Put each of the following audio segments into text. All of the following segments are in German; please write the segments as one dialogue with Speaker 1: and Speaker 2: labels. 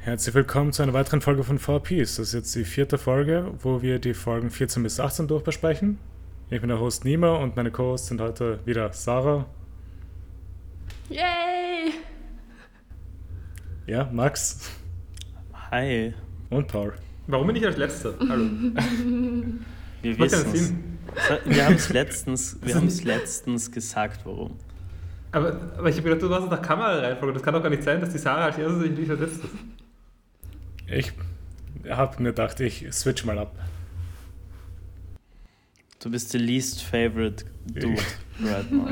Speaker 1: Herzlich willkommen zu einer weiteren Folge von 4Ps. Das ist jetzt die vierte Folge, wo wir die Folgen 14 bis 18 durchbesprechen. Ich bin der Host Nima und meine Co-Hosts sind heute wieder Sarah,
Speaker 2: Yay!
Speaker 1: ja, Max
Speaker 3: Hi,
Speaker 1: und Paul.
Speaker 4: Warum bin ich als Letzter? Hallo.
Speaker 3: wir
Speaker 4: Macht keinen
Speaker 3: wissen es.
Speaker 4: Sinn.
Speaker 3: Wir haben es letztens, wir
Speaker 4: ist
Speaker 3: haben's letztens gesagt, warum.
Speaker 4: Aber, aber ich habe gedacht, du warst nach Kamerareihenfolge. Das kann doch gar nicht sein, dass die Sarah als erstes und ich als letztes.
Speaker 1: Ich habe mir gedacht, ich switch mal ab.
Speaker 3: Du bist der least favorite dude
Speaker 1: Ich.
Speaker 3: right now.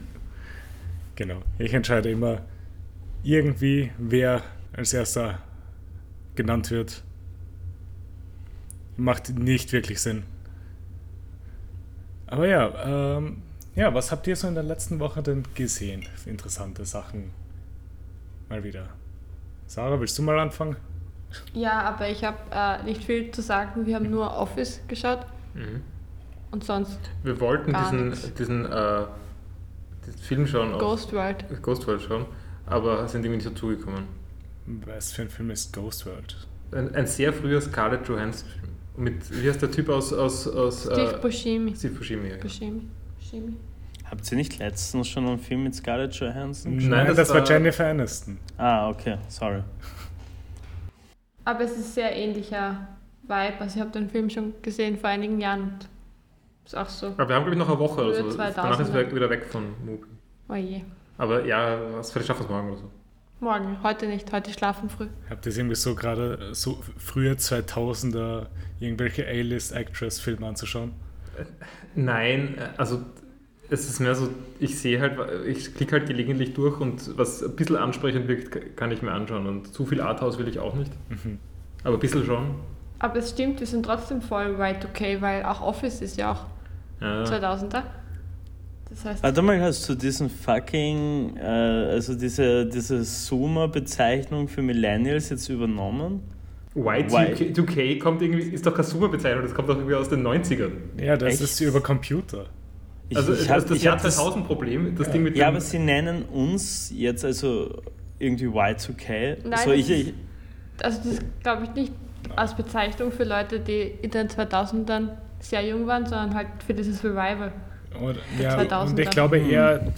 Speaker 1: Genau. Ich entscheide immer irgendwie, wer als erster genannt wird. Macht nicht wirklich Sinn. Aber ja, ähm, ja, was habt ihr so in der letzten Woche denn gesehen? Interessante Sachen. Mal wieder. Sarah, willst du mal anfangen?
Speaker 2: Ja, aber ich habe äh, nicht viel zu sagen. Wir haben nur Office geschaut und sonst
Speaker 4: Wir wollten
Speaker 2: Gar nix.
Speaker 4: diesen, diesen, äh, diesen Film schauen, auf-
Speaker 2: Ghost World.
Speaker 4: Ghost World schauen, aber sind irgendwie nicht dazu gekommen.
Speaker 1: Was für ein Film ist Ghost World?
Speaker 4: Ein, ein sehr früher Scarlett Johansson-Film. Mit, wie heißt der Typ aus, aus, aus
Speaker 2: Steve
Speaker 4: äh,
Speaker 2: Buscemi.
Speaker 4: Steve Buscemi. ja.
Speaker 2: Buscemi. Buscemi.
Speaker 3: Habt ihr nicht letztens schon einen Film mit Scarlett Johansson?
Speaker 1: Nein,
Speaker 3: geschaut?
Speaker 1: das,
Speaker 4: das
Speaker 1: war
Speaker 4: war-
Speaker 1: Jennifer Aniston.
Speaker 3: Ah, okay, sorry.
Speaker 2: Aber es ist sehr ähnlicher Vibe. Also ich habe den Film schon gesehen vor einigen Jahren. Und ist auch so.
Speaker 4: Aber wir haben, glaube ich, noch eine Woche oder
Speaker 2: Frühe
Speaker 4: so. Danach ist
Speaker 2: 2000er.
Speaker 4: wir wieder weg von Movie.
Speaker 2: Oh je.
Speaker 4: Aber ja, was vielleicht schaffen wir es morgen oder so.
Speaker 2: Morgen. Heute nicht. Heute schlafen früh.
Speaker 1: Habt ihr irgendwie so gerade äh, so frühe 2000er irgendwelche A-List-Actress-Filme anzuschauen?
Speaker 4: Nein, äh, also es ist mehr so, ich sehe halt, ich klicke halt gelegentlich durch und was ein bisschen ansprechend wirkt, k- kann ich mir anschauen. Und zu viel Arthouse will ich auch nicht.
Speaker 1: Mhm.
Speaker 4: Aber ein bisschen schon.
Speaker 2: Aber es stimmt, wir sind trotzdem voll right okay, weil auch Office ist ja auch
Speaker 4: Ja.
Speaker 2: 2000er. Das heißt,
Speaker 3: Warte mal, hast du diesen fucking, äh, also diese, diese Zoomer-Bezeichnung für Millennials jetzt übernommen?
Speaker 4: Y2K 2K kommt irgendwie, ist doch keine Superbezeichnung, das kommt doch irgendwie aus den 90ern.
Speaker 1: Ja, das
Speaker 3: Echt?
Speaker 1: ist über Computer.
Speaker 3: Ich,
Speaker 4: Also
Speaker 3: ich
Speaker 4: ich
Speaker 3: hab-
Speaker 4: das
Speaker 3: ich
Speaker 4: Jahr
Speaker 3: hab das-
Speaker 4: 2000 Problem, das Ding mit
Speaker 3: Ja,
Speaker 4: dem,
Speaker 3: aber sie nennen uns jetzt also irgendwie Y2K.
Speaker 2: Nein,
Speaker 3: so,
Speaker 2: das ist-
Speaker 3: ich, ich,
Speaker 2: Also das glaube ich nicht als Bezeichnung für Leute, die in den 2000ern sehr jung waren, sondern halt für dieses Revival.
Speaker 1: Und, ja,
Speaker 2: 2000er.
Speaker 1: und ich glaube
Speaker 3: Mhm.
Speaker 1: eher,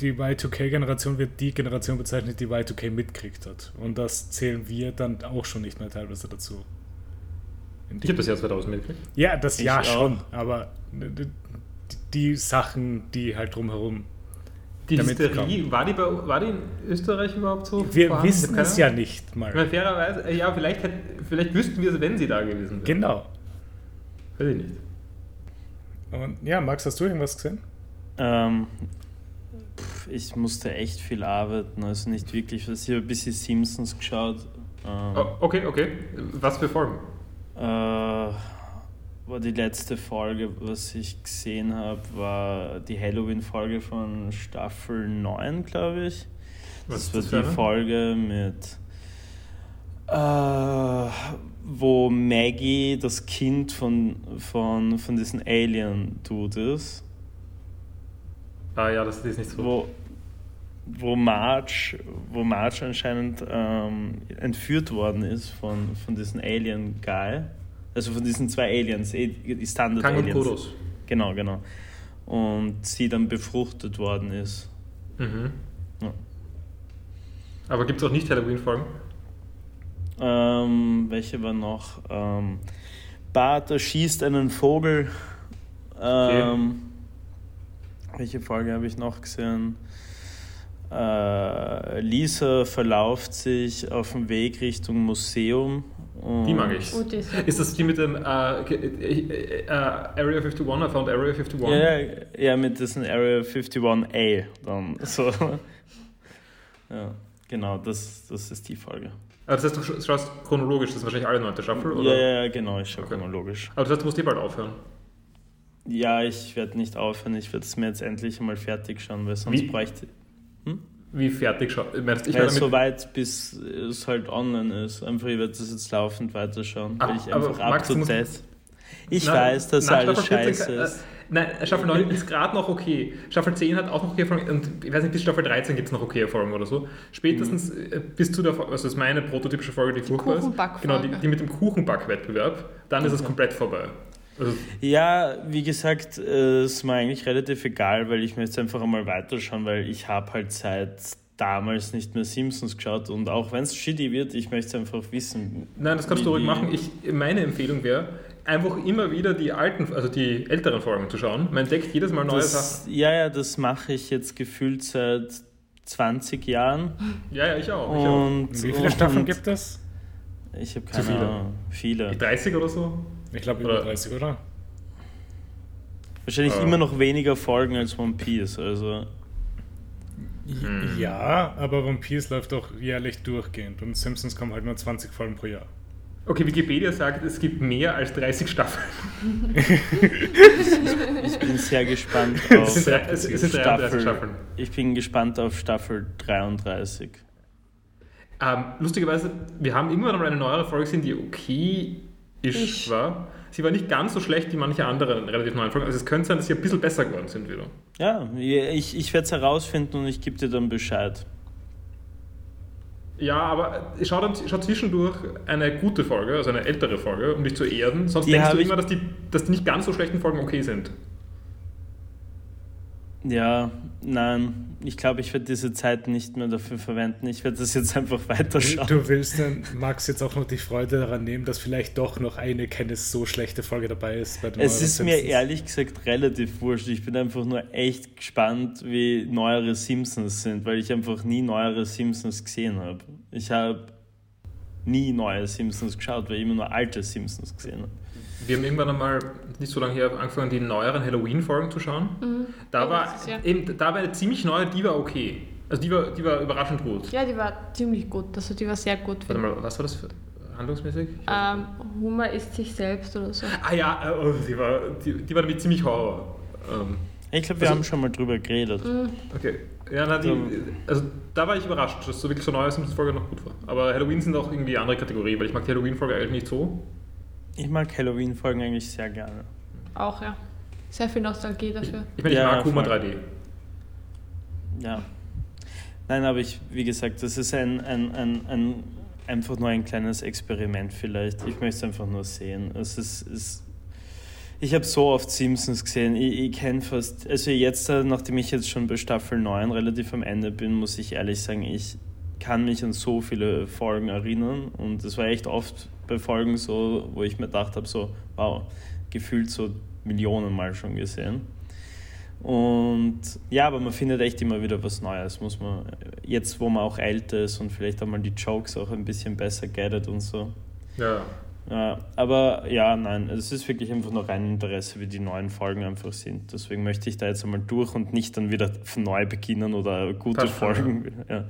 Speaker 1: die Y2K-Generation wird die Generation bezeichnet, die Y2K mitkriegt hat. Und das zählen wir dann auch schon nicht mehr teilweise dazu. In
Speaker 4: ich
Speaker 1: die-
Speaker 4: habe das Jahr 2000 mitgekriegt.
Speaker 1: ja, das
Speaker 3: Ich
Speaker 1: ja
Speaker 3: auch.
Speaker 1: schon, aber die, die Sachen, die halt drumherum.
Speaker 4: Die
Speaker 1: Damit
Speaker 4: Hysterie, war die, bei, war die in Österreich überhaupt so?
Speaker 1: Wir
Speaker 4: vorhanden?
Speaker 1: wissen
Speaker 4: Keine
Speaker 1: es ja
Speaker 4: Ahnung.
Speaker 1: nicht
Speaker 4: Ich meine,
Speaker 1: mal.
Speaker 4: fairerweise, äh, ja, vielleicht, hätt, vielleicht wüssten wir es, wenn sie da gewesen wäre.
Speaker 1: Genau.
Speaker 4: Weiß ich nicht.
Speaker 1: Und ja, Max, hast du irgendwas gesehen?
Speaker 3: Ähm, pff, ich musste echt viel arbeiten, also nicht wirklich was. Ich habe ein bisschen Simpsons geschaut. Ähm,
Speaker 4: Oh, okay, okay. Was für Form?
Speaker 3: äh, war die letzte Folge, was ich gesehen habe, war die Halloween-Folge von Staffel 9, glaube ich.
Speaker 4: Was
Speaker 3: Das
Speaker 4: ist
Speaker 3: war
Speaker 4: das für
Speaker 3: die
Speaker 4: eine?
Speaker 3: Folge mit, äh, wo Maggie das Kind von, von, von diesem Alien-Dude ist.
Speaker 4: Ah ja, das ist nicht so.
Speaker 3: wo, wo, Marge, wo Marge anscheinend ähm, entführt worden ist von, von diesem Alien-Guy. Also von diesen zwei Aliens, eh, die
Speaker 4: Kang und
Speaker 3: Standard-Aliens.
Speaker 4: Kodos.
Speaker 3: Genau, genau. Und sie dann befruchtet worden ist.
Speaker 4: Mhm.
Speaker 3: Ja.
Speaker 4: Aber gibt es auch nicht Halloween-Folgen?
Speaker 3: Ähm, welche war noch? Ähm, Bart erschießt einen Vogel. Ähm, Welche Folge habe ich noch gesehen? Äh, Lisa verlauft sich auf dem Weg Richtung Museum. und-
Speaker 4: Die mag ich.
Speaker 2: Oh, die ist sehr
Speaker 4: Ist das die mit dem äh, äh, äh, Area 51? I found Area 51.
Speaker 3: Ja, ja, ja, mit diesem Area 51A dann. So. ja, genau, das, das ist die Folge.
Speaker 4: Aber das heißt, du sch- schaust chronologisch, das ist wahrscheinlich alle neunte Staffel,
Speaker 3: Ja,
Speaker 4: oder?
Speaker 3: ja, ja, genau, ich schaue
Speaker 4: Okay.
Speaker 3: chronologisch.
Speaker 4: Aber das heißt, du musst eh bald aufhören.
Speaker 3: Ja, ich werde nicht aufhören. Ich werde es mir jetzt endlich mal fertig schauen, weil sonst
Speaker 4: Wie?
Speaker 3: bräuchte
Speaker 4: Wie fertig schaust du? Ich meine,
Speaker 3: ich. Weil
Speaker 4: damit-
Speaker 3: so weit, bis es halt online ist. Einfach, ich werde das jetzt laufend weiterschauen,
Speaker 4: Aber-
Speaker 3: weil ich
Speaker 4: Ah, aber
Speaker 3: einfach
Speaker 4: Max,
Speaker 3: up to
Speaker 4: du musst-
Speaker 3: date. Ich
Speaker 4: Nein,
Speaker 3: weiß, dass
Speaker 4: nein,
Speaker 3: alles
Speaker 4: Staffel 14
Speaker 3: scheiße
Speaker 4: kann-
Speaker 3: ist.
Speaker 4: äh, Nein, Staffel 9 ist gerade noch okay. Staffel 10 hat auch noch okay Erfahrung und ich weiß nicht, bis Staffel 13 gibt es noch okay Erfahrung oder so. Spätestens
Speaker 3: Mhm.
Speaker 4: äh, bis zu der, also das ist meine prototypische Folge, die, furchtbar ist.
Speaker 2: Kuchenbackfolge.
Speaker 4: Genau, die, die mit dem Kuchenbackwettbewerb. Dann ist es
Speaker 3: Mhm.
Speaker 4: komplett vorbei. Also,
Speaker 3: Ja, wie gesagt, äh, ist mir eigentlich relativ egal, weil ich mir jetzt einfach einmal weiterschauen, weil ich habe halt seit damals nicht mehr Simpsons geschaut und auch wenn es shitty wird, ich möchte es einfach wissen.
Speaker 4: Nein, das kannst
Speaker 3: wie
Speaker 4: du ruhig
Speaker 3: die-
Speaker 4: machen. Ich, meine Empfehlung wäre, einfach immer wieder die alten, also die älteren Folgen zu schauen. Man entdeckt jedes Mal neue Sachen.
Speaker 3: das, ja, ja, das mache ich jetzt gefühlt seit 20 Jahren.
Speaker 4: Ja, ja, Oh, ich auch. Ich auch.
Speaker 3: Und,
Speaker 1: Wie viele
Speaker 3: und
Speaker 1: Staffeln gibt es?
Speaker 3: Ich habe keine
Speaker 4: viele?
Speaker 3: Ahnung. Viele.
Speaker 4: Die 30 oder so?
Speaker 1: Ich glaube über
Speaker 4: Oder-
Speaker 1: 30, oder?
Speaker 3: Wahrscheinlich
Speaker 4: Ah.
Speaker 3: immer noch weniger Folgen als One Piece. Also
Speaker 4: Hm.
Speaker 1: Ja, aber Vampires läuft auch jährlich durchgehend und Simpsons kommen halt nur 20 Folgen pro Jahr.
Speaker 4: Okay, Wikipedia sagt, es gibt mehr als 30 Staffeln.
Speaker 3: ich bin sehr gespannt
Speaker 4: Es sind,
Speaker 3: auf
Speaker 4: drei- es, es sind 33 Staffeln.
Speaker 3: Ich bin gespannt auf Staffel 33.
Speaker 4: Ähm, lustigerweise, wir haben irgendwann einmal eine neuere Folge gesehen, die okay
Speaker 2: Ich.
Speaker 4: ist, war. Sie war nicht ganz so schlecht wie manche anderen relativ neuen Folgen. Also es könnte sein, dass sie ein bisschen besser geworden sind wieder.
Speaker 3: Ja, ich, ich werde es herausfinden und ich gebe dir dann Bescheid.
Speaker 4: Ja, aber schau, dann, schau zwischendurch eine gute Folge, also eine ältere Folge, um dich zu erden. Sonst
Speaker 3: Die
Speaker 4: denkst
Speaker 3: hab
Speaker 4: du
Speaker 3: ich-
Speaker 4: immer, dass die, dass die nicht ganz so schlechten Folgen okay sind.
Speaker 3: Ja, nein, ich glaube, ich werde diese Zeit nicht mehr dafür verwenden. Ich werde das jetzt einfach weiterschauen.
Speaker 1: Du willst dann, Max, jetzt auch noch die Freude daran nehmen, dass vielleicht doch noch eine keine so schlechte Folge dabei ist. Bei den
Speaker 3: Es
Speaker 1: neueren
Speaker 3: ist mir
Speaker 1: Simpsons.
Speaker 3: ehrlich gesagt relativ wurscht. Ich bin einfach nur echt gespannt, wie neuere Simpsons sind, weil ich einfach nie neuere Simpsons gesehen habe. Ich habe nie neue Simpsons geschaut, weil ich immer nur alte Simpsons gesehen habe.
Speaker 4: Wir haben irgendwann einmal, nicht so lange her, angefangen, die neueren Halloween-Folgen zu schauen. Da,
Speaker 2: Ja,
Speaker 4: war,
Speaker 2: Oh, das ist ja-
Speaker 4: eben, da war eine ziemlich neue, die war okay. Also die war, die war überraschend gut.
Speaker 2: Ja, die war ziemlich gut. Also die war sehr gut.
Speaker 4: Warte
Speaker 2: Finde. ich.
Speaker 4: mal, was war das für, handlungsmäßig? Ich weiß nicht.
Speaker 2: Ähm, Homer isst sich selbst oder so.
Speaker 4: Ah ja, äh, oh, die war, die, die war nämlich ziemlich Horror. Ähm,
Speaker 3: Ich glaube, wir
Speaker 4: Also-
Speaker 3: haben schon mal drüber geredet.
Speaker 4: okay. Ja, na, die,
Speaker 3: Ähm.
Speaker 4: also da war ich überrascht, dass so wirklich so neue Simpsons-Folge noch gut war. Aber Halloween sind auch irgendwie eine andere Kategorie, weil ich mag die Halloween-Folge eigentlich nicht so.
Speaker 3: Ich mag Halloween-Folgen eigentlich sehr gerne.
Speaker 2: Auch, ja. Sehr viel Nostalgie dafür.
Speaker 4: Ich meine, ich
Speaker 3: Ja,
Speaker 4: mag Humor
Speaker 3: voll.
Speaker 4: 3D.
Speaker 3: Ja. Nein, aber ich, wie gesagt, das ist ein, ein, ein, ein einfach nur ein kleines Experiment vielleicht. Ich möchte es einfach nur sehen. Es ist, ist ich habe so oft Simpsons gesehen. Ich, ich kenne fast, also jetzt, äh, nachdem ich jetzt schon bei Staffel 9 relativ am Ende bin, muss ich ehrlich sagen, ich kann mich an so viele Folgen erinnern und es war echt oft bei Folgen so, wo ich mir gedacht habe, so, wow, gefühlt so Millionen Mal schon gesehen. Und ja, aber man findet echt immer wieder was Neues, muss man. Jetzt, wo man auch älter ist und vielleicht auch mal die Jokes auch ein bisschen besser gettet und so.
Speaker 4: Ja.
Speaker 3: Ja, aber ja, nein, es ist wirklich einfach nur rein Interesse, wie die neuen Folgen einfach sind. Deswegen möchte ich da jetzt einmal durch und nicht dann wieder von neu beginnen oder gute
Speaker 4: Passt schon,
Speaker 3: Folgen. Ja.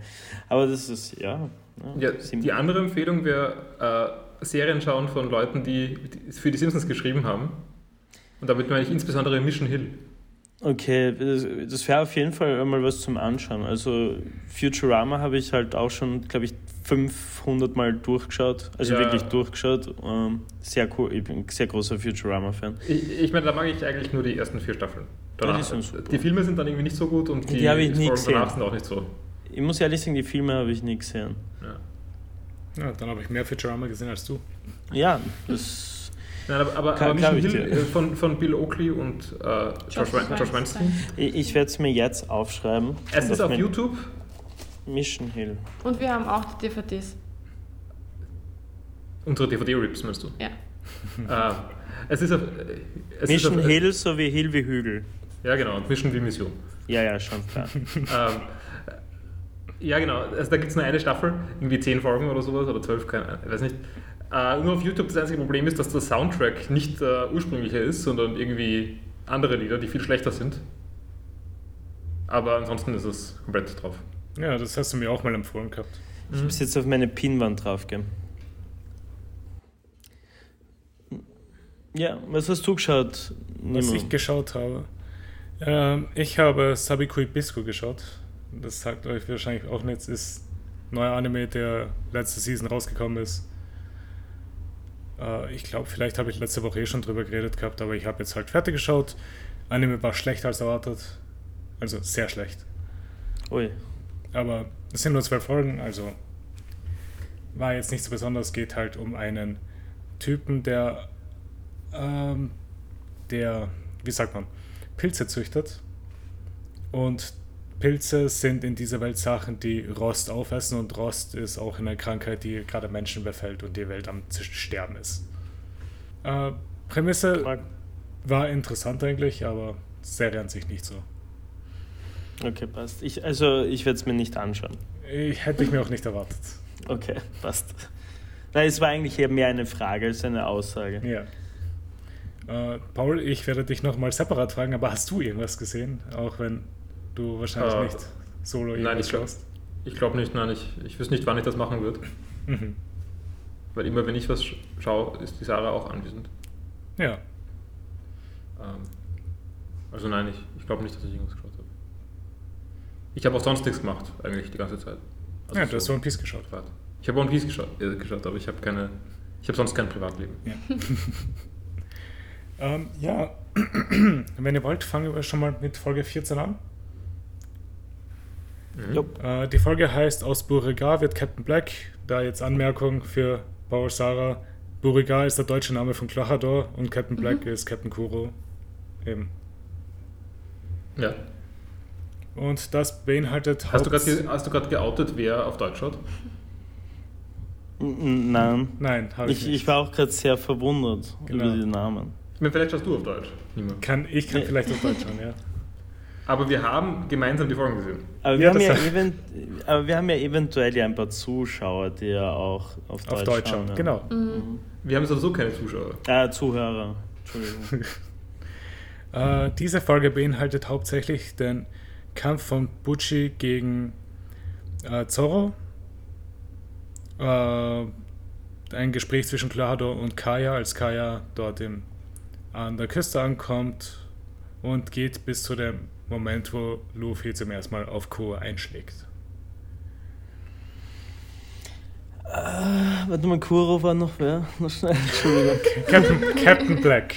Speaker 3: Aber das ist, ja.
Speaker 4: ja
Speaker 3: sim-
Speaker 4: die andere Empfehlung wäre äh, Serien schauen von Leuten, die, die für die Simpsons geschrieben haben. Und damit meine ich insbesondere Mission Hill.
Speaker 3: Okay, das, das wäre auf jeden Fall mal was zum Anschauen. Also Futurama habe ich halt auch schon, glaube ich, 500 Mal durchgeschaut. Also
Speaker 4: Ja.
Speaker 3: wirklich durchgeschaut. Ähm, sehr cool, ich bin ein sehr großer Futurama-Fan.
Speaker 4: Ich, ich meine, da mag ich eigentlich nur die ersten vier Staffeln.
Speaker 3: Ja,
Speaker 4: Danach,
Speaker 3: die sind super.
Speaker 4: die Filme sind dann irgendwie nicht so gut und die,
Speaker 3: Die habe ich nie
Speaker 4: Folgen danach
Speaker 3: gesehen.
Speaker 4: sind auch nicht so.
Speaker 3: Ich muss ehrlich sagen, die Filme habe ich nie gesehen.
Speaker 4: Ja.
Speaker 1: Ja, dann habe ich mehr Futurama gesehen als du.
Speaker 3: Ja, das...
Speaker 4: Nein, aber, aber,
Speaker 3: Kann-
Speaker 4: aber
Speaker 3: glaub
Speaker 4: Mission
Speaker 3: ich
Speaker 4: Hill
Speaker 3: dir.
Speaker 4: äh, von, von Bill Oakley und äh, Josh, Wen- Josh Weinstein.
Speaker 3: Ich, ich werde es mir jetzt aufschreiben.
Speaker 4: Es
Speaker 3: Und
Speaker 4: ist auf
Speaker 3: mein-
Speaker 4: YouTube.
Speaker 3: Mission Hill.
Speaker 2: Und wir haben auch die DVDs.
Speaker 4: Unsere DVD-Rips, meinst du?
Speaker 2: Ja.
Speaker 4: äh, es ist auf. äh, Es
Speaker 3: Mission
Speaker 4: ist auf,
Speaker 3: Hill so wie Hill wie Hügel.
Speaker 4: Ja, genau. Mission wie Mission.
Speaker 3: Ja, ja, schon klar.
Speaker 4: ähm, ja, genau. Also da gibt es nur eine Staffel, irgendwie zehn Folgen oder sowas oder zwölf, keine Ahnung, ich weiß nicht. Äh, nur auf YouTube das einzige Problem ist, dass der Soundtrack nicht der ursprüngliche ist, sondern irgendwie andere Lieder, die viel schlechter sind. Aber ansonsten ist es komplett drauf.
Speaker 1: Ja, das hast du mir auch mal empfohlen gehabt.
Speaker 3: Ich muss jetzt auf meine Pinwand draufgehen. Ja, was hast du geschaut?
Speaker 1: Was
Speaker 3: Nimo?
Speaker 1: ich geschaut habe. Ähm, ich habe Sabikui Bisco geschaut. Das sagt euch wahrscheinlich auch nichts. Ist ein neuer Anime, der letzte Season rausgekommen ist. Äh, ich glaube, vielleicht habe ich letzte Woche eh schon drüber geredet gehabt, aber ich habe jetzt halt fertig geschaut. Anime war schlechter als erwartet. Also sehr schlecht.
Speaker 3: Ui.
Speaker 1: Aber es sind nur zwölf Folgen, also war jetzt nicht so besonders. Geht halt um einen Typen, der, ähm, der, wie sagt man, Pilze züchtet. Und Pilze sind in dieser Welt Sachen, die Rost aufessen und Rost ist auch eine Krankheit, die gerade Menschen befällt und die Welt am Sterben ist. Äh, Prämisse
Speaker 3: Mag-
Speaker 1: war interessant eigentlich, aber Serie an sich nicht so.
Speaker 3: Okay, passt. Ich, also ich werde es mir nicht anschauen.
Speaker 1: Ich hätte ich mir auch nicht erwartet.
Speaker 3: Okay, passt. Nein, es war eigentlich eher mehr eine Frage als eine Aussage.
Speaker 1: Ja. Äh, Paul, ich werde dich nochmal separat fragen, aber hast du irgendwas gesehen? Auch wenn du wahrscheinlich
Speaker 4: Äh,
Speaker 1: nicht solo
Speaker 4: nein,
Speaker 1: irgendwas
Speaker 4: ich glaub-
Speaker 1: schaust.
Speaker 4: Ich glaube nicht, nein, ich, ich wüsste nicht, wann ich das machen würde.
Speaker 1: Mhm.
Speaker 4: Weil immer, wenn ich was sch- schaue, ist die Sarah auch anwesend.
Speaker 1: Ja.
Speaker 4: Ähm, also nein, ich, ich glaube nicht, dass ich irgendwas geschaut habe. Ich habe auch sonst nichts gemacht, eigentlich die ganze Zeit. Also
Speaker 1: ja, du hast One Piece geschaut.
Speaker 4: privat. Ich habe One Piece geschaut, äh, geschaut aber ich habe keine. Ich habe sonst kein Privatleben.
Speaker 1: Ja. ähm, ja, wenn ihr wollt, fangen wir schon mal mit Folge 14 an.
Speaker 4: Mhm.
Speaker 3: Jupp.
Speaker 1: Äh, die Folge heißt Aus Burigar wird Captain Black. Da jetzt Anmerkung für Paul Sarah. Burigar ist der deutsche Name von Clachador und Captain Black ist Captain Kuro. Eben.
Speaker 4: Ja.
Speaker 1: Und das beinhaltet
Speaker 4: Hast du
Speaker 1: Haupts-
Speaker 4: gerade ge- hast du gerade geoutet, wer auf Deutsch schaut?
Speaker 3: N- n- Nein.
Speaker 1: Nein, habe ich,
Speaker 3: Ich,
Speaker 1: nicht.
Speaker 3: ich war auch gerade sehr verwundert
Speaker 1: Genau.
Speaker 3: über die Namen.
Speaker 4: Ich meine, vielleicht schaust du auf Deutsch. Niemand.
Speaker 1: kann, ich kann
Speaker 3: Nee.
Speaker 1: vielleicht auf Deutsch schauen, ja.
Speaker 4: Aber wir haben gemeinsam die Folgen gesehen.
Speaker 3: Aber wir,
Speaker 1: Ja,
Speaker 3: haben
Speaker 1: das
Speaker 3: ja
Speaker 1: hat-
Speaker 3: event, aber wir haben ja eventuell ja ein paar Zuschauer, die ja auch auf Deutsch,
Speaker 1: Auf Deutsch schauen,
Speaker 3: ja.
Speaker 1: genau.
Speaker 4: Wir haben sowieso keine Zuschauer.
Speaker 3: Ah, Zuhörer. Entschuldigung.
Speaker 1: Äh, diese Folge beinhaltet hauptsächlich den Kampf von Butchie gegen äh, Zorro. Äh, ein Gespräch zwischen Clado und Kaya, als Kaya dort im, an der Küste ankommt und geht bis zu dem Moment, wo Luffy zum ersten Mal auf Koa einschlägt.
Speaker 3: Warte mal, Kuro war noch wer? Noch schnell. Entschuldigung.
Speaker 1: Captain, Captain Black.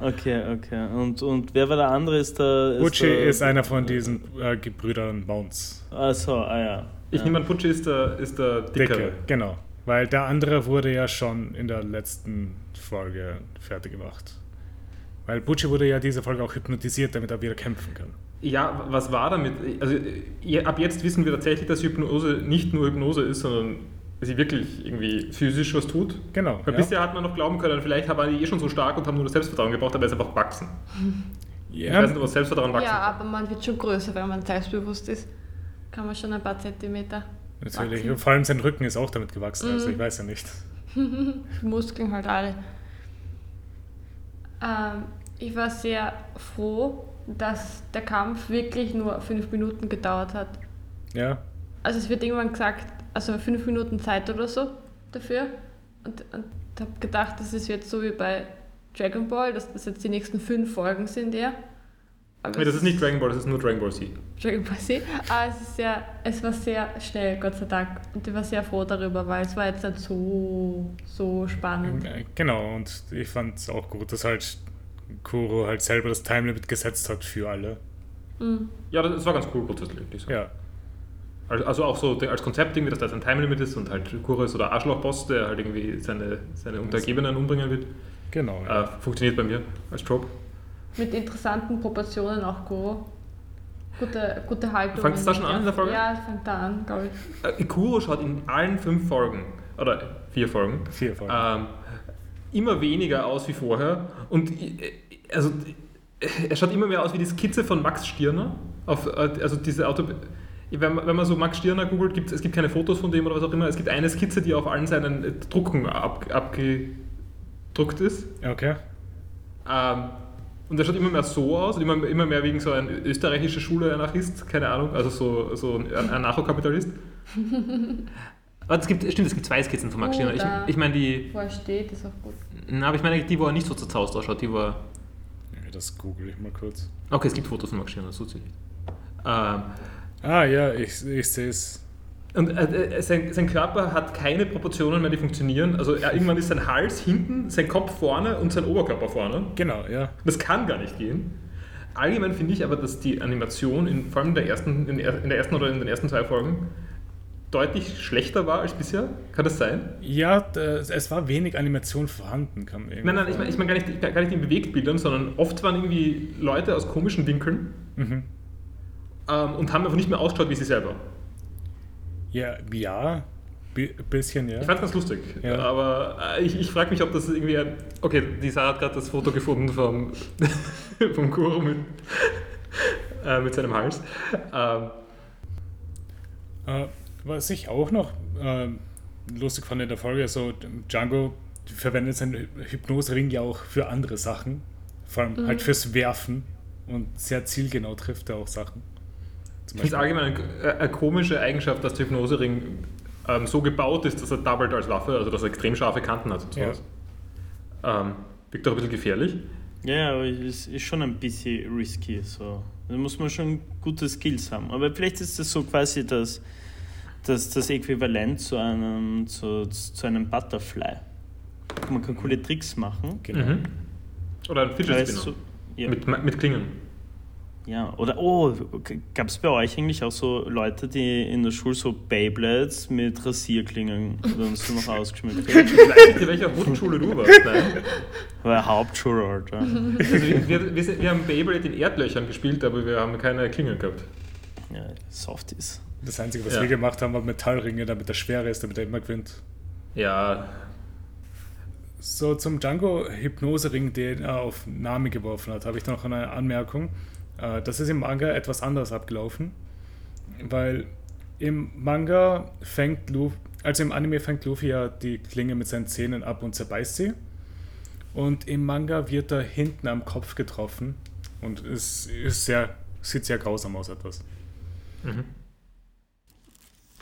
Speaker 3: Okay, okay. Und, und wer war der andere? Ist äh, der.
Speaker 1: Butchie
Speaker 3: der,
Speaker 1: ist einer von diesen äh, Gebrüdern Bounce.
Speaker 3: Ach so, ah ja.
Speaker 4: Ich
Speaker 3: ja.
Speaker 4: nehme an, Butchie ist der, ist der
Speaker 1: Dicke,
Speaker 4: Dickere.
Speaker 1: genau. Weil der andere wurde ja schon in der letzten Folge fertig gemacht. Weil Butchie wurde ja diese Folge auch hypnotisiert, damit er wieder kämpfen kann.
Speaker 4: Ja, was war damit? Also äh, ab jetzt wissen wir tatsächlich, dass Hypnose nicht nur Hypnose ist, sondern sie wirklich irgendwie physisch was tut.
Speaker 1: Genau.
Speaker 4: Weil
Speaker 1: ja.
Speaker 4: bisher hat man noch glauben können, vielleicht waren die eh schon so stark und haben nur das Selbstvertrauen gebraucht, aber es ist einfach wachsen. Ich weiß nicht, ob
Speaker 1: ja,
Speaker 4: das Selbstvertrauen wachsen
Speaker 2: Ja,
Speaker 4: kann.
Speaker 2: aber man wird schon größer, wenn man selbstbewusst ist. Kann man schon ein paar Zentimeter.
Speaker 1: natürlich.
Speaker 2: wachsen.
Speaker 1: Und vor allem sein Rücken ist auch damit gewachsen, also ich weiß ja nicht.
Speaker 2: Die Muskeln halt alle. Ähm, ich war sehr froh, dass der Kampf wirklich nur fünf Minuten gedauert hat.
Speaker 1: Ja,
Speaker 2: Also es wird irgendwann gesagt, also fünf Minuten Zeit oder so dafür. Und, und habe gedacht, das ist jetzt so wie bei Dragon Ball, dass das jetzt die nächsten fünf Folgen sind eher. Aber
Speaker 4: Nee,
Speaker 2: es
Speaker 4: das ist nicht Dragon Ball, das ist nur Dragon Ball Z.
Speaker 2: Dragon Ball Z. Aber es, ist sehr, es war sehr schnell, Gott sei Dank. Und ich war sehr froh darüber, weil es war jetzt nicht so, so spannend.
Speaker 1: äh, genau. Und ich fand es auch gut, dass halt Kuro halt selber das Time Limit gesetzt hat für alle.
Speaker 2: Mhm.
Speaker 4: Ja, das, das war ganz cool grundsätzlich. würde ich sagen.
Speaker 1: Ja,
Speaker 4: Also, also auch so als Konzept irgendwie, dass da jetzt ein Time Limit ist und halt Kuro ist so der Arschlochboss, der halt irgendwie seine, seine Untergebenen umbringen wird.
Speaker 1: genau.
Speaker 4: Äh, funktioniert bei mir als Job.
Speaker 2: Mit interessanten Proportionen auch Goro. Gute, gute Haltung.
Speaker 4: Fängt es da schon an in der Folge?
Speaker 2: Ja, es fängt da an, glaube ich.
Speaker 4: Äh, Kuro schaut in allen fünf Folgen, oder vier Folgen,
Speaker 1: Vier Folgen.
Speaker 4: ähm, immer weniger aus wie vorher. Und äh, also, äh, er schaut immer mehr aus wie die Skizze von Max Stirner. Auf, äh, also diese Auto wenn, man- wenn man so Max Stirner googelt, gibt es gibt keine Fotos von dem oder was auch immer. Es gibt eine Skizze, die auf allen seinen äh, Drucken ab, abgedruckt ist.
Speaker 1: Okay.
Speaker 4: Ähm, und er schaut immer mehr so aus, und immer, immer mehr wegen so ein österreichischer Schule-Anarchist, keine Ahnung, also so, so ein Anarchokapitalist. Aber es gibt, stimmt, es gibt zwei Skizzen von Max Stirner. Ich,
Speaker 2: Oder-
Speaker 4: ich meine, die,
Speaker 2: Wo er steht, ist auch gut.
Speaker 4: na, aber ich meine die, wo er nicht so zerzaust ausschaut, die, wo er,
Speaker 1: Das google ich mal kurz.
Speaker 4: okay, es gibt Fotos von Max Stirner, so ziemlich. Ähm,
Speaker 1: Ah ja, ich, ich sehe es.
Speaker 4: Und äh, äh, sein, sein Körper hat keine Proportionen mehr, die funktionieren. Also er, irgendwann ist sein Hals hinten, sein Kopf vorne und sein Oberkörper vorne.
Speaker 1: Genau, ja.
Speaker 4: Das kann gar nicht gehen. Allgemein finde ich aber, dass die Animation, in, vor allem in der, ersten, in, der, in der ersten oder in den ersten zwei Folgen, deutlich schlechter war als bisher. Kann das sein?
Speaker 1: Ja, das, es war wenig Animation vorhanden, kann man
Speaker 4: Nein, nein, ich meine ich mein gar, nicht, gar nicht in Bewegtbildern, sondern oft waren irgendwie Leute aus komischen Winkeln
Speaker 1: Mhm.
Speaker 4: ähm, und haben einfach nicht mehr ausgeschaut wie sie selber.
Speaker 1: Ja, ja, bi bisschen, ja.
Speaker 4: Ich fand ganz lustig,
Speaker 1: Ja.
Speaker 4: aber äh, ich, ich frage mich, ob das irgendwie. ein- Okay, die Sarah hat gerade das Foto gefunden vom, vom Guru mit, äh, mit seinem Hals. Ähm,
Speaker 1: Äh, was ich auch noch äh, lustig fand in der Folge, so Django verwendet seinen Hypnosering ja auch für andere Sachen. Vor allem
Speaker 4: Mhm.
Speaker 1: halt fürs Werfen. Und sehr zielgenau trifft er auch Sachen. Zum
Speaker 4: ich finde es allgemein eine, eine komische Eigenschaft, dass der Hypnosering ähm, so gebaut ist, dass er doubled als Waffe, also dass er extrem scharfe Kanten hat und
Speaker 1: Ja.
Speaker 4: sowas. Ähm, wirkt auch ein bisschen gefährlich.
Speaker 3: Ja, aber es ist schon ein bisschen risky. So. Da muss man schon gute Skills haben. Aber vielleicht ist das so quasi das, das, das Äquivalent zu einem, zu, zu einem Butterfly. Man kann coole Tricks machen.
Speaker 1: Genau.
Speaker 4: Mhm. Oder ein
Speaker 3: aber
Speaker 4: Fidget
Speaker 3: es ist
Speaker 4: Spinner.
Speaker 3: so- ja,
Speaker 4: mit, mit Klingen.
Speaker 3: ja, oder oh, gab es bei euch eigentlich auch so Leute, die in der Schule so Beyblades mit Rasierklingen oder so noch ausgeschmückt haben?
Speaker 4: Ich weiß nicht, in welcher Hochschule du warst. Nein.
Speaker 3: War Hauptschule, halt, Alter.
Speaker 4: Also wir, wir, wir, wir haben Beyblade in Erdlöchern gespielt, aber wir haben keine Klingen gehabt.
Speaker 3: Ja, Softies.
Speaker 1: Das Einzige, was
Speaker 4: Ja.
Speaker 1: wir gemacht haben, war Metallringe, damit er schwerer ist, damit er immer gewinnt.
Speaker 4: Ja,
Speaker 1: So, zum Django-Hypnosering, den er auf Nami geworfen hat, habe ich da noch eine Anmerkung. Äh, Das ist im Manga etwas anders abgelaufen, weil im Manga fängt Luffy, also im Anime fängt Luffy ja die Klinge mit seinen Zähnen ab und zerbeißt sie. Und im Manga wird er hinten am Kopf getroffen und es ist sehr, sieht sehr grausam aus etwas.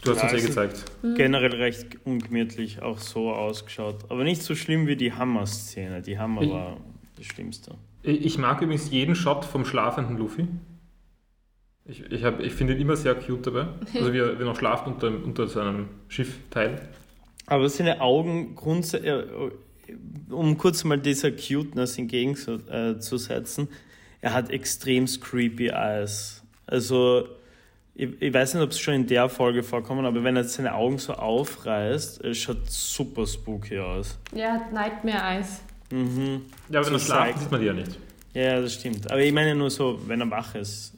Speaker 4: du hast
Speaker 3: Ja,
Speaker 4: uns eh
Speaker 3: es ist-
Speaker 4: gezeigt.
Speaker 3: generell recht ungemütlich auch so ausgeschaut. Aber nicht so schlimm wie die Hammer-Szene. Die Hammer
Speaker 4: Ich-
Speaker 3: war das Schlimmste.
Speaker 4: Ich ich mag übrigens jeden Shot vom schlafenden Luffy. Ich, ich, hab- ich finde ihn immer sehr cute dabei. Also wie er, wie er noch schlaft unter, unter seinem Schiffteil.
Speaker 3: Aber seine Augen grundsätzlich, äh, um kurz mal dieser Cuteness entgegenzusetzen, er hat extrem creepy Eyes. Also, ich, ich weiß nicht, ob es schon in der Folge vorkommen, aber wenn er seine Augen so aufreißt, es schaut super spooky aus.
Speaker 2: Ja, hat Nightmare-Eis.
Speaker 3: Mhm.
Speaker 4: Ja, aber wenn er
Speaker 3: Zu
Speaker 4: schlaft,
Speaker 3: zeigen.
Speaker 4: sieht man die ja nicht.
Speaker 3: Ja, das stimmt. Aber ich meine nur so, wenn er wach ist.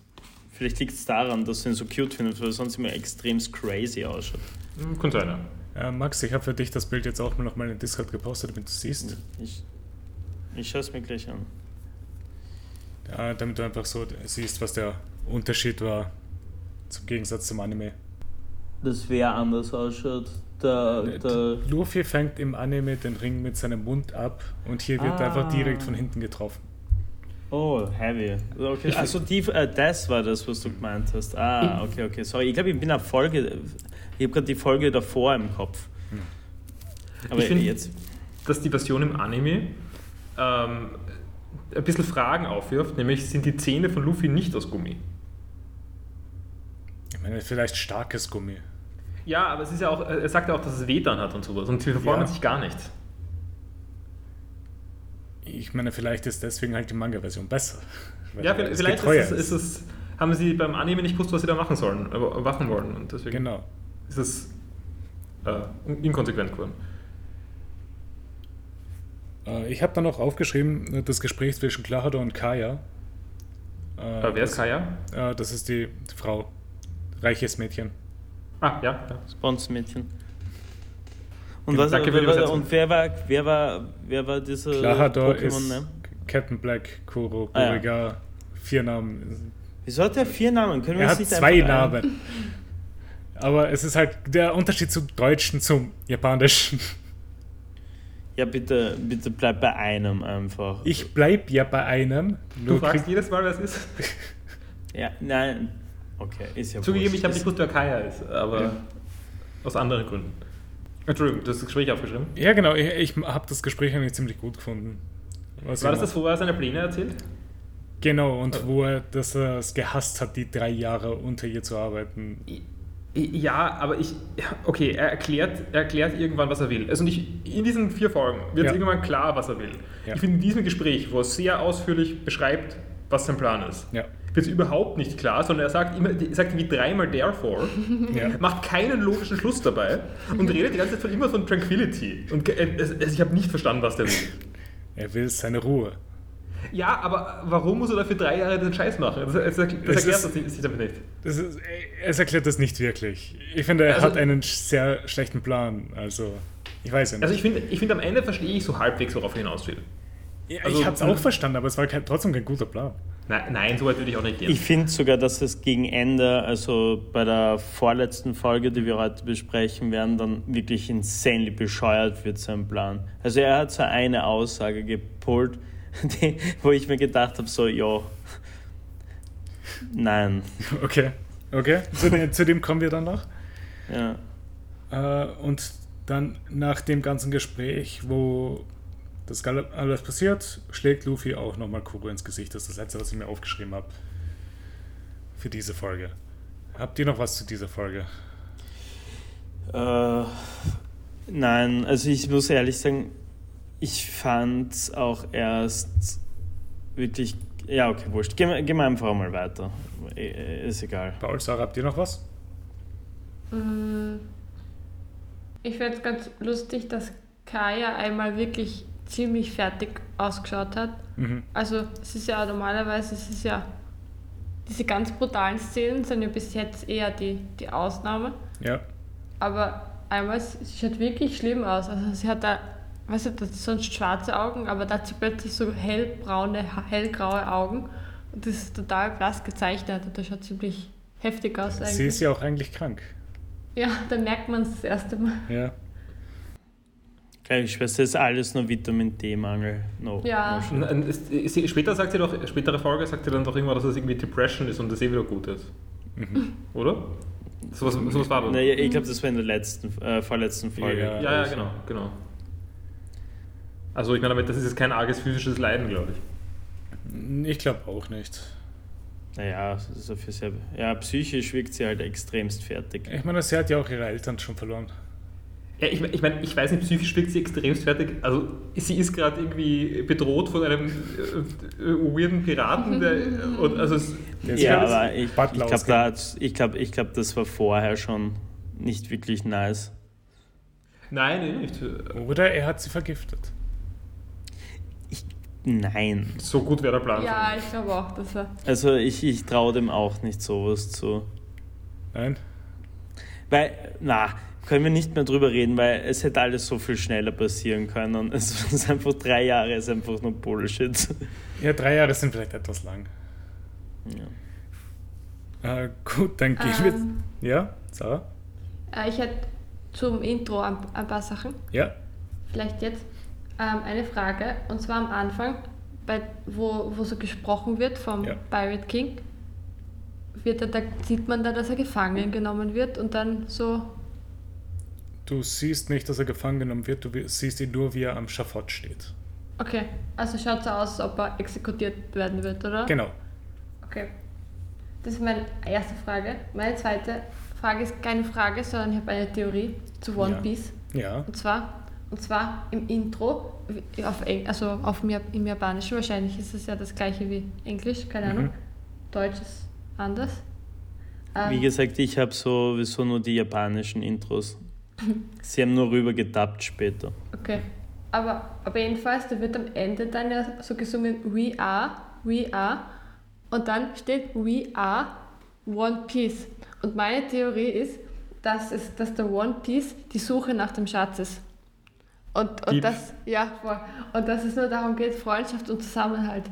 Speaker 3: Vielleicht liegt es daran, dass du ihn so cute findest, weil er sonst immer extrem crazy ausschaut.
Speaker 4: Hm, Könnte sein, ja.
Speaker 1: Äh, Max, ich habe für dich das Bild jetzt auch nochmal in Discord gepostet, damit du siehst.
Speaker 3: Ich, ich schaue es mir gleich an.
Speaker 1: Äh, damit du einfach so siehst, was der Unterschied war zum Gegensatz zum Anime.
Speaker 3: Das wäre anders ausschaut.
Speaker 4: Äh,
Speaker 3: Da, da,
Speaker 1: Ne, Luffy fängt im Anime den Ring mit seinem Mund ab und hier wird er einfach
Speaker 3: Ah.
Speaker 1: direkt von hinten getroffen.
Speaker 3: oh, heavy. Okay. Also die, äh, das war das, was du gemeint hast. Ah, okay, okay. Sorry, ich glaube, ich bin eine Folge. Ich habe gerade die Folge davor im Kopf. Aber
Speaker 4: Ich find-
Speaker 3: jetzt.
Speaker 4: Dass die Version im Anime ähm, ein bisschen Fragen aufwirft, nämlich sind die Zähne von Luffy nicht aus Gummi?
Speaker 1: Ich meine, vielleicht starkes Gummi.
Speaker 4: Ja, aber es ist ja auch, er sagt ja auch, dass es WLAN hat und sowas und sie verformen
Speaker 1: Ja.
Speaker 4: sich gar nicht.
Speaker 1: Ich meine, vielleicht ist deswegen halt die Manga-Version besser. Weil
Speaker 4: Ja,
Speaker 1: er
Speaker 4: vielleicht,
Speaker 1: es
Speaker 4: vielleicht
Speaker 1: getreuer
Speaker 4: ist, es, ist es, haben sie beim Anime nicht gewusst, was sie da machen sollen, aber machen wollen und deswegen
Speaker 1: Genau.
Speaker 4: ist es äh, in- inkonsequent geworden.
Speaker 1: Äh, ich habe dann auch aufgeschrieben, äh, das Gespräch zwischen Claudio und Kaya.
Speaker 4: Äh, wer ist Kaya?
Speaker 1: Kaya? Äh, das ist die Frau. Reiches Mädchen.
Speaker 4: Ah, ja. ja.
Speaker 3: Sponsmädchen. Und,
Speaker 4: Genau,
Speaker 3: was,
Speaker 4: danke für
Speaker 3: wer,
Speaker 4: die
Speaker 3: war-
Speaker 4: Übersetzung.
Speaker 3: und wer war, wer war, wer war diese
Speaker 1: Claudio ist
Speaker 4: ne?
Speaker 3: Pokémon-Name?
Speaker 1: Captain Black, Kuro,
Speaker 3: Ah, ja.
Speaker 1: Kuriga. Vier Namen.
Speaker 3: Wieso hat er vier Namen? Können wir
Speaker 1: Er
Speaker 3: das
Speaker 1: hat
Speaker 3: nicht
Speaker 1: zwei
Speaker 3: einfach ein-
Speaker 1: Namen. Aber es ist halt der Unterschied zum Deutschen zum Japanischen.
Speaker 3: Ja, bitte, bitte bleib bei einem einfach.
Speaker 1: Ich bleib ja bei einem.
Speaker 4: Du
Speaker 1: Nur
Speaker 4: fragst
Speaker 1: krieg,
Speaker 4: jedes Mal, wer es ist.
Speaker 3: Ja, nein. Okay, ist ja
Speaker 4: Zugegeben,
Speaker 3: wurscht.
Speaker 4: ich habe
Speaker 3: Ist-
Speaker 4: nicht gewusst, wer Kaya ist, aber
Speaker 1: Ja.
Speaker 4: aus anderen Gründen. Entschuldigung, du hast das Gespräch aufgeschrieben.
Speaker 1: ja, genau. Ich, ich habe das Gespräch eigentlich ziemlich gut gefunden. Was
Speaker 4: War
Speaker 1: ich
Speaker 4: das das,
Speaker 1: mach.
Speaker 4: wo Also. er seine Pläne erzählt?
Speaker 1: äh, Genau, und wo er dass er es gehasst hat, die drei Jahre unter ihr zu arbeiten.
Speaker 4: Ja, aber ich. Okay, er erklärt, er erklärt irgendwann, was er will. Also nicht in diesen vier Folgen wird
Speaker 1: Ja.
Speaker 4: irgendwann klar, was er will.
Speaker 1: Ja.
Speaker 4: Ich finde in diesem Gespräch, wo er sehr ausführlich beschreibt, was sein Plan ist,
Speaker 1: Ja.
Speaker 4: wird es überhaupt nicht klar, sondern er sagt immer, er sagt wie dreimal therefore,
Speaker 1: ja.
Speaker 4: macht keinen logischen Schluss dabei und redet die ganze Zeit von immer von Tranquility. Und ge- äh, es- es- ich habe nicht verstanden, was der will.
Speaker 1: Er will seine Ruhe.
Speaker 4: Ja, aber warum muss er dafür drei Jahre den Scheiß machen? Das, das, das
Speaker 1: Das
Speaker 4: erklärt
Speaker 1: ist-
Speaker 4: das sich damit nicht.
Speaker 1: Das ist, äh, es erklärt das nicht wirklich. Ich finde, er
Speaker 4: Also-
Speaker 1: hat einen sch- sehr schlechten Plan. Also, ich weiß ja nicht.
Speaker 4: Also ich finde, ich finde am Ende verstehe ich so halbwegs, worauf er hinaus will.
Speaker 1: Ja,
Speaker 4: also-
Speaker 1: ich habe es auch verstanden, aber es war kein, trotzdem kein guter Plan.
Speaker 4: Nein, nein, so weit würde ich auch nicht gehen.
Speaker 3: Ich finde sogar, dass es gegen Ende, also bei der vorletzten Folge, die wir heute besprechen werden, dann wirklich insanely bescheuert wird sein Plan. Also er hat so eine Aussage gepult, die, wo ich mir gedacht habe, so, ja, nein.
Speaker 1: Okay, okay. Zu, dem- zu dem kommen wir dann noch.
Speaker 3: Ja.
Speaker 1: Äh, und dann nach dem ganzen Gespräch, wo das gal- alles passiert, schlägt Luffy auch nochmal Kuro ins Gesicht. Das ist das Letzte, was ich mir aufgeschrieben habe für diese Folge. Habt ihr noch was zu dieser Folge?
Speaker 3: Äh, nein, also ich muss ehrlich sagen, ich fand es auch erst wirklich, ja, okay, wurscht. Gehen wir gehen wir einfach mal weiter. Äh, Ist egal.
Speaker 1: Paul, Sarah, habt ihr noch was?
Speaker 2: Mm. Ich fände es ganz lustig, dass Kaya einmal wirklich ziemlich fertig ausgeschaut hat.
Speaker 1: Mhm.
Speaker 2: Also es ist ja normalerweise, es ist ja, diese ganz brutalen Szenen sind ja bis jetzt eher die, die Ausnahme.
Speaker 1: Ja.
Speaker 2: Aber einmal, sie schaut wirklich schlimm aus. Also sie hat da, weißt du, das ist sonst schwarze Augen, aber dazu plötzlich so hellbraune, ha- hellgraue Augen. Und das ist total blass gezeichnet und das schaut ziemlich heftig aus eigentlich.
Speaker 1: Sie ist ja auch eigentlich krank.
Speaker 2: ja, da merkt man es das erste Mal.
Speaker 1: Ja.
Speaker 3: Keine Schwester, ist alles nur Vitamin D-Mangel. No.
Speaker 2: Ja.
Speaker 3: No shit.
Speaker 4: N- n- ist- ist sie- Später sagt sie doch, spätere Folge sagt sie dann doch irgendwann, dass es irgendwie Depression ist und das eh wieder gut ist. Mhm. Oder? Sowas sowas war das.
Speaker 3: Naja, ich glaube, das war in der letzten, äh, vorletzten Folge.
Speaker 1: Ja.
Speaker 4: Ja, ja, genau, genau. Also ich meine damit, das ist jetzt kein arges physisches Leiden, glaube ich.
Speaker 1: Ich glaube auch nicht.
Speaker 3: Naja, das ist dafür sehr, ja, psychisch wirkt sie halt extremst fertig.
Speaker 1: Ich meine, sie hat ja auch ihre Eltern schon verloren.
Speaker 4: Ja, ich, mein- ich meine, ich weiß nicht, psychisch wirkt sie extremst fertig. Also sie ist gerade irgendwie bedroht von einem äh, äh, weirden Piraten, der und also es,
Speaker 1: Der ist
Speaker 3: ja,
Speaker 1: gerade
Speaker 3: aber ich, ich
Speaker 1: Butler
Speaker 3: glaube,
Speaker 1: ausgegangen.
Speaker 3: da hat's- ich glaub, ich glaub, das war vorher schon nicht wirklich nice.
Speaker 4: nein, nee, nicht.
Speaker 1: Oder er hat sie vergiftet.
Speaker 3: Nein.
Speaker 4: So gut wäre der Plan.
Speaker 2: Ja, ich glaube auch, dass er.
Speaker 3: Also ich, ich traue dem auch nicht sowas zu.
Speaker 1: Nein?
Speaker 3: Weil, na, können wir nicht mehr drüber reden, weil es hätte alles so viel schneller passieren können. Und es ist einfach drei Jahre, ist einfach nur Bullshit.
Speaker 1: Ja, drei Jahre sind vielleicht etwas lang.
Speaker 3: Ja.
Speaker 1: Äh, gut, dann gehen
Speaker 2: Ähm.
Speaker 1: wir. Ja, Sarah?
Speaker 2: Äh, ich hätte zum Intro ein, ein paar Sachen.
Speaker 1: Ja.
Speaker 2: Vielleicht jetzt ähm, eine Frage. Und zwar am Anfang, bei, wo, wo so gesprochen wird vom
Speaker 1: Ja.
Speaker 2: Pirate King, wird er, da sieht man da, dass er gefangen genommen wird und dann so,
Speaker 1: Du siehst nicht, dass er gefangen genommen wird, du wi- siehst ihn nur, wie er am Schafott steht.
Speaker 2: okay, also schaut so aus, als ob er exekutiert werden wird, oder?
Speaker 1: Genau.
Speaker 2: Okay. Das ist meine erste Frage. Meine zweite Frage ist keine Frage, sondern ich habe eine Theorie zu One
Speaker 1: Ja.
Speaker 2: Piece.
Speaker 1: Ja.
Speaker 2: Und zwar, und zwar im Intro, wie- auf Eng also auf mir im Japanischen wahrscheinlich ist es ja das gleiche wie Englisch, keine
Speaker 1: Mhm.
Speaker 2: Ahnung. Deutsch ist anders. Ähm,
Speaker 3: Wie gesagt, ich habe sowieso nur die japanischen Intros. Sie haben nur rüber getappt später.
Speaker 2: Okay. Aber, aber jedenfalls, da wird am Ende dann ja so gesungen, we are, we are. Und dann steht, we are One Piece. Und meine Theorie ist, dass, es, dass der One Piece die Suche nach dem Schatz ist. Und, und
Speaker 4: Deep.
Speaker 2: das, ja, voll. Und dass es nur darum geht, Freundschaft und Zusammenhalt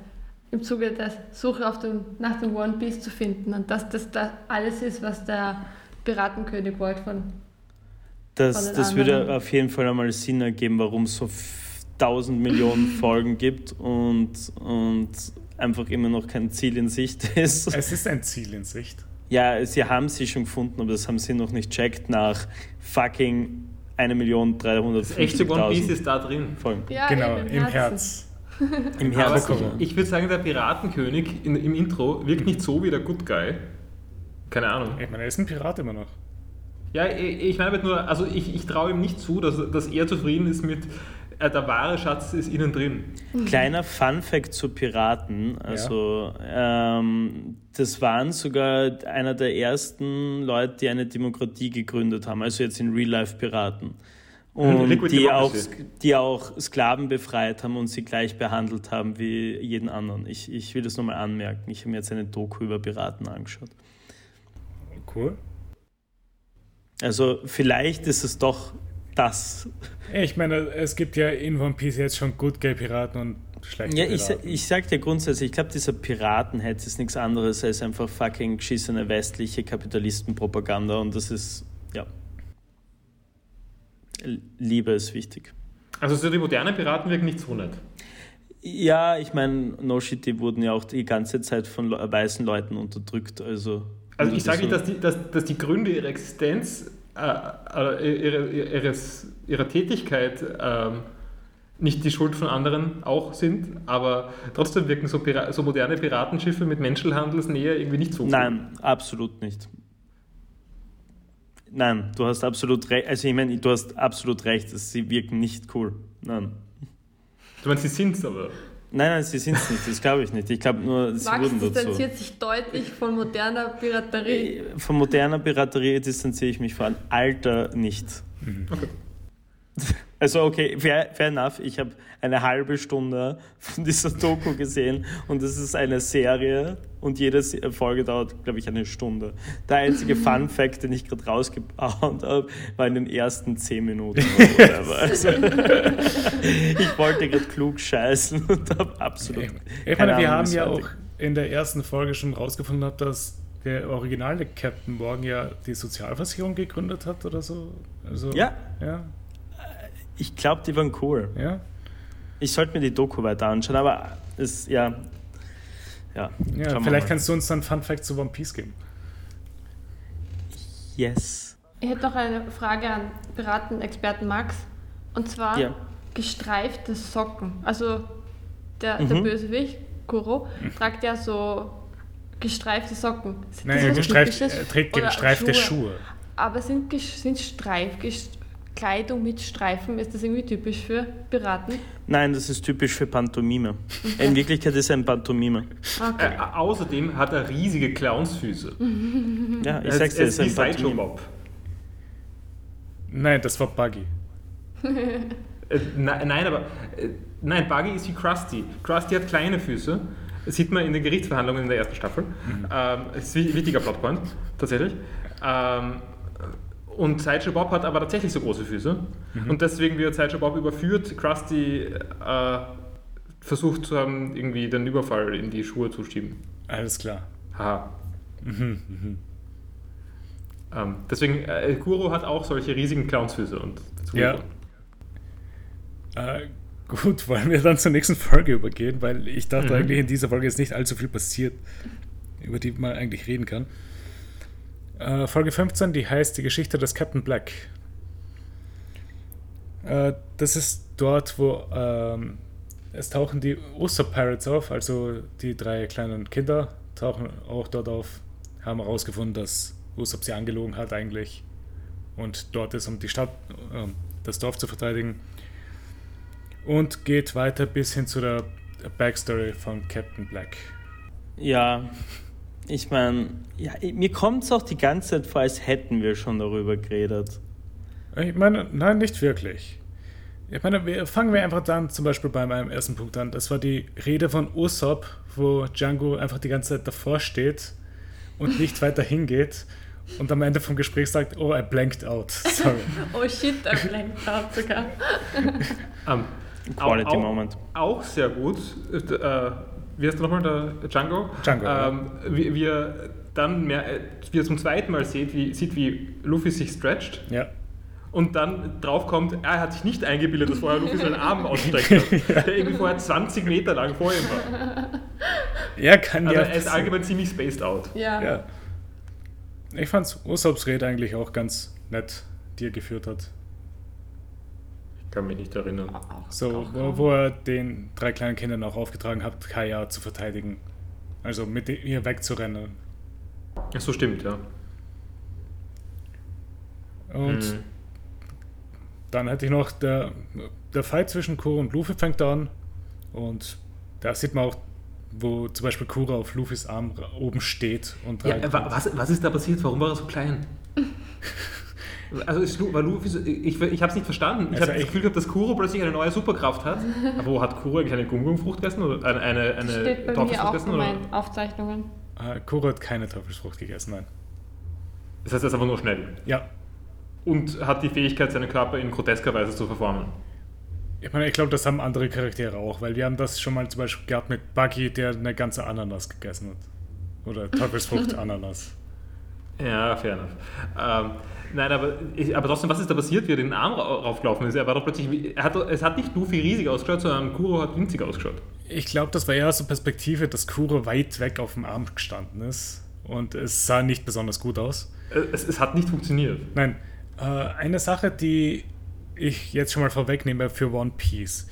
Speaker 2: im Zuge der Suche auf dem, nach dem One Piece zu finden. Und dass das da alles ist, was der Piratenkönig wollte von Von
Speaker 3: Das,
Speaker 2: den
Speaker 3: das würde
Speaker 2: anderen.
Speaker 3: auf jeden Fall einmal Sinn ergeben, warum es so f- tausend Millionen Folgen gibt und, und einfach immer noch kein Ziel in Sicht ist.
Speaker 1: Es ist ein Ziel in Sicht.
Speaker 3: Ja, sie haben sie schon gefunden, aber das haben sie noch nicht checkt nach fucking
Speaker 4: Das echte One Piece
Speaker 3: 1.350.000
Speaker 4: ist da drin.
Speaker 3: Folgen.
Speaker 2: ja,
Speaker 1: genau,
Speaker 2: eben,
Speaker 1: im Herz.
Speaker 3: Im
Speaker 4: Aber
Speaker 3: Herbst.
Speaker 1: Herzen.
Speaker 4: ich, ich würde sagen, der Piratenkönig in, im Intro wirkt nicht so wie der Good Guy. Keine Ahnung.
Speaker 1: Ich meine, er ist ein Pirat immer noch.
Speaker 4: Ja, ich ich meine damit nur, also ich, ich traue ihm nicht zu, dass, dass er zufrieden ist mit, äh, der wahre Schatz ist innen drin.
Speaker 3: Kleiner Fun-Fact zu Piraten. Also, ähm, das waren sogar einer der ersten Leute, die eine Demokratie gegründet haben. Also jetzt in Real-Life-Piraten. Und
Speaker 4: Liquid
Speaker 3: die auch,
Speaker 4: Democracy.
Speaker 3: die auch Sklaven befreit haben und sie gleich behandelt haben wie jeden anderen. Ich, ich will das nochmal anmerken. Ich habe mir jetzt eine Doku über Piraten angeschaut.
Speaker 1: Cool.
Speaker 3: Also, vielleicht ist es doch das,
Speaker 1: Ich meine, es gibt ja in One Piece jetzt schon Good Gay Piraten und schlechte
Speaker 3: Ja, ich, sa-
Speaker 1: Piraten.
Speaker 3: ich sag dir grundsätzlich, ich glaube, dieser Piratenhetz ist nichts anderes als einfach fucking geschissene westliche Kapitalistenpropaganda und das ist, ja. L- Liebe ist wichtig.
Speaker 4: Also so die modernen Piraten wirken nicht so nett.
Speaker 3: Ja, ich meine, No Shit, die wurden ja auch die ganze Zeit von Le weißen Leuten unterdrückt, also.
Speaker 4: Also ich sage
Speaker 3: so-
Speaker 4: nicht, dass die, dass, dass die Gründe ihrer Existenz, äh, äh, ihre, ihres, ihrer Tätigkeit ähm, nicht die Schuld von anderen auch sind, aber trotzdem wirken so, Pira so moderne Piratenschiffe mit Menschenhandelsnähe irgendwie nicht so. cool.
Speaker 3: Nein, absolut nicht. Nein, du hast absolut recht. Also ich meine, du hast absolut recht, sie wirken nicht cool. Nein.
Speaker 4: Du meinst, sie sind es aber.
Speaker 3: Nein, nein, sie sind es nicht, das glaube ich nicht. Ich glaube nur, sie
Speaker 2: Max
Speaker 3: wurden dazu.
Speaker 2: distanziert sich deutlich von moderner Piraterie.
Speaker 3: Äh, Von moderner Piraterie distanziere ich mich von Alter nicht.
Speaker 1: Mhm.
Speaker 3: Also okay, fair, fair enough. Ich habe eine halbe Stunde von dieser Doku gesehen und es ist eine Serie und jede Se- Folge dauert, glaube ich, eine Stunde. Der einzige
Speaker 1: Mhm.
Speaker 3: Fun Fact, den ich gerade rausgebaut habe, war in den ersten zehn Minuten. Oder whatever. also, ich wollte gerade klug scheißen und habe absolut
Speaker 1: Ich
Speaker 3: keine
Speaker 1: meine, wir
Speaker 3: Ahnung,
Speaker 1: haben
Speaker 3: wie es
Speaker 1: ja auch
Speaker 3: weitergeht.
Speaker 1: in der ersten Folge schon rausgefunden, hat, dass der originale Captain Morgan ja die Sozialversicherung gegründet hat oder so. Also,
Speaker 3: Ja.
Speaker 1: Ja,
Speaker 3: Ich glaube, die waren cool.
Speaker 1: ja.
Speaker 3: Ich sollte mir die Doku weiter anschauen, aber ist ja. Ja,
Speaker 1: ja vielleicht kannst du uns dann Fun Fact zu One Piece geben.
Speaker 3: du. Yes.
Speaker 2: Ich hätte noch eine Frage an Piratenexperten Max. Und zwar
Speaker 3: Ja.
Speaker 2: gestreifte Socken. Also der, der
Speaker 3: Mhm.
Speaker 2: Bösewicht, Kuro, trägt ja so gestreifte Socken. Sind
Speaker 1: Nein, äh,
Speaker 2: das
Speaker 1: er
Speaker 2: was
Speaker 1: gestreift,
Speaker 2: Typisches?
Speaker 1: er trägt
Speaker 2: Oder
Speaker 1: gestreifte Schuhe.
Speaker 2: Aber sind, ges- sind Streif, gest- Kleidung mit Streifen, ist das irgendwie typisch für Piraten?
Speaker 3: Nein, das ist typisch für Pantomime. In Wirklichkeit ist er ein Pantomime.
Speaker 2: Okay.
Speaker 4: Äh, außerdem hat er riesige Clownsfüße.
Speaker 3: Mhm. Ja, ich
Speaker 4: Er
Speaker 3: sag's dir, er ist
Speaker 4: wie
Speaker 3: ein Pantomime.
Speaker 4: Sideshow-Bob.
Speaker 1: Nein, das war Buggy.
Speaker 4: Äh, ne- nein, aber äh, nein, Buggy ist wie Krusty. Krusty hat kleine Füße. Das sieht man in den Gerichtsverhandlungen in der ersten Staffel.
Speaker 3: Mhm.
Speaker 4: Ähm, das ist ein wichtiger Plotpoint, tatsächlich. Ähm, und Sideshow Bob hat aber tatsächlich so große Füße.
Speaker 3: Mhm.
Speaker 4: Und deswegen wird Sideshow Bob überführt. Krusty äh, versucht zu haben, irgendwie den Überfall in die Schuhe zu schieben.
Speaker 1: Alles klar.
Speaker 4: Haha. Ähm, deswegen, äh, Kuro hat auch solche riesigen Clownsfüße. Und
Speaker 1: Ja. Äh, gut, wollen wir dann zur nächsten Folge übergehen, weil ich dachte
Speaker 4: Mhm.
Speaker 1: eigentlich in dieser Folge ist nicht allzu viel passiert, über die man eigentlich reden kann. Äh, Folge 15, die heißt die Geschichte des Captain Black. Äh, das ist dort, wo ähm, es tauchen die Oster Pirates auf, also die drei kleinen Kinder tauchen auch dort auf, haben herausgefunden, dass Usopp sie angelogen hat eigentlich und dort ist, um die Stadt, ähm, das Dorf zu verteidigen und geht weiter bis hin zu der Backstory von Captain Black.
Speaker 3: Ja, ich meine, ja, mir kommt es auch die ganze Zeit vor, als hätten wir schon darüber geredet.
Speaker 1: Ich meine, nein, nicht wirklich. Ich meine, wir fangen wir einfach dann zum Beispiel bei meinem ersten Punkt an. Das war die Rede von Usopp, wo Django einfach die ganze Zeit davor steht und nicht weiter hingeht und am Ende vom Gespräch sagt, oh, I blanked out. Sorry.
Speaker 2: Oh shit, er blenkt out sogar.
Speaker 4: Ähm,
Speaker 3: Quality
Speaker 4: auch,
Speaker 3: Moment.
Speaker 4: Auch sehr gut. Äh, wie heißt er nochmal? Der Django?
Speaker 1: Django, ja.
Speaker 4: Ähm, wie, wie er dann mehr, äh, wie er zum zweiten Mal sieht wie, sieht, wie Luffy sich stretcht
Speaker 1: Ja.
Speaker 4: und dann drauf kommt, er hat sich nicht eingebildet, dass vorher Luffy seinen Arm ausstreckt hat, der irgendwie vorher 20 Meter lang vor ihm war.
Speaker 1: Er kann
Speaker 4: Also
Speaker 1: ja.
Speaker 4: er ist
Speaker 1: passieren.
Speaker 4: allgemein ziemlich spaced out.
Speaker 2: Ja.
Speaker 1: Ja. Ich fand Usopps Rede eigentlich auch ganz nett, die er geführt hat.
Speaker 4: Ich kann mich nicht erinnern.
Speaker 2: Auch-
Speaker 1: So,
Speaker 2: auch kaum.
Speaker 1: wo, wo er den drei kleinen Kindern auch aufgetragen hat, Kaya zu verteidigen. Also mit ihr wegzurennen.
Speaker 4: Ach so, stimmt, ja.
Speaker 1: Und
Speaker 4: Mhm.
Speaker 1: dann hätte ich noch der, der Fight zwischen Kuro und Luffy fängt an. Und da sieht man auch, wo zum Beispiel Kuro auf Luffys Arm ra- oben steht und
Speaker 4: Ja,
Speaker 1: reinkommt.
Speaker 4: Äh, wa- was, was ist da passiert? Warum war er so klein? Also ist Lu- war Luffy so, ich, ich habe es nicht verstanden. Ich
Speaker 1: Also
Speaker 4: habe das
Speaker 1: ich-
Speaker 4: Gefühl gehabt, dass Kuro plötzlich eine neue Superkraft hat. Aber wo hat Kuro eigentlich eine Gumgum-Frucht gegessen? Oder eine, eine,
Speaker 2: Das
Speaker 4: eine
Speaker 2: steht bei mir
Speaker 4: Teufelsfrucht
Speaker 2: auch
Speaker 4: gegessen?
Speaker 2: in
Speaker 4: Oder?
Speaker 2: meinen Aufzeichnungen.
Speaker 1: Äh, Kuro hat keine Teufelsfrucht gegessen, nein.
Speaker 4: Das heißt, er ist einfach nur schnell.
Speaker 1: Ja,
Speaker 4: Und hat die Fähigkeit, seinen Körper in grotesker Weise zu verformen.
Speaker 1: ich meine, ich glaube, das haben andere Charaktere auch, weil wir haben das schon mal zum Beispiel gehabt mit Buggy, der eine ganze Ananas gegessen hat. Oder Teufelsfrucht Ananas.
Speaker 4: Ja, fair enough. Ähm, nein, aber, ich, aber trotzdem, was ist da passiert, wie er den Arm ra- raufgelaufen ist? Er war doch plötzlich. wie- Er hat, doch- es hat nicht Luffy riesig ausgeschaut, sondern Kuro hat winzig ausgeschaut.
Speaker 1: Ich glaube, das war eher aus der Perspektive, dass Kuro weit weg auf dem Arm gestanden ist und es sah nicht besonders gut aus.
Speaker 4: Äh, Es, es hat nicht funktioniert.
Speaker 1: Nein, äh, eine Sache, die ich jetzt schon mal vorwegnehme für One Piece.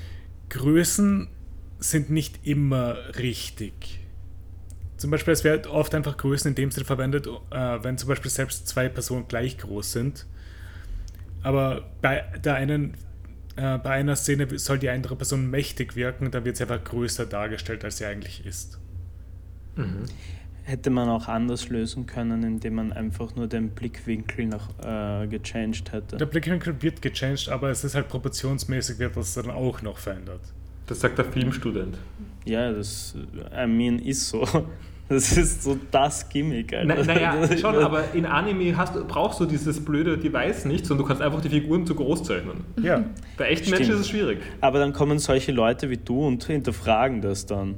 Speaker 1: Größen sind nicht immer richtig. Zum Beispiel, es werden oft einfach Größen in dem Sinn verwendet, äh, wenn zum Beispiel selbst zwei Personen gleich groß sind. Aber bei der einen, äh, bei einer Szene soll die andere Person mächtig wirken, dann wird sie einfach größer dargestellt, als sie eigentlich ist.
Speaker 4: Mhm.
Speaker 3: Hätte man auch anders lösen können, indem man einfach nur den Blickwinkel nach äh, gechanged
Speaker 1: Der
Speaker 3: hätte.
Speaker 1: Blickwinkel wird gechanged, aber es ist halt proportionsmäßig, wird das dann auch noch verändert.
Speaker 4: Das sagt der Filmstudent.
Speaker 3: Ja, das, I mean, ist so. Das ist so das Gimmick,
Speaker 4: Na,
Speaker 3: Alter.
Speaker 4: naja, schon, aber in Anime hast, du- brauchst du dieses blöde Device nicht, sondern du kannst einfach die Figuren zu groß zeichnen.
Speaker 1: Ja.
Speaker 4: Bei echten
Speaker 3: Stimmt.
Speaker 4: Menschen ist es schwierig.
Speaker 3: Aber dann kommen solche Leute wie du und hinterfragen das dann.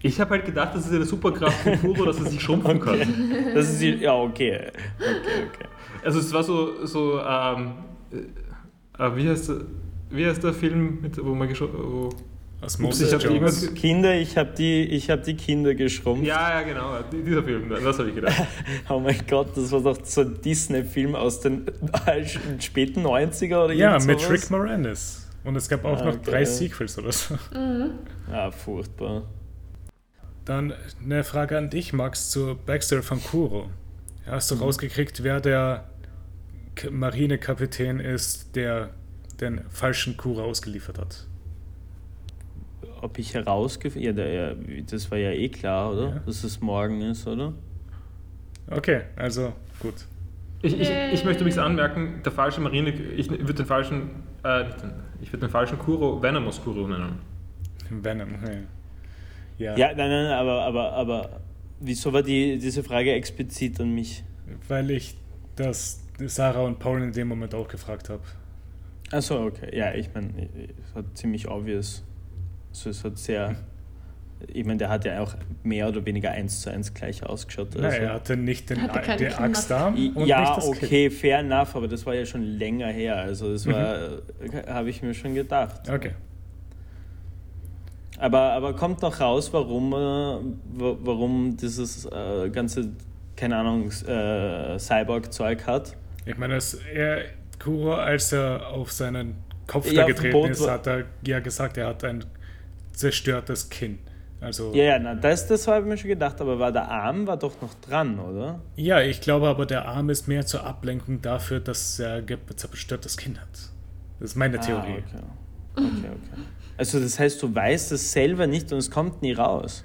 Speaker 4: Ich habe halt gedacht, das ist eine Superkraft von Kuro, dass er sich schrumpfen
Speaker 3: Okay.
Speaker 4: kann.
Speaker 3: Das ist die, ja okay. Okay, okay.
Speaker 4: Also es war so, so ähm, äh, äh, wie, heißt, der- wie heißt der Film, mit, wo man geschaut wo,
Speaker 1: Osmosis
Speaker 4: ich hab
Speaker 1: Jones.
Speaker 4: irgendwas-
Speaker 3: Kinder, ich habe die, ich hab die Kinder geschrumpft.
Speaker 4: Ja, ja, genau, dieser Film, das habe ich gedacht.
Speaker 3: Oh mein Gott, das war doch so ein Disney-Film aus den späten 90er oder
Speaker 1: Ja,
Speaker 3: irgend
Speaker 1: mit
Speaker 3: sowas.
Speaker 1: Rick Moranis. Und es gab auch
Speaker 3: Ah,
Speaker 1: noch drei
Speaker 3: geil.
Speaker 1: Sequels oder so.
Speaker 3: Ah, furchtbar.
Speaker 1: Dann eine Frage an dich, Max, zur Backstory von Kuro. Hast
Speaker 3: Mhm.
Speaker 1: du rausgekriegt, wer der K- Marinekapitän ist, der den falschen Kuro ausgeliefert hat?
Speaker 3: Ob ich herausgefunden ja, der- ja, das war ja eh klar, oder?
Speaker 1: Ja.
Speaker 3: Dass es morgen ist, oder?
Speaker 1: Okay, also gut.
Speaker 4: Ich, ich,
Speaker 2: Yay.
Speaker 4: ich möchte übrigens anmerken, der falsche Marine, ich würde den falschen, äh, nicht den, ich würde den falschen Kuro Venomous Kuro nennen.
Speaker 1: Venom. Ja.
Speaker 3: Ja,
Speaker 1: ja.
Speaker 3: nein, nein, aber, aber, aber wieso war die, diese Frage explizit an mich?
Speaker 1: Weil ich das Sarah und Paul in dem Moment auch gefragt habe.
Speaker 3: Achso, okay. Ja, ich meine, es hat ziemlich obvious. Also es hat sehr. Ich meine, der hat ja auch mehr oder weniger eins zu eins gleich ausgeschaut.
Speaker 1: Nein,
Speaker 3: also-
Speaker 1: er hatte nicht den,
Speaker 2: Hatte keine
Speaker 1: den
Speaker 2: Kinder.
Speaker 1: Axtarm und nicht
Speaker 3: ja,
Speaker 1: das Kind.
Speaker 3: okay, fair enough, aber das war ja schon länger her. Also das war,
Speaker 1: Mhm.
Speaker 3: habe ich mir schon gedacht.
Speaker 1: Okay.
Speaker 3: Aber, aber kommt noch raus, warum, äh, wa- warum dieses äh, ganze, keine Ahnung, äh, Cyborg-Zeug hat?
Speaker 1: Ich meine, dass er, Kuro, als er auf seinen Kopf
Speaker 3: Ja,
Speaker 1: da
Speaker 3: auf dem
Speaker 1: getreten
Speaker 3: Boot
Speaker 1: ist,
Speaker 3: war-
Speaker 1: hat er ja gesagt, er hat ein zerstörtes Kinn. Also,
Speaker 3: Ja, ja, na, das, das habe ich mir schon gedacht, aber war der Arm war doch noch dran, oder?
Speaker 1: ja, ich glaube aber, der Arm ist mehr zur Ablenkung dafür, dass er ge- zerstörtes Kinn hat. Das ist meine Theorie.
Speaker 3: Ah, okay. okay, okay. Also das heißt, du weißt es selber nicht und es kommt nie raus.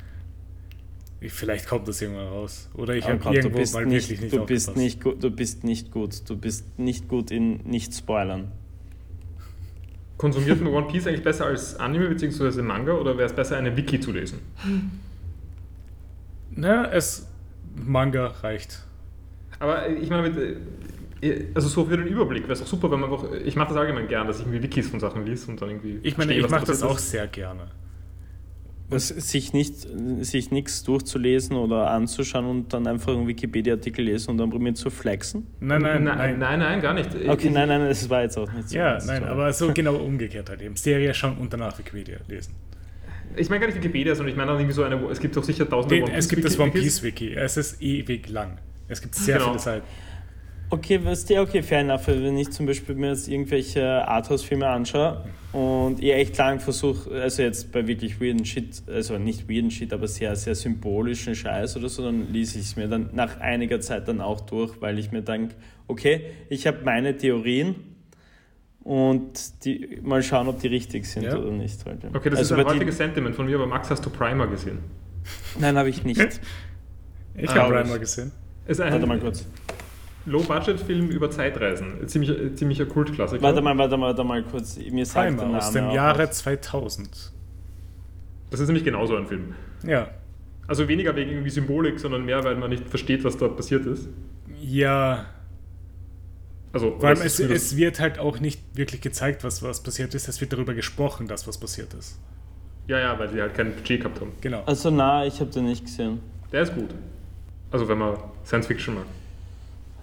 Speaker 1: Ich, vielleicht kommt das irgendwann raus. Oder ich
Speaker 3: Oh
Speaker 1: habe
Speaker 3: Gott,
Speaker 1: irgendwo mal wirklich nicht
Speaker 3: du bist
Speaker 1: aufgepasst.
Speaker 3: nicht gut, du bist nicht gut, du bist nicht gut in nicht spoilern.
Speaker 4: Konsumiert man One Piece eigentlich besser als Anime bzw. Manga oder wäre es besser, eine Wiki zu lesen?
Speaker 1: Na, es. Manga reicht.
Speaker 4: Aber äh, ich meine, mit, äh, also so für den Überblick wäre es auch super, wenn man einfach, ich mache das allgemein gern, dass ich irgendwie Wikis von Sachen liest und dann irgendwie.
Speaker 1: Ich meine,
Speaker 4: verstehe,
Speaker 1: ich
Speaker 4: was
Speaker 1: mache
Speaker 4: da
Speaker 1: das auch
Speaker 4: passiert
Speaker 1: sehr gerne.
Speaker 3: Was, sich nicht sich nichts durchzulesen oder anzuschauen und dann einfach einen Wikipedia-Artikel lesen und dann probieren zu flexen?
Speaker 1: Nein, nein, nein.
Speaker 4: nein, nein, nein, gar nicht. Ich-
Speaker 3: Okay,
Speaker 4: ich,
Speaker 3: nein, nein, das war jetzt auch nicht so.
Speaker 1: Ja,
Speaker 3: Das
Speaker 1: nein,
Speaker 3: war-
Speaker 1: aber so genau umgekehrt halt eben. Serie schauen und danach Wikipedia lesen.
Speaker 4: Ich meine gar nicht Wikipedia, sondern ich meine dann irgendwie so eine, es gibt doch sicher tausende
Speaker 1: Den, es gibt das
Speaker 4: Wiki-
Speaker 1: One
Speaker 4: Wikis.
Speaker 1: Piece Wiki. Es ist ewig lang. Es gibt sehr
Speaker 4: Genau.
Speaker 1: viele Seiten.
Speaker 3: Okay, weißt du, okay, fair enough. Wenn ich zum Beispiel mir jetzt irgendwelche Arthouse-Filme anschaue und ich echt lang versuche, also jetzt bei wirklich weirden Shit, also nicht weirden Shit, aber sehr, sehr symbolischen Scheiß oder so, dann lese ich es mir dann nach einiger Zeit dann auch durch, weil ich mir denke, okay, ich habe meine Theorien und die, mal schauen, ob die richtig sind
Speaker 1: Ja.
Speaker 3: oder nicht. Halt, ja.
Speaker 4: Okay, das
Speaker 3: also
Speaker 4: ist ein
Speaker 3: bei die-
Speaker 4: häufiges Sentiment von mir, aber Max, hast du Primer gesehen?
Speaker 3: Nein, habe ich nicht.
Speaker 1: Ich
Speaker 4: Ah,
Speaker 1: habe
Speaker 4: aber
Speaker 1: einmal
Speaker 4: ich-
Speaker 1: gesehen.
Speaker 4: Ist ein
Speaker 3: Warte mal kurz.
Speaker 4: Low-Budget-Film über Zeitreisen. Ziemlich, ziemlicher Kultklassiker.
Speaker 3: Warte mal, warte mal, warte mal kurz. Mir sagt der
Speaker 1: Timer
Speaker 3: Name
Speaker 1: aus dem
Speaker 3: auch
Speaker 1: Jahre
Speaker 3: was.
Speaker 1: 2000.
Speaker 4: Das ist nämlich genauso ein Film.
Speaker 1: Ja.
Speaker 4: Also weniger wegen irgendwie Symbolik, sondern mehr, weil man nicht versteht, was dort passiert ist.
Speaker 1: Ja,
Speaker 4: Also,
Speaker 1: vor allem
Speaker 4: das
Speaker 1: es,
Speaker 4: ist zumindest-
Speaker 1: es wird halt auch nicht wirklich gezeigt, was, was passiert ist. Es wird darüber gesprochen, dass was passiert ist.
Speaker 4: ja, ja, weil sie halt kein Budget gehabt haben.
Speaker 1: Genau.
Speaker 3: Also na, ich habe den nicht gesehen.
Speaker 4: Der ist gut. Also, wenn man Science Fiction mag.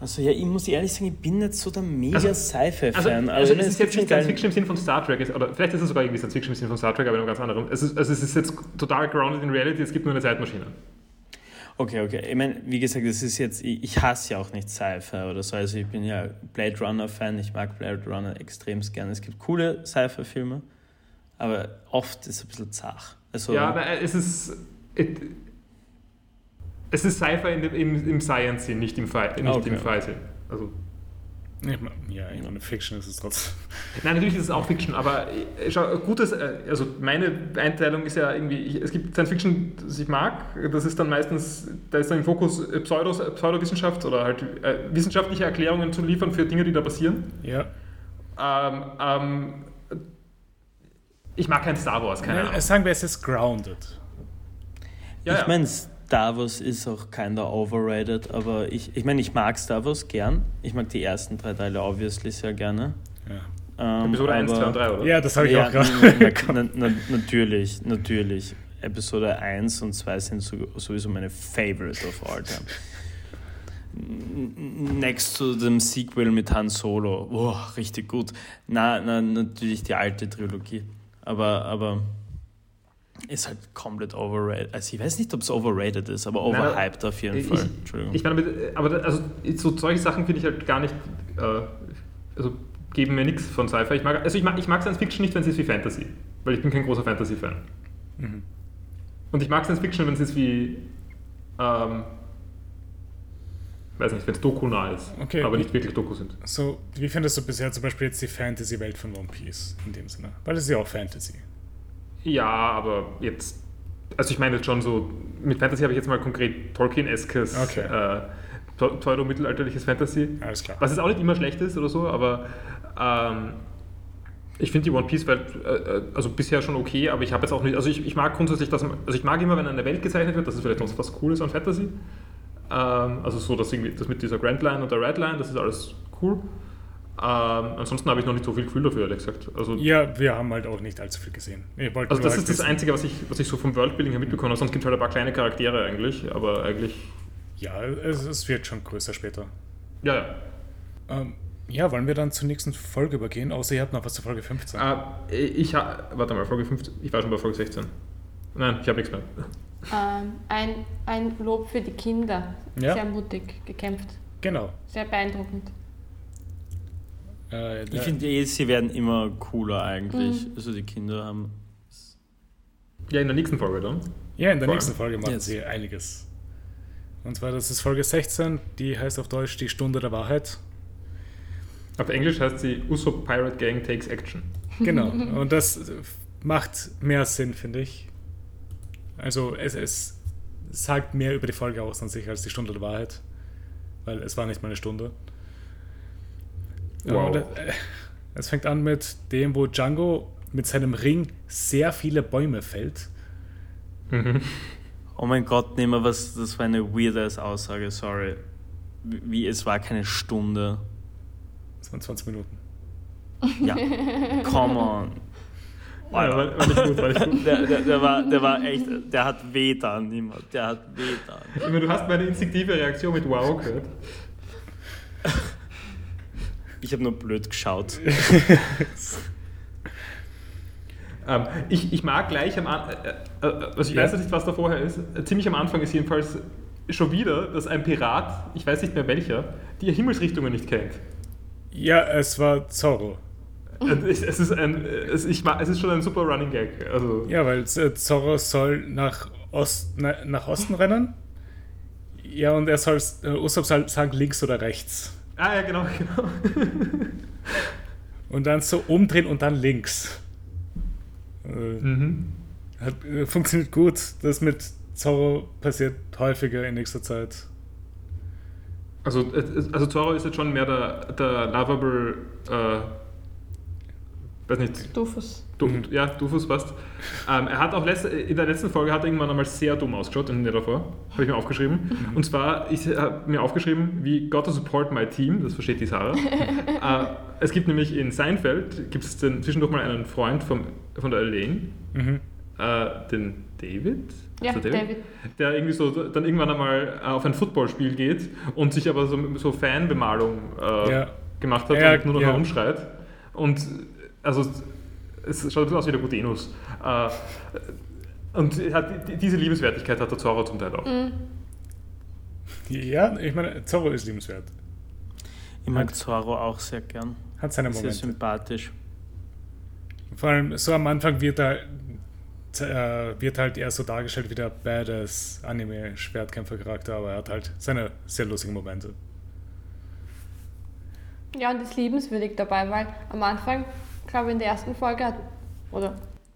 Speaker 3: Also ja, ich muss ehrlich sagen, ich bin nicht so der mega
Speaker 4: Also- Also,
Speaker 3: Sci-Fi-Fan.
Speaker 4: also,
Speaker 3: wenn
Speaker 4: es ist jetzt nicht
Speaker 3: geilen-
Speaker 4: Science Fiction im Sinn von Star Trek, ist, oder vielleicht ist es sogar irgendwie Science Fiction im Sinn von Star Trek, aber in einem ganz anderen. Es ist, also es ist jetzt total grounded in Reality, es gibt nur eine Zeitmaschine.
Speaker 3: Okay, okay. Ich meine, wie gesagt, das ist jetzt, ich, ich hasse ja auch nicht Sci-Fi oder so. Also ich bin ja Blade Runner-Fan, ich mag Blade Runner extrem gerne. Es gibt coole Sci-Fi-Filme, aber oft ist es ein bisschen zach. Also,
Speaker 4: Ja, aber äh, es ist. It, es ist Sci-Fi in dem- im, im Science-Sinn, nicht im Fi- nicht
Speaker 3: Okay.
Speaker 4: im Fi-Sinn. also,
Speaker 1: Ich mein, ja, ich meine, Fiction ist es trotzdem.
Speaker 4: nein, natürlich ist es auch Fiction, aber äh, schau, gutes, äh, also meine Einteilung ist ja irgendwie, ich, es gibt Science-Fiction, das ich mag, das ist dann meistens, da ist dann im Fokus äh, Pseudos, äh, Pseudowissenschaft oder halt äh, wissenschaftliche Erklärungen zu liefern für Dinge, die da passieren.
Speaker 1: Ja.
Speaker 4: Ähm, ähm, ich mag kein Star Wars, keine Ahnung.
Speaker 1: Sagen wir, es ist grounded.
Speaker 4: Ja,
Speaker 3: ich
Speaker 4: ja.
Speaker 3: meine, Star Wars ist auch kinder overrated, aber ich, ich meine, ich mag Star Wars gern. Ich mag die ersten drei Teile obviously sehr gerne.
Speaker 1: Ja,
Speaker 3: Ähm,
Speaker 4: Episode 1, 2 und 3, oder?
Speaker 1: ja das habe ich
Speaker 3: ja,
Speaker 1: auch gerade
Speaker 3: na, na, na, natürlich, natürlich. Episode 1 und 2 sind so- sowieso meine Favorite of all time. N- n- Next zu dem Sequel mit Han Solo. Boah, richtig gut. Na, na, natürlich die alte Trilogie. Aber, aber ist halt komplett overrated. Also ich weiß nicht, ob es overrated ist, aber
Speaker 4: Nein,
Speaker 3: overhyped auf jeden
Speaker 4: ich-
Speaker 3: Fall. Entschuldigung.
Speaker 4: Ich meine, mit- aber da- also, so solche Sachen finde ich halt gar nicht, äh, also geben mir nichts von Sci-Fi. Ich mag, also ich mag, ich mag Science Fiction nicht, wenn es ist wie Fantasy, weil ich bin kein großer Fantasy-Fan.
Speaker 1: Mhm.
Speaker 4: Und ich mag Science Fiction, wenn es ist wie, ähm, weiß nicht, wenn es Doku-nah ist,
Speaker 1: Okay.
Speaker 4: aber nicht wirklich Doku sind.
Speaker 1: So, wie findest du bisher zum Beispiel jetzt die Fantasy-Welt von One Piece in dem Sinne? Weil es ist ja auch Fantasy.
Speaker 4: Ja, aber jetzt, also ich meine jetzt schon so, mit Fantasy habe ich jetzt mal konkret Tolkien-eskes,
Speaker 1: Okay.
Speaker 4: äh, pseu- pseudo-mittelalterliches Fantasy.
Speaker 1: Alles klar.
Speaker 4: Was jetzt auch nicht immer schlecht ist oder so, aber ähm, ich finde die One Piece-Welt äh, äh, also bisher schon okay, aber ich habe jetzt auch nicht, also ich, ich mag grundsätzlich, dass, man- also ich mag immer, wenn eine Welt gezeichnet wird, das ist vielleicht noch was Cooles an Fantasy. Ähm, also so, dass irgendwie das mit dieser Grand Line und der Red Line, das ist alles cool. Ähm, ansonsten habe ich noch nicht so viel Gefühl dafür, ehrlich gesagt. Also,
Speaker 1: Ja, wir haben halt auch nicht allzu viel gesehen. Ich wollte
Speaker 4: also
Speaker 1: nur
Speaker 4: das
Speaker 1: halt
Speaker 4: ist das
Speaker 1: wissen-
Speaker 4: Einzige, was ich, was ich so vom Worldbuilding her mitbekomme. Sonst gibt es halt ein paar kleine Charaktere eigentlich, aber eigentlich,
Speaker 1: Ja, es, es wird schon größer später.
Speaker 4: ja, ja.
Speaker 1: Ähm, ja, wollen wir dann zur nächsten Folge übergehen? Außer ihr habt noch was zur Folge 15.
Speaker 4: Ah, ich ha Warte mal, Folge 15. Ich war schon bei Folge 16. Nein, ich habe nichts mehr.
Speaker 2: Ähm, ein, ein Lob für die Kinder.
Speaker 1: Ja.
Speaker 2: Sehr mutig gekämpft.
Speaker 1: Genau.
Speaker 2: Sehr beeindruckend.
Speaker 1: Äh,
Speaker 3: Ich
Speaker 1: da-
Speaker 3: finde eh, sie werden immer cooler eigentlich. Also die Kinder haben
Speaker 4: Ja, in der nächsten Folge dann.
Speaker 1: ja, in der
Speaker 4: Vor
Speaker 1: nächsten
Speaker 4: allem-
Speaker 1: Folge machen
Speaker 3: Jetzt.
Speaker 1: sie einiges. Und zwar, das ist Folge 16, die heißt auf Deutsch die Stunde der Wahrheit.
Speaker 4: Auf Englisch heißt sie Usopp Pirate Gang Takes Action.
Speaker 1: Genau. Und das macht mehr Sinn, finde ich. Also es, es sagt mehr über die Folge aus an sich als die Stunde der Wahrheit. Weil es war nicht mal eine Stunde.
Speaker 4: Wow.
Speaker 1: Und, äh, es fängt an mit dem, wo Django mit seinem Ring sehr viele Bäume fällt. Mhm.
Speaker 3: Oh mein Gott, nehmen wir was, das war eine weirdes Aussage, sorry. Wie, es war keine Stunde.
Speaker 1: Das waren 20 Minuten.
Speaker 3: Ja, come on.
Speaker 4: Ja, war, war nicht gut, war nicht gut.
Speaker 3: Der, der, der, war, der war echt, der hat wehtan, niemand. Der hat wehtan.
Speaker 4: Ich meine, du hast meine instinktive Reaktion mit Wow gehört.
Speaker 3: Ich habe nur blöd geschaut.
Speaker 4: Ähm, ich, ich mag gleich am Anfang, äh, äh, also ich
Speaker 1: Ja.
Speaker 4: weiß jetzt nicht, was da vorher ist, äh, ziemlich am Anfang ist jedenfalls schon wieder, dass ein Pirat, ich weiß nicht mehr welcher, die Himmelsrichtungen nicht kennt.
Speaker 1: Ja, es war Zorro. Mhm.
Speaker 4: Es es ist, ein, es, ich, ma- es ist schon ein super Running Gag. Also,
Speaker 1: Ja, weil äh, Zorro soll nach, Ost, na, nach Osten rennen. Ja, und er soll, äh, Usopp soll sagen links oder rechts.
Speaker 4: Ah ja, genau, genau.
Speaker 1: Und dann so umdrehen und dann links. Äh,
Speaker 4: mhm.
Speaker 1: hat, äh, funktioniert gut. Das mit Zorro passiert häufiger in nächster Zeit.
Speaker 4: Also, es ist- also Zorro ist jetzt schon mehr der, der lovable, äh, weiß nicht,
Speaker 2: Doofus.
Speaker 4: du,
Speaker 1: Mhm.
Speaker 4: ja, Dufus passt. Ähm, er hat auch letzte, in der letzten Folge hat er irgendwann einmal sehr dumm ausgeschaut, in der davor, habe ich mir aufgeschrieben. Und zwar, ich habe mir aufgeschrieben, wie Gotta support my team, das versteht die Sarah. äh, es gibt nämlich in Seinfeld, gibt es dann zwischendurch mal einen Freund vom, von der Elaine,
Speaker 1: Mhm.
Speaker 4: äh, den David?
Speaker 2: Ja,
Speaker 4: Ist der
Speaker 2: David.
Speaker 4: Der irgendwie so dann irgendwann einmal äh, auf ein Footballspiel geht und sich aber so, so Fanbemalung äh,
Speaker 1: Ja.
Speaker 4: gemacht hat
Speaker 1: Ja,
Speaker 4: und nur noch
Speaker 1: ja.
Speaker 4: herumschreit. Und äh, also es schaut ein bisschen aus wie der gute Enos. Äh, und er hat, die- diese Liebenswertigkeit hat der Zorro zum Teil auch.
Speaker 2: Mhm. Mm.
Speaker 1: Ja, ich meine, Zorro ist liebenswert.
Speaker 3: Ich mag Zorro auch sehr gern.
Speaker 1: Hat seine
Speaker 3: Sehr
Speaker 1: Momente.
Speaker 3: sympathisch.
Speaker 1: Vor allem so am Anfang wird er, äh, wird halt eher so dargestellt wie der badass Anime-Schwertkämpfer-Charakter, aber er hat halt seine sehr lustigen Momente.
Speaker 2: Ja, und ist liebenswürdig dabei, weil am Anfang, glaube ich, in der ersten Folge hat, oder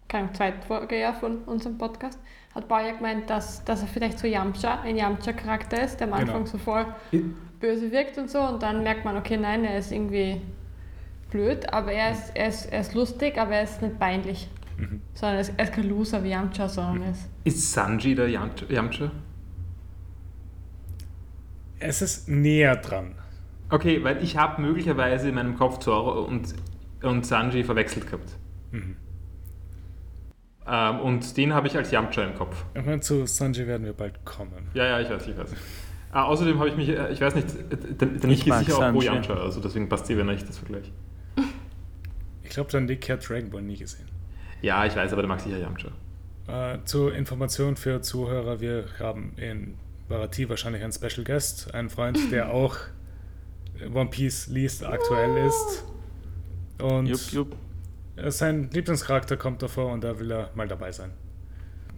Speaker 2: keine zweite Folge ja von unserem Podcast, hat Paul ja gemeint, dass, dass er vielleicht so Yamcha, ein Yamcha-Charakter ist, der am
Speaker 1: Genau.
Speaker 2: Anfang so voll böse wirkt und so und dann merkt man, okay, nein, er ist irgendwie blöd, aber er ist, er ist, er ist lustig, aber er ist nicht peinlich.
Speaker 1: Mhm.
Speaker 2: Sondern er ist, er ist kein Loser wie Yamcha, sondern er ist.
Speaker 4: Ist Sanji der Yamcha? Yamcha?
Speaker 1: Es ist näher dran.
Speaker 4: Okay, weil ich habe möglicherweise in meinem Kopf Zorro und, und Sanji verwechselt gehabt.
Speaker 1: Mhm.
Speaker 4: Ähm, und den habe ich als Yamcha im Kopf.
Speaker 1: Ich meine, zu Sanji werden wir bald kommen.
Speaker 4: Ja, ja, ich weiß, ich weiß. Äh, außerdem habe ich mich, äh, ich weiß nicht, äh, der, der Nick ist
Speaker 3: mag
Speaker 4: sicher auch pro
Speaker 3: Sanji.
Speaker 4: Yamcha, also deswegen passt die, wenn ich das vergleiche.
Speaker 1: Ich glaube, dann Nick hat Dragon Ball nie gesehen.
Speaker 4: Ja, ich weiß, aber der mag sicher Yamcha.
Speaker 1: Äh, zur Information für Zuhörer, wir haben in Barati wahrscheinlich einen Special Guest, einen Freund, der auch One Piece liest, aktuell ist. Und
Speaker 3: Jupp, jupp.
Speaker 1: Äh, Sein Lieblingscharakter kommt davor und da will er mal dabei sein.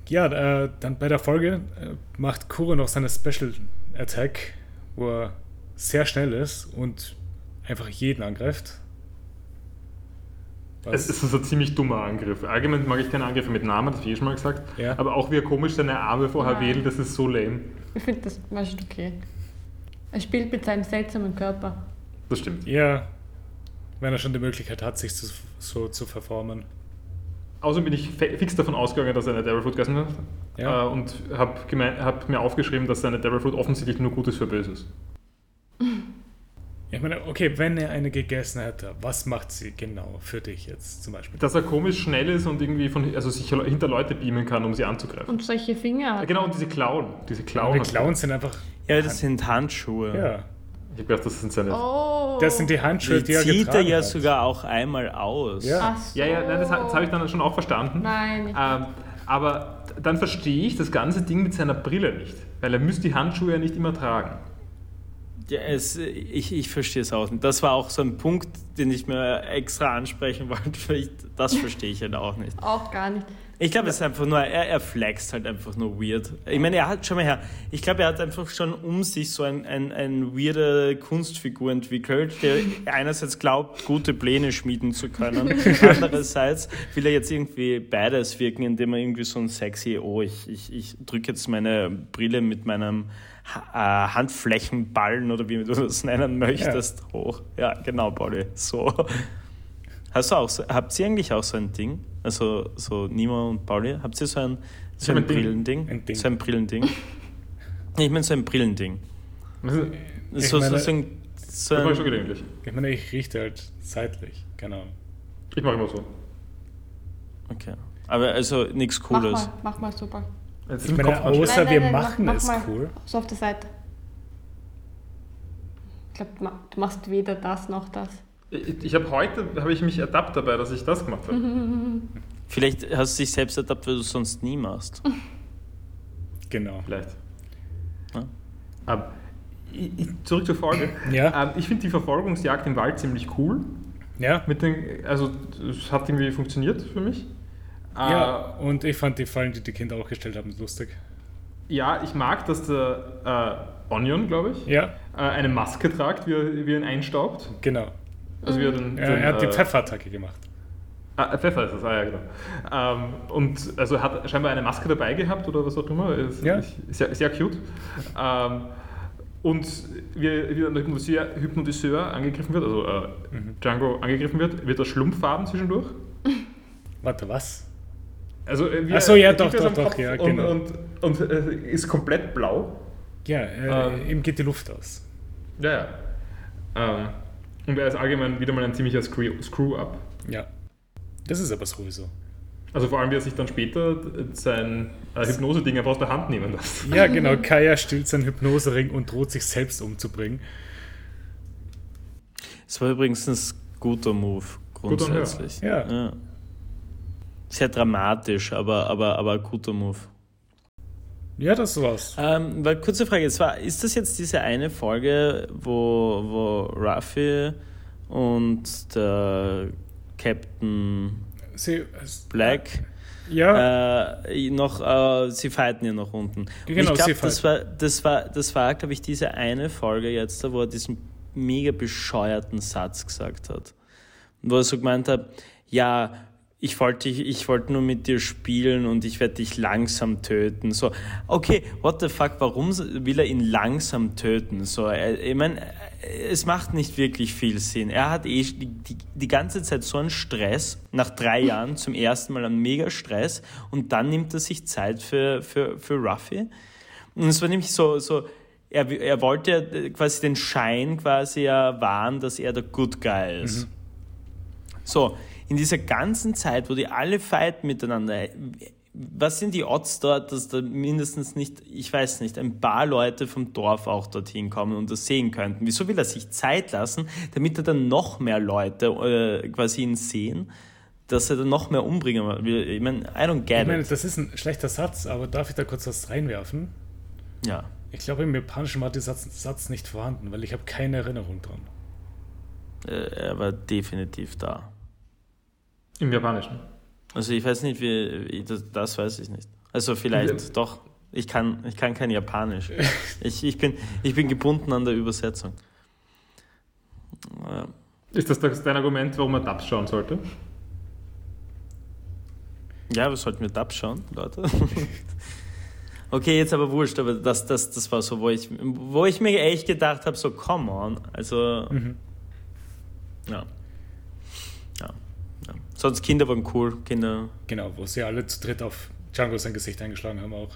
Speaker 1: Ja, äh, dann bei der Folge äh, macht Kuro noch seine Special Attack, wo er sehr schnell ist und einfach jeden angreift.
Speaker 4: Es
Speaker 1: Was,
Speaker 4: es ist ein ziemlich dummer Angriff. Allgemein mag ich keine Angriffe mit Namen, das habe ich eh schon mal gesagt.
Speaker 1: Ja.
Speaker 4: Aber auch wie er komisch seine Arme vorher
Speaker 2: Ja.
Speaker 4: wedelt, das ist so lame.
Speaker 2: Ich finde das meistens okay. Er spielt mit seinem seltsamen Körper.
Speaker 4: Das stimmt.
Speaker 1: ja, wenn er schon die Möglichkeit hat, sich zu, so zu verformen.
Speaker 4: Außerdem bin ich fe- fix davon ausgegangen, dass er eine Devil Fruit gegessen hat.
Speaker 1: Ja.
Speaker 4: Äh, und habe hab mir aufgeschrieben, dass seine Devil Fruit offensichtlich nur Gutes für Böses.
Speaker 1: Ich meine, okay, wenn er eine gegessen hätte, was macht sie genau für dich jetzt zum Beispiel?
Speaker 4: Dass er komisch schnell ist und irgendwie von, also sich hinter Leute beamen kann, um sie anzugreifen.
Speaker 2: Und solche Finger
Speaker 4: Ah,
Speaker 2: hat.
Speaker 4: Genau, und diese Klauen. Diese Klauen.
Speaker 1: Die
Speaker 4: hat er.
Speaker 1: Clowns sind einfach.
Speaker 3: Ja, das sind Handschuhe.
Speaker 1: Ja,
Speaker 4: Ich habe gedacht, das sind seine.
Speaker 2: Oh!
Speaker 1: das sind die Handschuhe,
Speaker 3: Die
Speaker 1: die, er
Speaker 3: zieht er
Speaker 1: getragen
Speaker 3: ja
Speaker 1: hat.
Speaker 3: sogar auch einmal aus.
Speaker 1: Ja.
Speaker 2: Ach so.
Speaker 4: Ja, ja, nein, das, ha- das habe ich dann schon auch verstanden.
Speaker 2: Nein, ich-
Speaker 4: Ähm, aber d- dann verstehe ich das ganze Ding mit seiner Brille nicht. Weil er müsste die Handschuhe ja nicht immer tragen.
Speaker 3: Ja, es, ich, ich verstehe es auch nicht. Das war auch so ein Punkt, den ich mir extra ansprechen wollte. weil ich- Das verstehe ich halt auch nicht.
Speaker 2: Auch gar nicht.
Speaker 3: Ich glaube, es ist einfach nur, er, er flext halt einfach nur weird. Ich meine, er hat, schau mal her, ich glaube, er hat einfach schon um sich so ein, ein, ein weirde Kunstfigur entwickelt, der einerseits glaubt, gute Pläne schmieden zu können, andererseits will er jetzt irgendwie beides wirken, indem er irgendwie so ein sexy, oh, ich, ich, ich drücke jetzt meine Brille mit meinem Ha- äh, Handflächenballen oder wie du das nennen möchtest hoch. Ja, genau, Pauli, so. Hast du auch so, habt ihr eigentlich auch so ein Ding? Also so Nima und Pauli, habt ihr so ein, so
Speaker 4: hab
Speaker 3: ein
Speaker 4: ein Ding.
Speaker 3: Brillending?
Speaker 1: Ein Ding.
Speaker 3: So ein Brillending? Ich meine so ein Brillending.
Speaker 4: Das ist
Speaker 1: Ich
Speaker 3: So, so,
Speaker 1: meine-
Speaker 3: so ein, so
Speaker 4: das war schon
Speaker 3: ein
Speaker 4: gelegentlich.
Speaker 1: Ich meine, ich rieche halt seitlich, keine Ahnung.
Speaker 4: Ich mache immer so.
Speaker 3: Okay. Aber also nichts
Speaker 2: Mach
Speaker 3: Cooles.
Speaker 2: mal, mach mal super.
Speaker 4: Jetzt
Speaker 1: Ich meine, aus- Außer wir machen
Speaker 2: mach,
Speaker 1: es
Speaker 2: mach mal
Speaker 1: cool.
Speaker 2: So auf der Seite. Ich glaube, du ma- du machst weder das noch das.
Speaker 4: Ich, ich habe heute, habe ich mich ertappt dabei, dass ich das gemacht habe.
Speaker 2: Mhm.
Speaker 3: Vielleicht hast du dich selbst ertappt, weil du es sonst nie machst.
Speaker 1: Genau.
Speaker 4: Vielleicht.
Speaker 3: Ja.
Speaker 4: Aber ich, ich, Ähm, zurück zur Folge.
Speaker 1: Ja.
Speaker 4: Ähm, ich finde die Verfolgungsjagd im Wald ziemlich cool.
Speaker 1: Ja.
Speaker 4: Mit den, also es hat irgendwie funktioniert für mich.
Speaker 1: ja.
Speaker 4: Äh,
Speaker 1: Und ich fand die Fallen, die die Kinder auch gestellt haben, lustig.
Speaker 4: Äh, ja, ich mag, dass der äh, Onion, glaube ich,
Speaker 1: Ja,
Speaker 4: äh, eine Maske tragt, wie er, wie er ihn einstaubt.
Speaker 1: genau.
Speaker 4: Also wie er den,
Speaker 1: Er,
Speaker 4: den,
Speaker 1: er hat die
Speaker 4: äh,
Speaker 1: Pfefferattacke gemacht.
Speaker 4: Ah, Pfeffer ist es, ah ja, genau. Ähm, und also er hat scheinbar eine Maske dabei gehabt oder was auch immer. Ist,
Speaker 1: Ja.
Speaker 4: ist sehr, sehr cute. Ähm, und wie, wie dann der Hypnotiseur, Hypnotiseur angegriffen wird, also äh,
Speaker 1: Mhm.
Speaker 4: Django angegriffen wird, wird er schlumpfarben zwischendurch.
Speaker 1: Warte, was?
Speaker 4: Also, äh, wie
Speaker 1: Ach so,
Speaker 4: er-
Speaker 1: ja,
Speaker 4: er
Speaker 1: doch,
Speaker 4: kriegt das
Speaker 1: doch,
Speaker 4: am
Speaker 1: doch,
Speaker 4: Kopf
Speaker 1: ja,
Speaker 4: und,
Speaker 1: genau.
Speaker 4: Und, und, äh, ist komplett blau.
Speaker 1: Ja, äh,
Speaker 4: Ähm.
Speaker 1: ihm geht die Luft aus.
Speaker 4: Ja, ja. Ähm, und er ist allgemein wieder mal ein ziemlicher Screw- Screw-Up.
Speaker 1: Ja. Das ist aber sowieso.
Speaker 4: Also vor allem, wie er sich dann später sein äh, Hypnose-Ding einfach aus der Hand nehmen lässt.
Speaker 1: Ja, genau. Kaya stillt seinen Hypnosering und droht sich selbst umzubringen.
Speaker 3: Es war übrigens ein guter Move,
Speaker 4: Guter und höher.
Speaker 3: grundsätzlich.
Speaker 1: Ja.
Speaker 3: Sehr dramatisch, aber, aber, aber ein guter Move.
Speaker 1: Ja, das war's.
Speaker 3: Ähm, weil, kurze Frage, es war, ist das jetzt diese eine Folge, wo, wo Ruffy und der Captain
Speaker 1: Sie, es,
Speaker 3: Black
Speaker 1: ja,
Speaker 3: äh, noch, äh, sie fighten ja noch unten. Und
Speaker 1: Genau,
Speaker 3: ich glaube,
Speaker 1: sie
Speaker 3: das war, das war, das war glaube ich, diese eine Folge jetzt, wo er diesen mega bescheuerten Satz gesagt hat. Wo er so gemeint hat, ja, ich wollte, dich- ich wollte nur mit dir spielen und ich werde dich langsam töten. So, okay, what the fuck, warum s- will er ihn langsam töten? So, äh, ich meine, es macht nicht wirklich viel Sinn. Er hat eh die, die, die ganze Zeit so einen Stress, nach drei Jahren zum ersten Mal einen Mega-Stress und dann nimmt er sich Zeit für, für, für Ruffy. Und es war nämlich so, so er, er wollte ja äh, quasi den Schein quasi ja wahren, dass er der Good Guy
Speaker 1: Mhm.
Speaker 3: ist. So, in dieser ganzen Zeit, wo die alle fighten miteinander, äh, was sind die Odds dort, dass da mindestens nicht, ich weiß nicht, ein paar Leute vom Dorf auch dorthin kommen und das sehen könnten? Wieso will er sich Zeit lassen, damit er dann noch mehr Leute äh, quasi ihn sehen, dass er dann noch mehr umbringen will? Ich meine, I don't get
Speaker 1: ich meine,
Speaker 3: it.
Speaker 1: das ist ein schlechter Satz, aber darf ich da kurz was reinwerfen?
Speaker 3: Ja.
Speaker 1: Ich glaube, im Japanischen war dieser Satz, Satz nicht vorhanden, weil ich habe keine Erinnerung dran.
Speaker 3: Äh, er war definitiv da.
Speaker 4: Im Japanischen.
Speaker 3: Also ich weiß nicht, wie, wie das, das weiß ich nicht. Also vielleicht
Speaker 4: Ja.
Speaker 3: doch. Ich kann, ich kann kein Japanisch. Ich, ich, bin, ich bin gebunden an der Übersetzung. Äh, Ja.
Speaker 4: Ist das das- dein Argument, warum man Dubs schauen sollte?
Speaker 3: Ja, wir sollten mit Dub schauen, Leute. Okay, jetzt aber wurscht, aber das, das, das war so, wo ich, wo ich mir echt gedacht habe, so come on. Also, ja. ja. ja. Sonst Kinder waren cool, Kinder,
Speaker 1: Genau, wo sie alle zu dritt auf Django sein Gesicht eingeschlagen haben auch.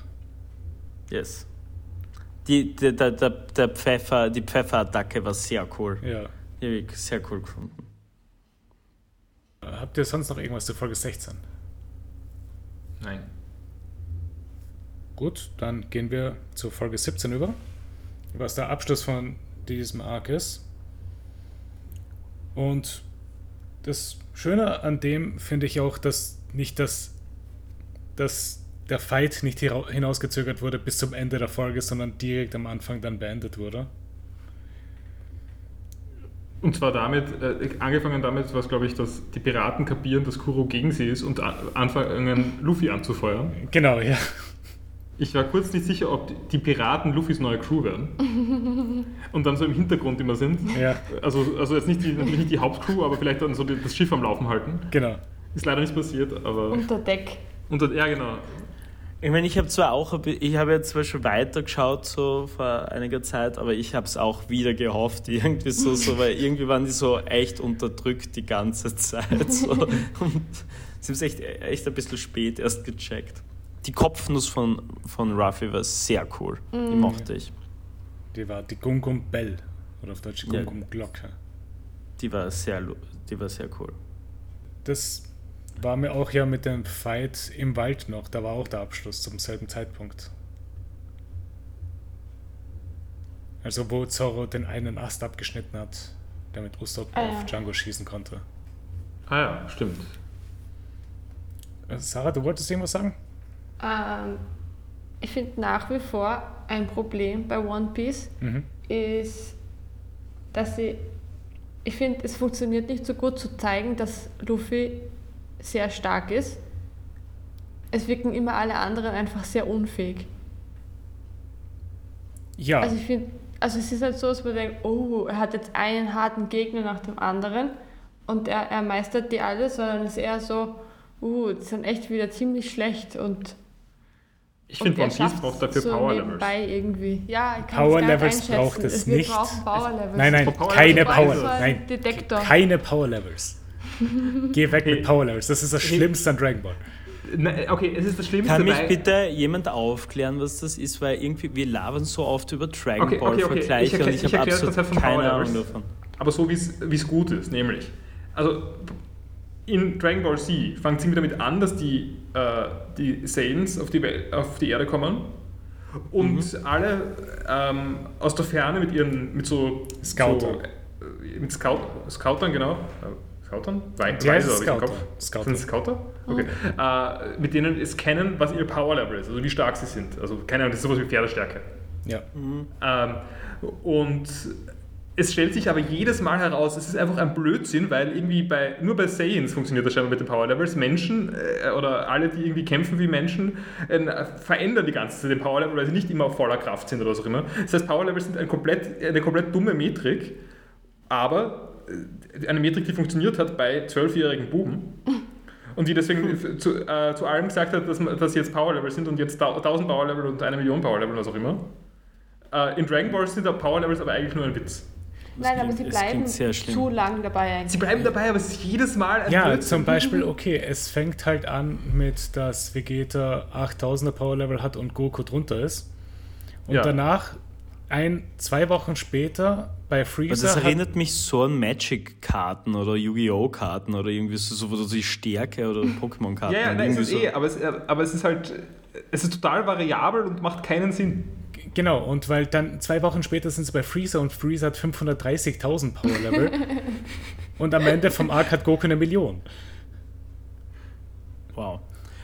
Speaker 3: yes. Die, die, der, der, der Pfeffer, die Pfefferattacke war sehr cool.
Speaker 1: Ja.
Speaker 3: Die habe ich sehr cool gefunden.
Speaker 1: Habt ihr sonst noch irgendwas zur Folge 16?
Speaker 4: Nein.
Speaker 1: Gut, dann gehen wir zur Folge 17 über, was der Abschluss von diesem Arc ist. Und das Schöne an dem finde ich auch, dass nicht das, dass der Fight nicht hira- hinausgezögert wurde bis zum Ende der Folge, sondern direkt am Anfang dann beendet wurde.
Speaker 4: Und zwar damit, äh, angefangen damit, was glaube ich, dass die Piraten kapieren, dass Kuro gegen sie ist und an- anfangen, Luffy anzufeuern.
Speaker 1: Genau, ja.
Speaker 4: Ich war kurz nicht sicher, ob die- die Piraten Luffys neue Crew werden. Und dann so im Hintergrund immer sind.
Speaker 1: Ja,
Speaker 4: Also, also jetzt nicht die, natürlich nicht die Hauptcrew, aber vielleicht dann so die, das Schiff am Laufen halten.
Speaker 1: genau.
Speaker 4: Ist leider nicht passiert, aber.
Speaker 2: Unter Deck.
Speaker 4: Unter, ja, genau.
Speaker 3: Ich meine, ich habe zwar auch, ein bi- ich habe ja zwar schon weitergeschaut, so vor einiger Zeit, aber ich habe es auch wieder gehofft, irgendwie so, so, weil irgendwie waren die so echt unterdrückt die ganze Zeit. So. Und sie haben es echt, echt ein bisschen spät erst gecheckt. Die Kopfnuss von, von Ruffy war sehr cool.
Speaker 4: Mhm.
Speaker 3: Die mochte ich.
Speaker 1: Die war die Gum Gum Bell. Oder auf Deutsch die
Speaker 3: Ja.
Speaker 1: Gum Gum Glocke.
Speaker 3: Die war sehr, lu- die war sehr cool.
Speaker 1: Das war mir auch ja mit dem Fight im Wald noch. Da war auch der Abschluss zum selben Zeitpunkt. Also wo Zorro den einen Ast abgeschnitten hat, damit Usopp
Speaker 2: Ah,
Speaker 1: auf
Speaker 2: ja.
Speaker 1: Django schießen konnte.
Speaker 4: Ah ja, stimmt.
Speaker 1: Äh, Sarah, du wolltest irgendwas sagen?
Speaker 2: Ähm, ich finde nach wie vor ein Problem bei One Piece,
Speaker 1: Mhm.
Speaker 2: ist, dass sie. Ich finde, es funktioniert nicht so gut zu zeigen, dass Luffy sehr stark ist. Es wirken immer alle anderen einfach sehr unfähig.
Speaker 1: Ja,
Speaker 2: Also ich finde, also es ist halt so, dass man denkt, oh, er hat jetzt einen harten Gegner nach dem anderen und er, er meistert die alle, sondern es ist eher so, uh, die sind echt wieder ziemlich schlecht und
Speaker 4: Ich finde, One Piece braucht dafür Power Levels.
Speaker 2: Bei irgendwie. Ja, ich kann
Speaker 1: Power
Speaker 2: es gar nicht
Speaker 1: Levels
Speaker 2: einschätzen.
Speaker 1: braucht es
Speaker 2: Wir
Speaker 1: nicht.
Speaker 2: brauchen Power Levels.
Speaker 1: nein, nein,
Speaker 4: Von Power
Speaker 1: keine
Speaker 4: Levels
Speaker 1: Power.
Speaker 4: weiß
Speaker 2: man,
Speaker 1: Nein,
Speaker 2: Detektor.
Speaker 1: keine Power Levels. Geh weg
Speaker 4: Hey.
Speaker 1: mit Power Levels. Das ist das
Speaker 4: Hey.
Speaker 1: Schlimmste an Dragon Ball.
Speaker 4: Nein, okay, es ist das Schlimmste.
Speaker 3: Kann mich
Speaker 4: weil-
Speaker 3: bitte jemand aufklären, was das ist, weil irgendwie wir labern so oft über Dragon
Speaker 4: Okay, okay,
Speaker 3: Ball
Speaker 4: okay. Ich
Speaker 3: Vergleiche
Speaker 4: erklär-
Speaker 3: und ich,
Speaker 4: ich
Speaker 3: habe
Speaker 4: erklär das Konzept
Speaker 3: absolut
Speaker 4: von Power
Speaker 3: keine Ahnung
Speaker 4: Levels.
Speaker 3: davon.
Speaker 4: aber so wie es gut ist, nämlich. Also in Dragon Ball Z fängt es immer damit an, dass die, äh, die Saiyans auf die, Welt, auf die Erde kommen und
Speaker 3: Mhm.
Speaker 4: alle ähm, aus der Ferne mit ihren, mit so...
Speaker 1: Scoutern.
Speaker 4: So, äh, mit Scout, Scoutern, genau. Äh, Scoutern? Wei
Speaker 1: Die heißen
Speaker 4: Weiser hab ich im
Speaker 1: Scouter.
Speaker 4: Kopf.
Speaker 1: Scouter.
Speaker 4: Sind es Scouter? Okay. Äh, mit denen es kennen, was ihr Power Level ist, also wie stark sie sind. Also keine Ahnung, das ist sowas wie Pferdestärke.
Speaker 1: Ja.
Speaker 4: Ähm, und es stellt sich aber jedes Mal heraus, es ist einfach ein Blödsinn, weil irgendwie bei, nur bei Saiyans funktioniert das scheinbar mit den Power Levels. Menschen äh, oder alle, die irgendwie kämpfen wie Menschen, äh, verändern die ganze Zeit den Power Level, weil sie nicht immer auf voller Kraft sind oder was auch immer. Das heißt, Power Levels sind ein komplett, eine komplett dumme Metrik, aber äh, eine Metrik, die funktioniert hat bei zwölfjährigen Buben. Und die deswegen zu, äh, zu allem gesagt hat, dass, man- dass sie jetzt Power Level sind und jetzt 1000 Power Level und eine Million Power Level und was auch immer. Äh, in Dragon Ball sind da Power Levels aber eigentlich nur ein Witz.
Speaker 2: Nein, aber sie
Speaker 3: Es
Speaker 2: bleiben
Speaker 3: klingt sehr schlimm.
Speaker 2: zu lang dabei eigentlich.
Speaker 4: Sie bleiben dabei, aber es ist jedes Mal ein
Speaker 1: Ja,
Speaker 4: Blödsinn.
Speaker 1: zum Beispiel, okay, es fängt halt an mit, dass Vegeta 8000er Power Level hat und Goku drunter ist. Und
Speaker 4: Ja.
Speaker 1: danach, ein, zwei Wochen später, bei
Speaker 3: Also
Speaker 1: Freezer.
Speaker 3: das
Speaker 1: hat-
Speaker 3: erinnert mich so an Magic-Karten oder Yu-Gi-Oh!-Karten oder irgendwie so, so, so die Stärke oder Pokémon-Karten.
Speaker 4: Ja, ja, nein, es
Speaker 3: Irgendwie
Speaker 4: ist
Speaker 3: so.
Speaker 4: eh, aber es, aber es ist halt, es ist total variabel und macht keinen Sinn.
Speaker 1: Genau, und weil dann zwei Wochen später sind sie bei Freezer und Freezer hat 530.000 Power Level. und am Ende vom Arc hat Goku eine Million.
Speaker 3: Wow.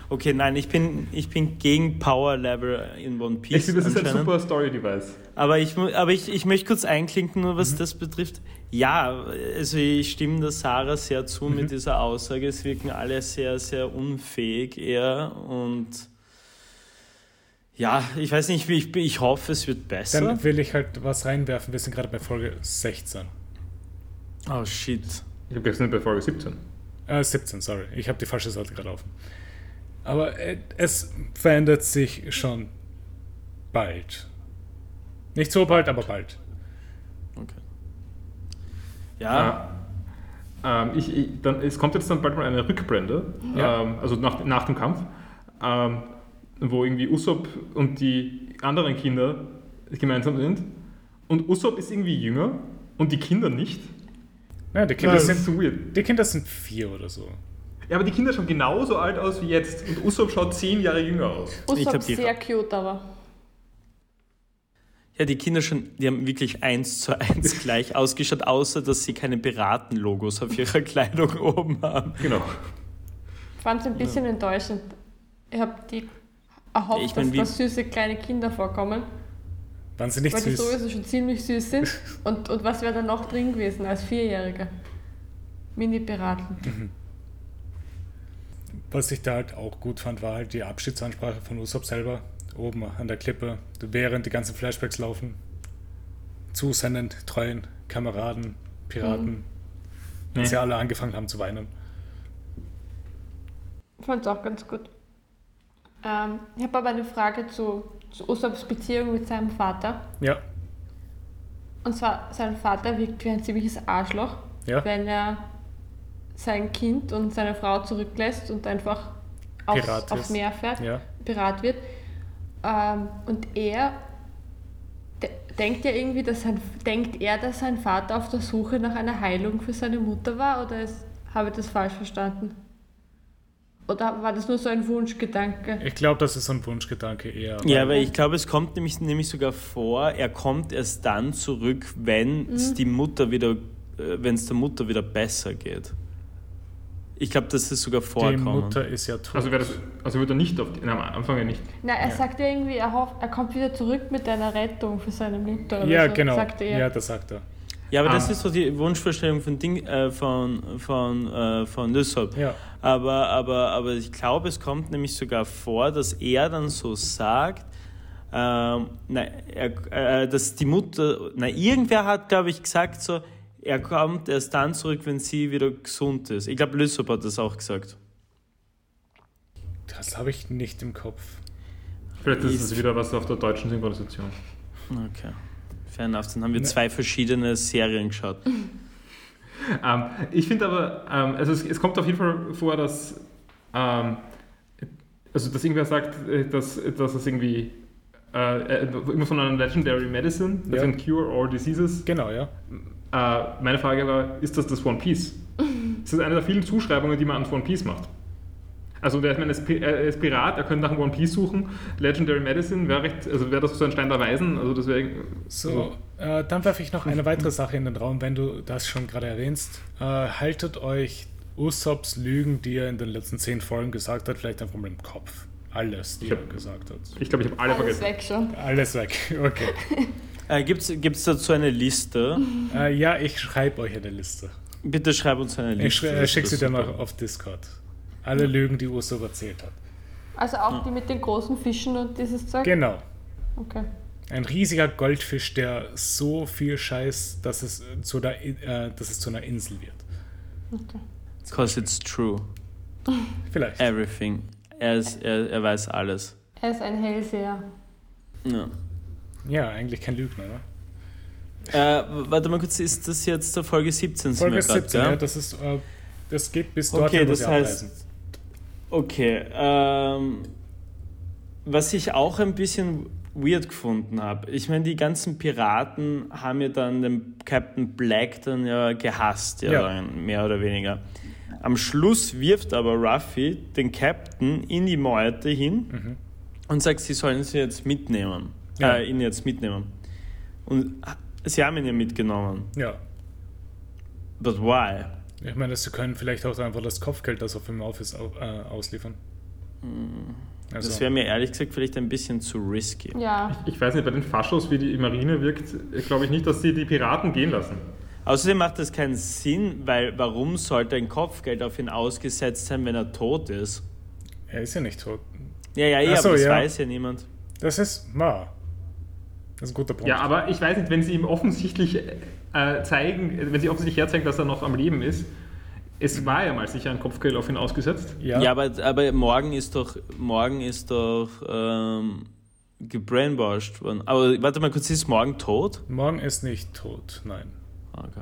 Speaker 3: Okay, nein, ich bin, ich bin gegen Power Level in One Piece.
Speaker 4: Ich finde, das ist ein
Speaker 3: anscheinend.
Speaker 4: super Story-Device.
Speaker 3: Aber ich, mu- aber ich, ich möchte kurz einklinken, nur
Speaker 4: Mhm.
Speaker 3: was das betrifft. Ja, also ich stimme der Sarah sehr zu
Speaker 4: Mhm.
Speaker 3: mit dieser Aussage. Es wirken alle sehr, sehr unfähig eher. Und ja, ich weiß nicht, wie ich, ich hoffe, es wird besser.
Speaker 1: Dann will ich halt was reinwerfen. Wir sind gerade bei Folge 16.
Speaker 3: Oh shit.
Speaker 4: Ich habe gestern bei Folge 17.
Speaker 1: Äh, 17, sorry. Ich habe die falsche Seite gerade offen. Aber äh, es verändert sich schon bald. Nicht so bald, aber bald.
Speaker 3: Okay. Ja,
Speaker 4: Ähm, ich, ich, dann, es kommt jetzt dann bald mal eine Rückblende,
Speaker 1: Ja.
Speaker 4: ähm, also nach, nach dem Kampf, ähm, wo irgendwie Usopp und die anderen Kinder gemeinsam sind. Und Usopp ist irgendwie jünger und die Kinder nicht.
Speaker 1: Ja, die, Kinder
Speaker 4: ist
Speaker 1: sind,
Speaker 4: so weird.
Speaker 1: die Kinder sind vier oder so.
Speaker 4: Ja, aber die Kinder schauen genauso alt aus wie jetzt. Und Usopp schaut zehn Jahre jünger aus.
Speaker 3: Ich
Speaker 2: Usopp
Speaker 3: hab die-
Speaker 2: sehr cute, aber.
Speaker 3: ja, die Kinder schon, die haben wirklich eins zu eins gleich ausgeschaut, außer dass sie keine Piratenlogos auf ihrer Kleidung oben haben.
Speaker 4: Genau.
Speaker 2: Ich fand es ein bisschen enttäuschend. Ich habe die erhofft,
Speaker 3: Ich mein, wie-
Speaker 2: dass da süße kleine Kinder vorkommen,
Speaker 1: Waren sie nicht
Speaker 2: weil die
Speaker 1: süß?
Speaker 2: sowieso schon ziemlich süß sind. Und, und was wäre da noch drin gewesen als Vierjähriger? Mini-Piraten.
Speaker 1: Was ich da halt auch gut fand, war halt die Abschiedsansprache von Usopp selber. Oben an der Klippe, während die ganzen Flashbacks laufen. Zu seinen treuen Kameraden,
Speaker 2: Mhm.
Speaker 1: Piraten. Und sie alle angefangen haben zu weinen.
Speaker 2: Ich fand es auch ganz gut. Ähm, ich habe aber eine Frage zu, zu Usopps Beziehung mit seinem Vater.
Speaker 1: Ja,
Speaker 2: Und zwar, sein Vater wirkt wie ein ziemliches Arschloch,
Speaker 1: ja.
Speaker 2: wenn er sein Kind und seine Frau zurücklässt und einfach aufs,
Speaker 1: Pirat
Speaker 2: aufs
Speaker 1: ist.
Speaker 2: Meer fährt.
Speaker 1: Ja,
Speaker 2: Pirat wird. Ähm, und er de denkt ja irgendwie, dass sein, denkt er, dass sein Vater auf der Suche nach einer Heilung für seine Mutter war oder ist, habe ich das falsch verstanden? Oder war das nur so ein Wunschgedanke?
Speaker 1: ich glaube, das ist so ein Wunschgedanke eher.
Speaker 3: Ja, aber ich glaube, es kommt nämlich, nämlich sogar vor, er kommt erst dann zurück, äh, wenn es die Mutter wieder, wenn es der Mutter wieder besser geht. Ich glaube, das ist sogar
Speaker 1: Die
Speaker 3: vorkommen.
Speaker 1: Mutter ist ja tot.
Speaker 4: Also, wäre das, also wird er nicht auf die, nein, am Anfang ja nicht.
Speaker 2: Na, er
Speaker 1: Ja.
Speaker 2: sagt ja irgendwie, er, hofft, er kommt wieder zurück mit einer Rettung für seine Mutter. oder
Speaker 1: ja,
Speaker 2: so,
Speaker 1: genau.
Speaker 2: Sagt er.
Speaker 1: Ja, das sagt er.
Speaker 3: Ja, aber
Speaker 4: Ah.
Speaker 3: das ist so die Wunschvorstellung von Ding, äh, von von äh, von Lysop.
Speaker 1: Ja.
Speaker 3: Aber aber aber ich glaube, es kommt nämlich sogar vor, dass er dann so sagt, ähm, na, er, äh, dass die Mutter, na irgendwer hat, glaube ich, gesagt so, er kommt erst dann zurück, wenn sie wieder gesund ist. Ich glaube, Lysop hat das auch gesagt.
Speaker 1: Das habe ich nicht im Kopf.
Speaker 4: Vielleicht ist
Speaker 3: Ist-
Speaker 4: es wieder was auf der deutschen Synchronisation.
Speaker 3: Okay. Fair enough. Dann haben wir
Speaker 1: Ne.
Speaker 3: zwei verschiedene Serien geschaut.
Speaker 4: Ähm, ich finde aber, ähm, also es, es kommt auf jeden Fall vor, dass, ähm, also dass irgendwer sagt, äh, dass, dass es irgendwie äh, äh, immer von einer Legendary Medicine, das
Speaker 1: Ja.
Speaker 4: sind Cure or Diseases.
Speaker 1: Genau, ja.
Speaker 4: Äh, meine Frage war, ist das das One Piece? Das ist eine der vielen Zuschreibungen, die man an One Piece macht. Also der man ist, Pi- äh, ist Pirat, er könnte nach einem One Piece suchen. Legendary Medicine wäre recht, also wäre das so ein Stein der Weisen. Also deswegen.
Speaker 1: So,
Speaker 4: Also.
Speaker 1: äh, dann werfe ich noch eine weitere Sache in den Raum, wenn du das schon gerade erwähnst. Äh, haltet euch Usopps Lügen, die er in den letzten zehn Folgen gesagt hat, vielleicht einfach mal im Kopf. Alles, die
Speaker 4: Ich hab-
Speaker 1: er gesagt hat.
Speaker 4: Ich glaube, ich habe alle
Speaker 2: Alles
Speaker 4: vergessen.
Speaker 2: weg schon.
Speaker 1: Alles weg, okay.
Speaker 3: Äh, Gibt es dazu eine Liste?
Speaker 1: äh, ja, ich schreibe euch eine Liste.
Speaker 3: Bitte schreib uns eine Liste.
Speaker 1: Ich schrei- äh,
Speaker 3: das
Speaker 1: schicke sie
Speaker 3: wäre
Speaker 1: dann
Speaker 3: super.
Speaker 1: noch auf Discord. Alle Lügen, die Usopp erzählt hat.
Speaker 2: Also auch die mit den großen Fischen und dieses Zeug.
Speaker 1: Genau.
Speaker 2: Okay.
Speaker 1: Ein riesiger Goldfisch, der so viel Scheiß, dass es zu, der, In- äh, dass es zu einer Insel wird.
Speaker 2: okay.
Speaker 3: Because it's true.
Speaker 1: Vielleicht.
Speaker 3: Äh. Everything. Er, ist, er, er weiß alles.
Speaker 2: Er ist ein Hellseher.
Speaker 3: Ja.
Speaker 1: Ja, eigentlich kein Lügner, ne?
Speaker 3: Äh, warte mal kurz, ist das jetzt der Folge 17? sind wir
Speaker 1: Folge
Speaker 3: grad,
Speaker 1: 17,
Speaker 3: gell?
Speaker 1: ja, das ist, äh, das geht bis dort,
Speaker 3: Okay, das heißt. Okay, ähm, was ich auch ein bisschen weird gefunden habe. Ich meine, die ganzen Piraten haben ja dann den Captain Black dann ja gehasst, ja,
Speaker 1: Ja.
Speaker 3: Dann, mehr oder weniger. Am Schluss wirft aber Ruffy den Captain in die Meute hin
Speaker 1: Mhm.
Speaker 3: und sagt, sie sollen sie jetzt mitnehmen.
Speaker 1: Ja.
Speaker 3: Äh, ihn jetzt mitnehmen. Und ah, sie haben ihn ja mitgenommen.
Speaker 1: Ja,
Speaker 3: But why?
Speaker 1: ich meine, sie können vielleicht auch einfach das Kopfgeld, das auf dem Office au äh, ausliefern. Also,
Speaker 3: Mm, Das wäre mir ehrlich gesagt vielleicht ein bisschen zu risky.
Speaker 2: Ja.
Speaker 4: Ich weiß nicht, bei den Faschos, wie die Marine wirkt, glaube ich nicht, dass sie die Piraten gehen lassen.
Speaker 3: Außerdem macht das keinen Sinn, weil warum sollte ein Kopfgeld auf ihn ausgesetzt sein, wenn er tot ist?
Speaker 1: er ist ja nicht tot.
Speaker 3: Ja, ja,
Speaker 1: Ach
Speaker 3: ja,
Speaker 1: so,
Speaker 3: aber das
Speaker 1: ja.
Speaker 3: weiß ja niemand.
Speaker 1: Das ist wahr. Das ist ein guter Punkt.
Speaker 4: Ja, aber ich weiß nicht, wenn sie ihm offensichtlich äh, zeigen, wenn sie offensichtlich herzeigen, dass er noch am Leben ist, es war ja mal sicher ein Kopfgeld auf ihn ausgesetzt.
Speaker 1: ja,
Speaker 3: Ja, aber, aber morgen ist doch, morgen ist doch ähm, gebrainwashed worden. Aber warte mal kurz, sie ist morgen tot? Ah,
Speaker 1: morgen ist nicht tot, nein.
Speaker 3: Okay.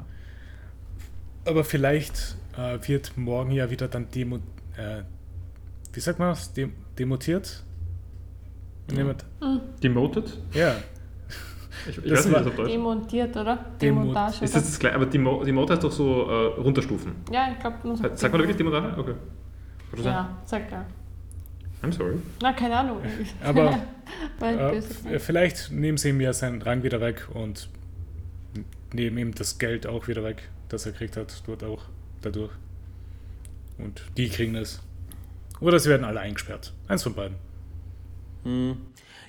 Speaker 1: Aber vielleicht äh, wird morgen ja wieder dann demo äh, wie sagt man das? Dem demutiert? Wenn jemand-
Speaker 4: Demoted?
Speaker 1: Ja,
Speaker 4: Ich, ich
Speaker 1: Das
Speaker 4: weiß nicht,
Speaker 1: war-
Speaker 4: was auf Deutsch.
Speaker 2: Demontiert, oder?
Speaker 1: Demon-
Speaker 2: Demontage.
Speaker 4: Ist
Speaker 2: oder?
Speaker 4: das das gleiche? Aber Demo Demote heißt doch so äh, runterstufen.
Speaker 2: Ja, ich glaube, man sagt.
Speaker 4: Sagt man da wirklich Demotage? Okay. Kann das sein?
Speaker 2: Ja, sag ja.
Speaker 4: I'm sorry.
Speaker 2: Na, keine Ahnung.
Speaker 1: Aber,
Speaker 2: Weil
Speaker 1: äh,
Speaker 2: böse-
Speaker 1: f- vielleicht nehmen sie ihm ja seinen Rang wieder weg und n- nehmen ihm das Geld auch wieder weg, das er gekriegt hat, dort auch dadurch. Und die kriegen es. Oder sie werden alle eingesperrt. Eins von beiden.
Speaker 3: Hm.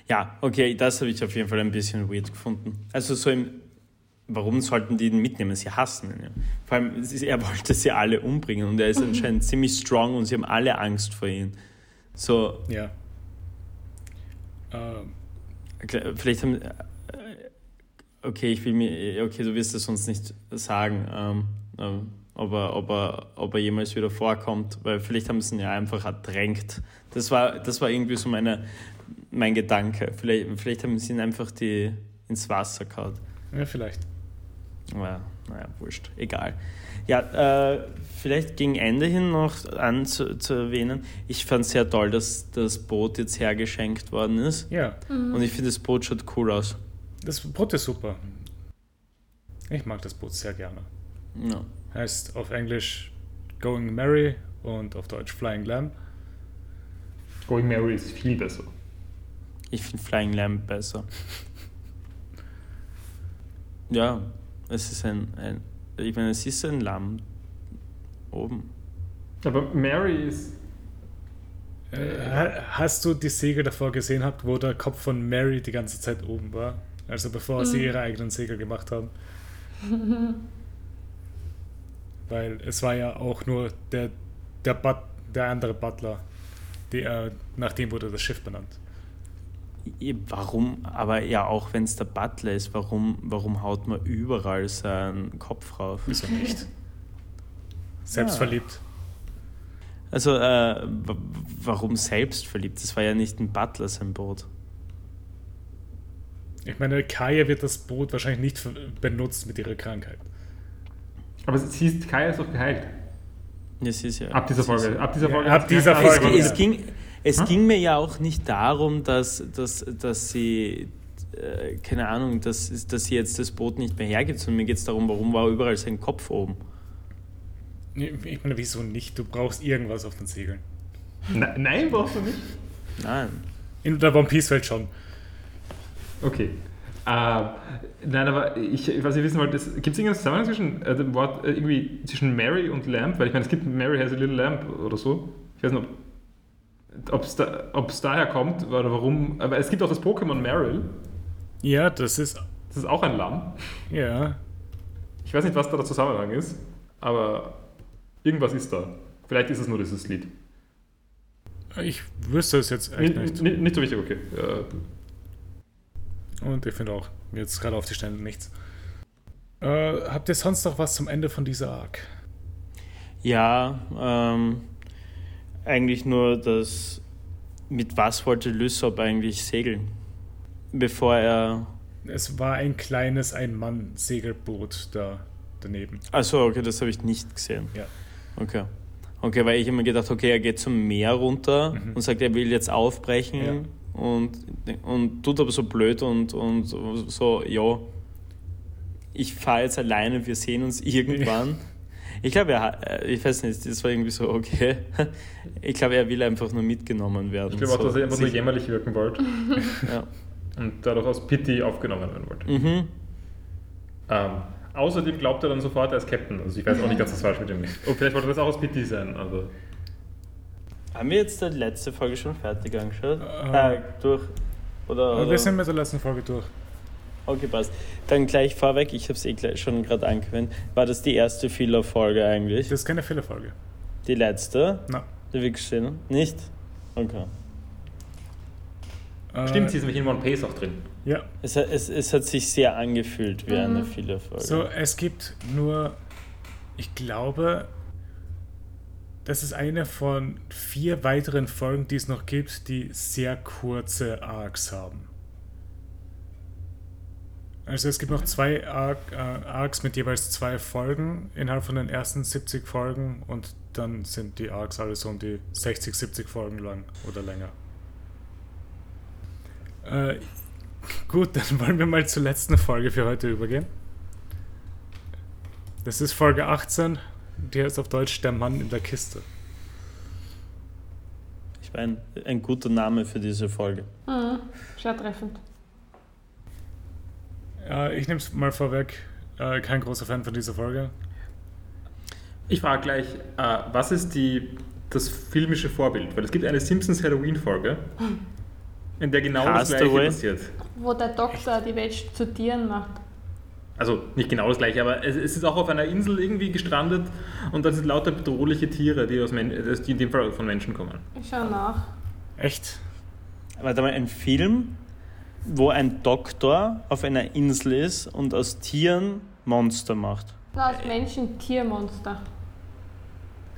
Speaker 3: Ja, okay, das habe ich auf jeden Fall ein bisschen weird gefunden. Also so im, warum sollten die ihn mitnehmen? Sie hassen ihn. Ja. Vor allem, es ist- er wollte sie alle umbringen und er ist anscheinend ziemlich strong und sie haben alle Angst vor ihm. So,
Speaker 1: Ja. Ähm,
Speaker 3: Kle- Vielleicht haben. äh, Okay, ich will mir. Okay, du wirst es uns nicht sagen, ähm, ähm, ob, er, ob, er, ob er jemals wieder vorkommt, weil vielleicht haben sie ihn ja einfach ertränkt. Das war, das war irgendwie so meine, mein Gedanke. Vielleicht, vielleicht haben sie ihn einfach die, ins Wasser gehauen.
Speaker 1: ja, vielleicht.
Speaker 3: Naja, naja, wurscht, egal. Ja, äh, vielleicht gegen Ende hin noch anzu, zu erwähnen, ich fand es sehr toll, dass das Boot jetzt hergeschenkt worden ist.
Speaker 1: Ja.
Speaker 3: Und ich finde, das Boot schaut cool aus.
Speaker 1: Das Boot ist super. Ich mag das Boot sehr gerne.
Speaker 3: Ja.
Speaker 1: Heißt auf Englisch Going Merry und auf Deutsch Flying Lamb.
Speaker 4: Going Mary ist viel besser.
Speaker 3: Ich finde Flying Lamb besser. ja, es ist ein, ein ich meine, es ist ein Lamm oben.
Speaker 4: Aber Mary ist.
Speaker 1: Äh, hast du die Segel davor gesehen gehabt, wo der Kopf von Mary die ganze Zeit oben war? Also bevor sie ihre eigenen Segel gemacht haben. Weil es war ja auch nur der, der, But, der andere Butler. Die, äh, nach dem wurde das Schiff benannt.
Speaker 3: Warum, aber ja, auch wenn es der Butler ist, warum, warum haut man überall seinen Kopf rauf?
Speaker 1: Wieso nicht? Selbstverliebt.
Speaker 3: Also, äh, w- warum selbstverliebt? Das war ja nicht ein Butler sein Boot.
Speaker 1: Ich meine, Kaya wird das Boot wahrscheinlich nicht ver- benutzt mit ihrer Krankheit.
Speaker 4: Aber sie ist, Kaya ist auch geheilt.
Speaker 3: Das ist ja.
Speaker 4: Ab dieser
Speaker 3: das ist
Speaker 4: Folge. Ab dieser
Speaker 1: Ja,
Speaker 4: Folge.
Speaker 1: ab
Speaker 4: hat
Speaker 1: dieser
Speaker 4: Kaya-
Speaker 3: Es,
Speaker 1: Folge.
Speaker 3: es, ging, es ging mir ja auch nicht darum, dass, dass, dass sie, äh, keine Ahnung, dass, dass sie jetzt das Boot nicht mehr hergibt, sondern mir geht es darum, warum war überall sein Kopf oben.
Speaker 1: Ich meine, wieso nicht? Du brauchst irgendwas auf den Segeln.
Speaker 4: Ne- Nein, brauchst du nicht.
Speaker 3: Nein.
Speaker 1: In der One Piece-Welt schon.
Speaker 4: Okay. Ähm, nein, aber ich, was ich wissen wollte, gibt es irgendeinen Zusammenhang zwischen äh, dem Wort äh, irgendwie zwischen Mary und Lamp? Weil ich meine, es gibt Mary has a little lamp oder so. Ich weiß nicht, ob es da, ob's daher kommt oder warum. Aber es gibt auch das Pokémon Meryl.
Speaker 1: Ja, das ist.
Speaker 4: Das ist auch ein Lamm.
Speaker 1: Ja.
Speaker 4: Ich weiß nicht, was da der Zusammenhang ist, aber irgendwas ist da. Vielleicht ist es nur dieses Lied.
Speaker 1: Ich wüsste es jetzt echt
Speaker 4: N-
Speaker 1: nicht.
Speaker 4: n- Nicht so wichtig, okay. Äh,
Speaker 1: Und ich finde auch jetzt gerade auf die Stelle nichts. Äh, habt ihr sonst noch was zum Ende von dieser Arc?
Speaker 3: Ja, ähm, eigentlich nur, dass mit was wollte Lysop eigentlich segeln? Bevor er.
Speaker 1: Es war ein kleines Ein-Mann-Segelboot da daneben.
Speaker 3: Achso, okay, das habe ich nicht gesehen.
Speaker 1: Ja.
Speaker 3: Okay. Okay, weil ich immer gedacht, okay, er geht zum Meer runter
Speaker 1: Mhm.
Speaker 3: und sagt, er will jetzt aufbrechen und, und tut aber so blöd und, und so, ja, ich fahre jetzt alleine, wir sehen uns irgendwann. Ich glaube, er hat, äh, ich weiß nicht, das war irgendwie so, okay. Ich glaube, er will einfach nur mitgenommen werden.
Speaker 4: ich glaube auch,
Speaker 3: so,
Speaker 4: dass er einfach nur
Speaker 3: sich-
Speaker 4: jämmerlich wirken wollte
Speaker 3: ja.
Speaker 4: und dadurch aus Pity aufgenommen werden wollte.
Speaker 3: mhm.
Speaker 4: Ähm, außerdem glaubt er dann sofort, er ist Captain. Also ich weiß auch nicht ganz, was falsch mit ihm ist. Oh, vielleicht wollte das auch aus Pity sein. Also.
Speaker 3: Haben wir jetzt die letzte Folge schon fertig angeschaut?
Speaker 1: Ähm.
Speaker 3: äh, durch. Oder,
Speaker 1: Aber
Speaker 3: oder?
Speaker 1: wir
Speaker 4: Äh,
Speaker 1: sind mit der letzten Folge durch.
Speaker 3: Okay, passt. Dann gleich vorweg, ich habe es eh gleich schon gerade angewendet. War das die erste Fehlerfolge eigentlich?
Speaker 1: Das ist keine Fehlerfolge.
Speaker 3: die letzte?
Speaker 1: Na.
Speaker 3: Die wir gesehen haben? Nicht? Okay.
Speaker 1: Äh,
Speaker 4: Stimmt, sie ist nämlich in One Piece auch drin.
Speaker 1: Ja.
Speaker 3: Es, hat- es, es hat sich sehr angefühlt wie eine Fehlerfolge.
Speaker 1: So, es gibt nur, ich glaube, das ist eine von vier weiteren Folgen, die es noch gibt, die sehr kurze Arcs haben. Also es gibt noch zwei Arc, äh, Arcs mit jeweils zwei Folgen innerhalb von den ersten 70 Folgen und dann sind die Arcs alle so um die 60, 70 Folgen lang oder länger. Äh, gut, dann wollen wir mal zur letzten Folge für heute übergehen. Das ist Folge 18, die heißt auf Deutsch Der Mann in der Kiste.
Speaker 3: Ich meine, ein guter Name für diese Folge.
Speaker 2: Mhm. Sehr treffend.
Speaker 1: Äh, ich nehme es mal vorweg, äh, kein großer Fan von dieser Folge.
Speaker 4: Ich frage gleich, äh, was ist die, das filmische Vorbild? Weil es gibt eine Simpsons Halloween-Folge, in der genau das
Speaker 3: Castaway?
Speaker 4: gleiche passiert.
Speaker 2: Wo der Doktor die Welt zu Tieren macht.
Speaker 4: Also nicht genau das gleiche, aber es, es ist auch auf einer Insel irgendwie gestrandet und das sind lauter bedrohliche Tiere, die, aus Men äh, die in dem Fall von Menschen kommen.
Speaker 2: Ich schau nach.
Speaker 1: Echt?
Speaker 3: Warte mal, ein Film, wo ein Doktor auf einer Insel ist und aus Tieren Monster macht.
Speaker 2: Na,
Speaker 1: Äh.
Speaker 2: als Menschen Tiermonster.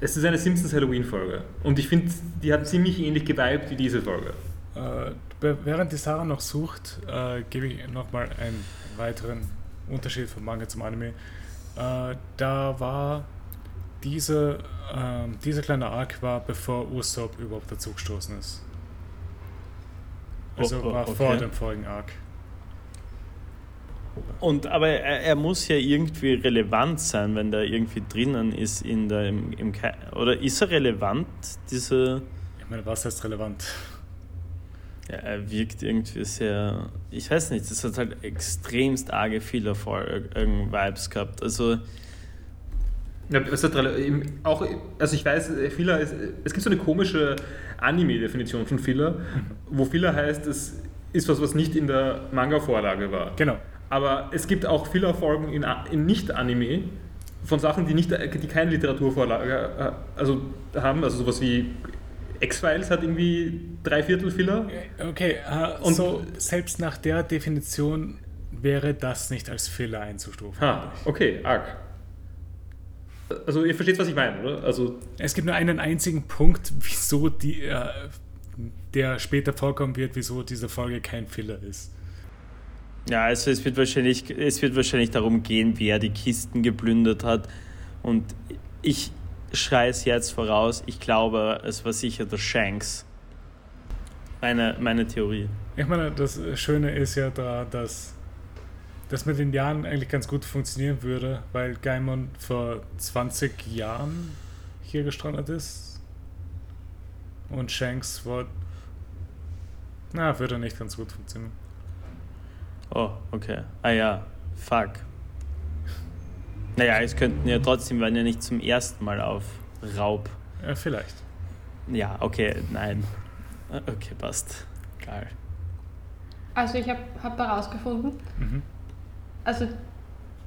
Speaker 4: Es ist eine Simpsons Halloween-Folge und ich finde, die hat ziemlich ähnlich geweibt wie diese Folge.
Speaker 1: Äh, be- während die Sarah noch sucht, äh, gebe ich nochmal einen weiteren Unterschied vom Manga zum Anime. Äh, da war diese, ähm, dieser kleine Arc war bevor Usopp überhaupt dazu gestoßen ist. Also
Speaker 3: Oh, oh,
Speaker 1: war vor
Speaker 3: okay.
Speaker 1: dem vorigen Arc.
Speaker 3: Und aber er, er muss ja irgendwie relevant sein, wenn der irgendwie drinnen ist in der im, im Ke- oder ist er relevant? Diese
Speaker 1: Ich meine, was heißt relevant?
Speaker 3: ja, er wirkt irgendwie sehr, ich weiß nicht, das hat halt extremst arge Fehlerfolgen Vibes gehabt. Also
Speaker 4: Ja, es hat rela- im- auch, also ich weiß, äh, Filler ist, es gibt so eine komische Anime-Definition von Filler, wo Filler heißt, es ist was, was nicht in der Manga-Vorlage war.
Speaker 1: Genau.
Speaker 4: Aber es gibt auch Filler-Folgen in, A- in Nicht-Anime von Sachen, die, nicht, die keine Literaturvorlage äh, also haben, also sowas wie X-Files hat irgendwie drei Viertel Filler.
Speaker 1: Okay, äh,
Speaker 4: Und-
Speaker 1: so selbst nach der Definition wäre das nicht als Fehler einzustufen.
Speaker 4: Ha, okay, arg. Also ihr versteht, was ich meine, oder? Also
Speaker 1: Es gibt nur einen einzigen Punkt, wieso die, äh, der später vorkommen wird, wieso diese Folge kein Filler ist.
Speaker 3: Ja, also es wird wahrscheinlich, es wird wahrscheinlich darum gehen, wer die Kisten geplündert hat. Und ich schreie es jetzt voraus, ich glaube, es war sicher der Shanks. Meine, meine Theorie.
Speaker 1: Ich meine, das Schöne ist ja da, dass das mit den Jahren eigentlich ganz gut funktionieren würde, weil Gaimon vor 20 Jahren hier gestrandet ist. Und Shanks vor. Na, würde nicht ganz gut funktionieren.
Speaker 3: Oh, okay. Ah ja, fuck. Naja, es könnten ja trotzdem, waren ja nicht zum ersten Mal auf Raub.
Speaker 1: Äh, vielleicht.
Speaker 3: Ja, okay, nein. Äh, Okay, passt. Geil.
Speaker 2: Also ich habe hab herausgefunden,
Speaker 1: Mhm.
Speaker 2: also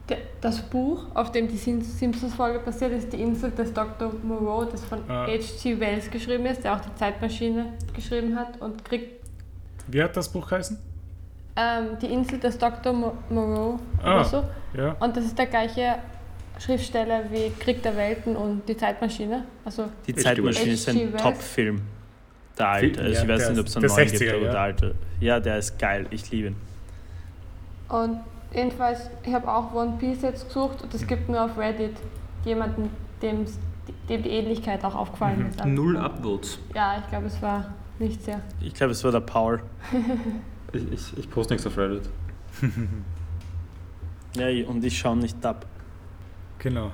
Speaker 2: der, das Buch, auf dem die Sim- Simpsons-Folge passiert, ist die Insel des Dr. Moreau, das von
Speaker 1: Ah.
Speaker 2: H.G. Wells geschrieben ist, der auch die Zeitmaschine geschrieben hat und kriegt
Speaker 1: Wie hat das Buch geheißen?
Speaker 2: ähm, die Insel des Dr. Mo Moreau
Speaker 1: Ah.
Speaker 2: oder so.
Speaker 1: Ja.
Speaker 2: Und das ist der gleiche Schriftsteller wie Krieg der Welten und die Zeitmaschine. Also
Speaker 3: Die
Speaker 4: H.G.
Speaker 3: Zeitmaschine ist ein
Speaker 2: Wells.
Speaker 3: Top-Film. Der alte. Also ich
Speaker 1: Ja, der
Speaker 3: weiß nicht,
Speaker 1: ist-
Speaker 3: ob es einen
Speaker 1: der
Speaker 3: neuen
Speaker 1: 60er,
Speaker 3: gibt, aber
Speaker 1: ja.
Speaker 3: der alte. Ja, der ist geil. Ich liebe ihn.
Speaker 2: Und jedenfalls, ich habe auch One Piece jetzt gesucht und es gibt nur auf Reddit jemanden, dem, dem die Ähnlichkeit auch aufgefallen
Speaker 1: Mhm.
Speaker 2: ist.
Speaker 4: null Upvotes.
Speaker 2: Ja, ich glaube, es war nicht sehr.
Speaker 3: Ich glaube, es war der Paul.
Speaker 4: Ich, ich, ich poste nichts auf Reddit.
Speaker 3: Ja, und ich schaue nicht ab.
Speaker 1: Genau.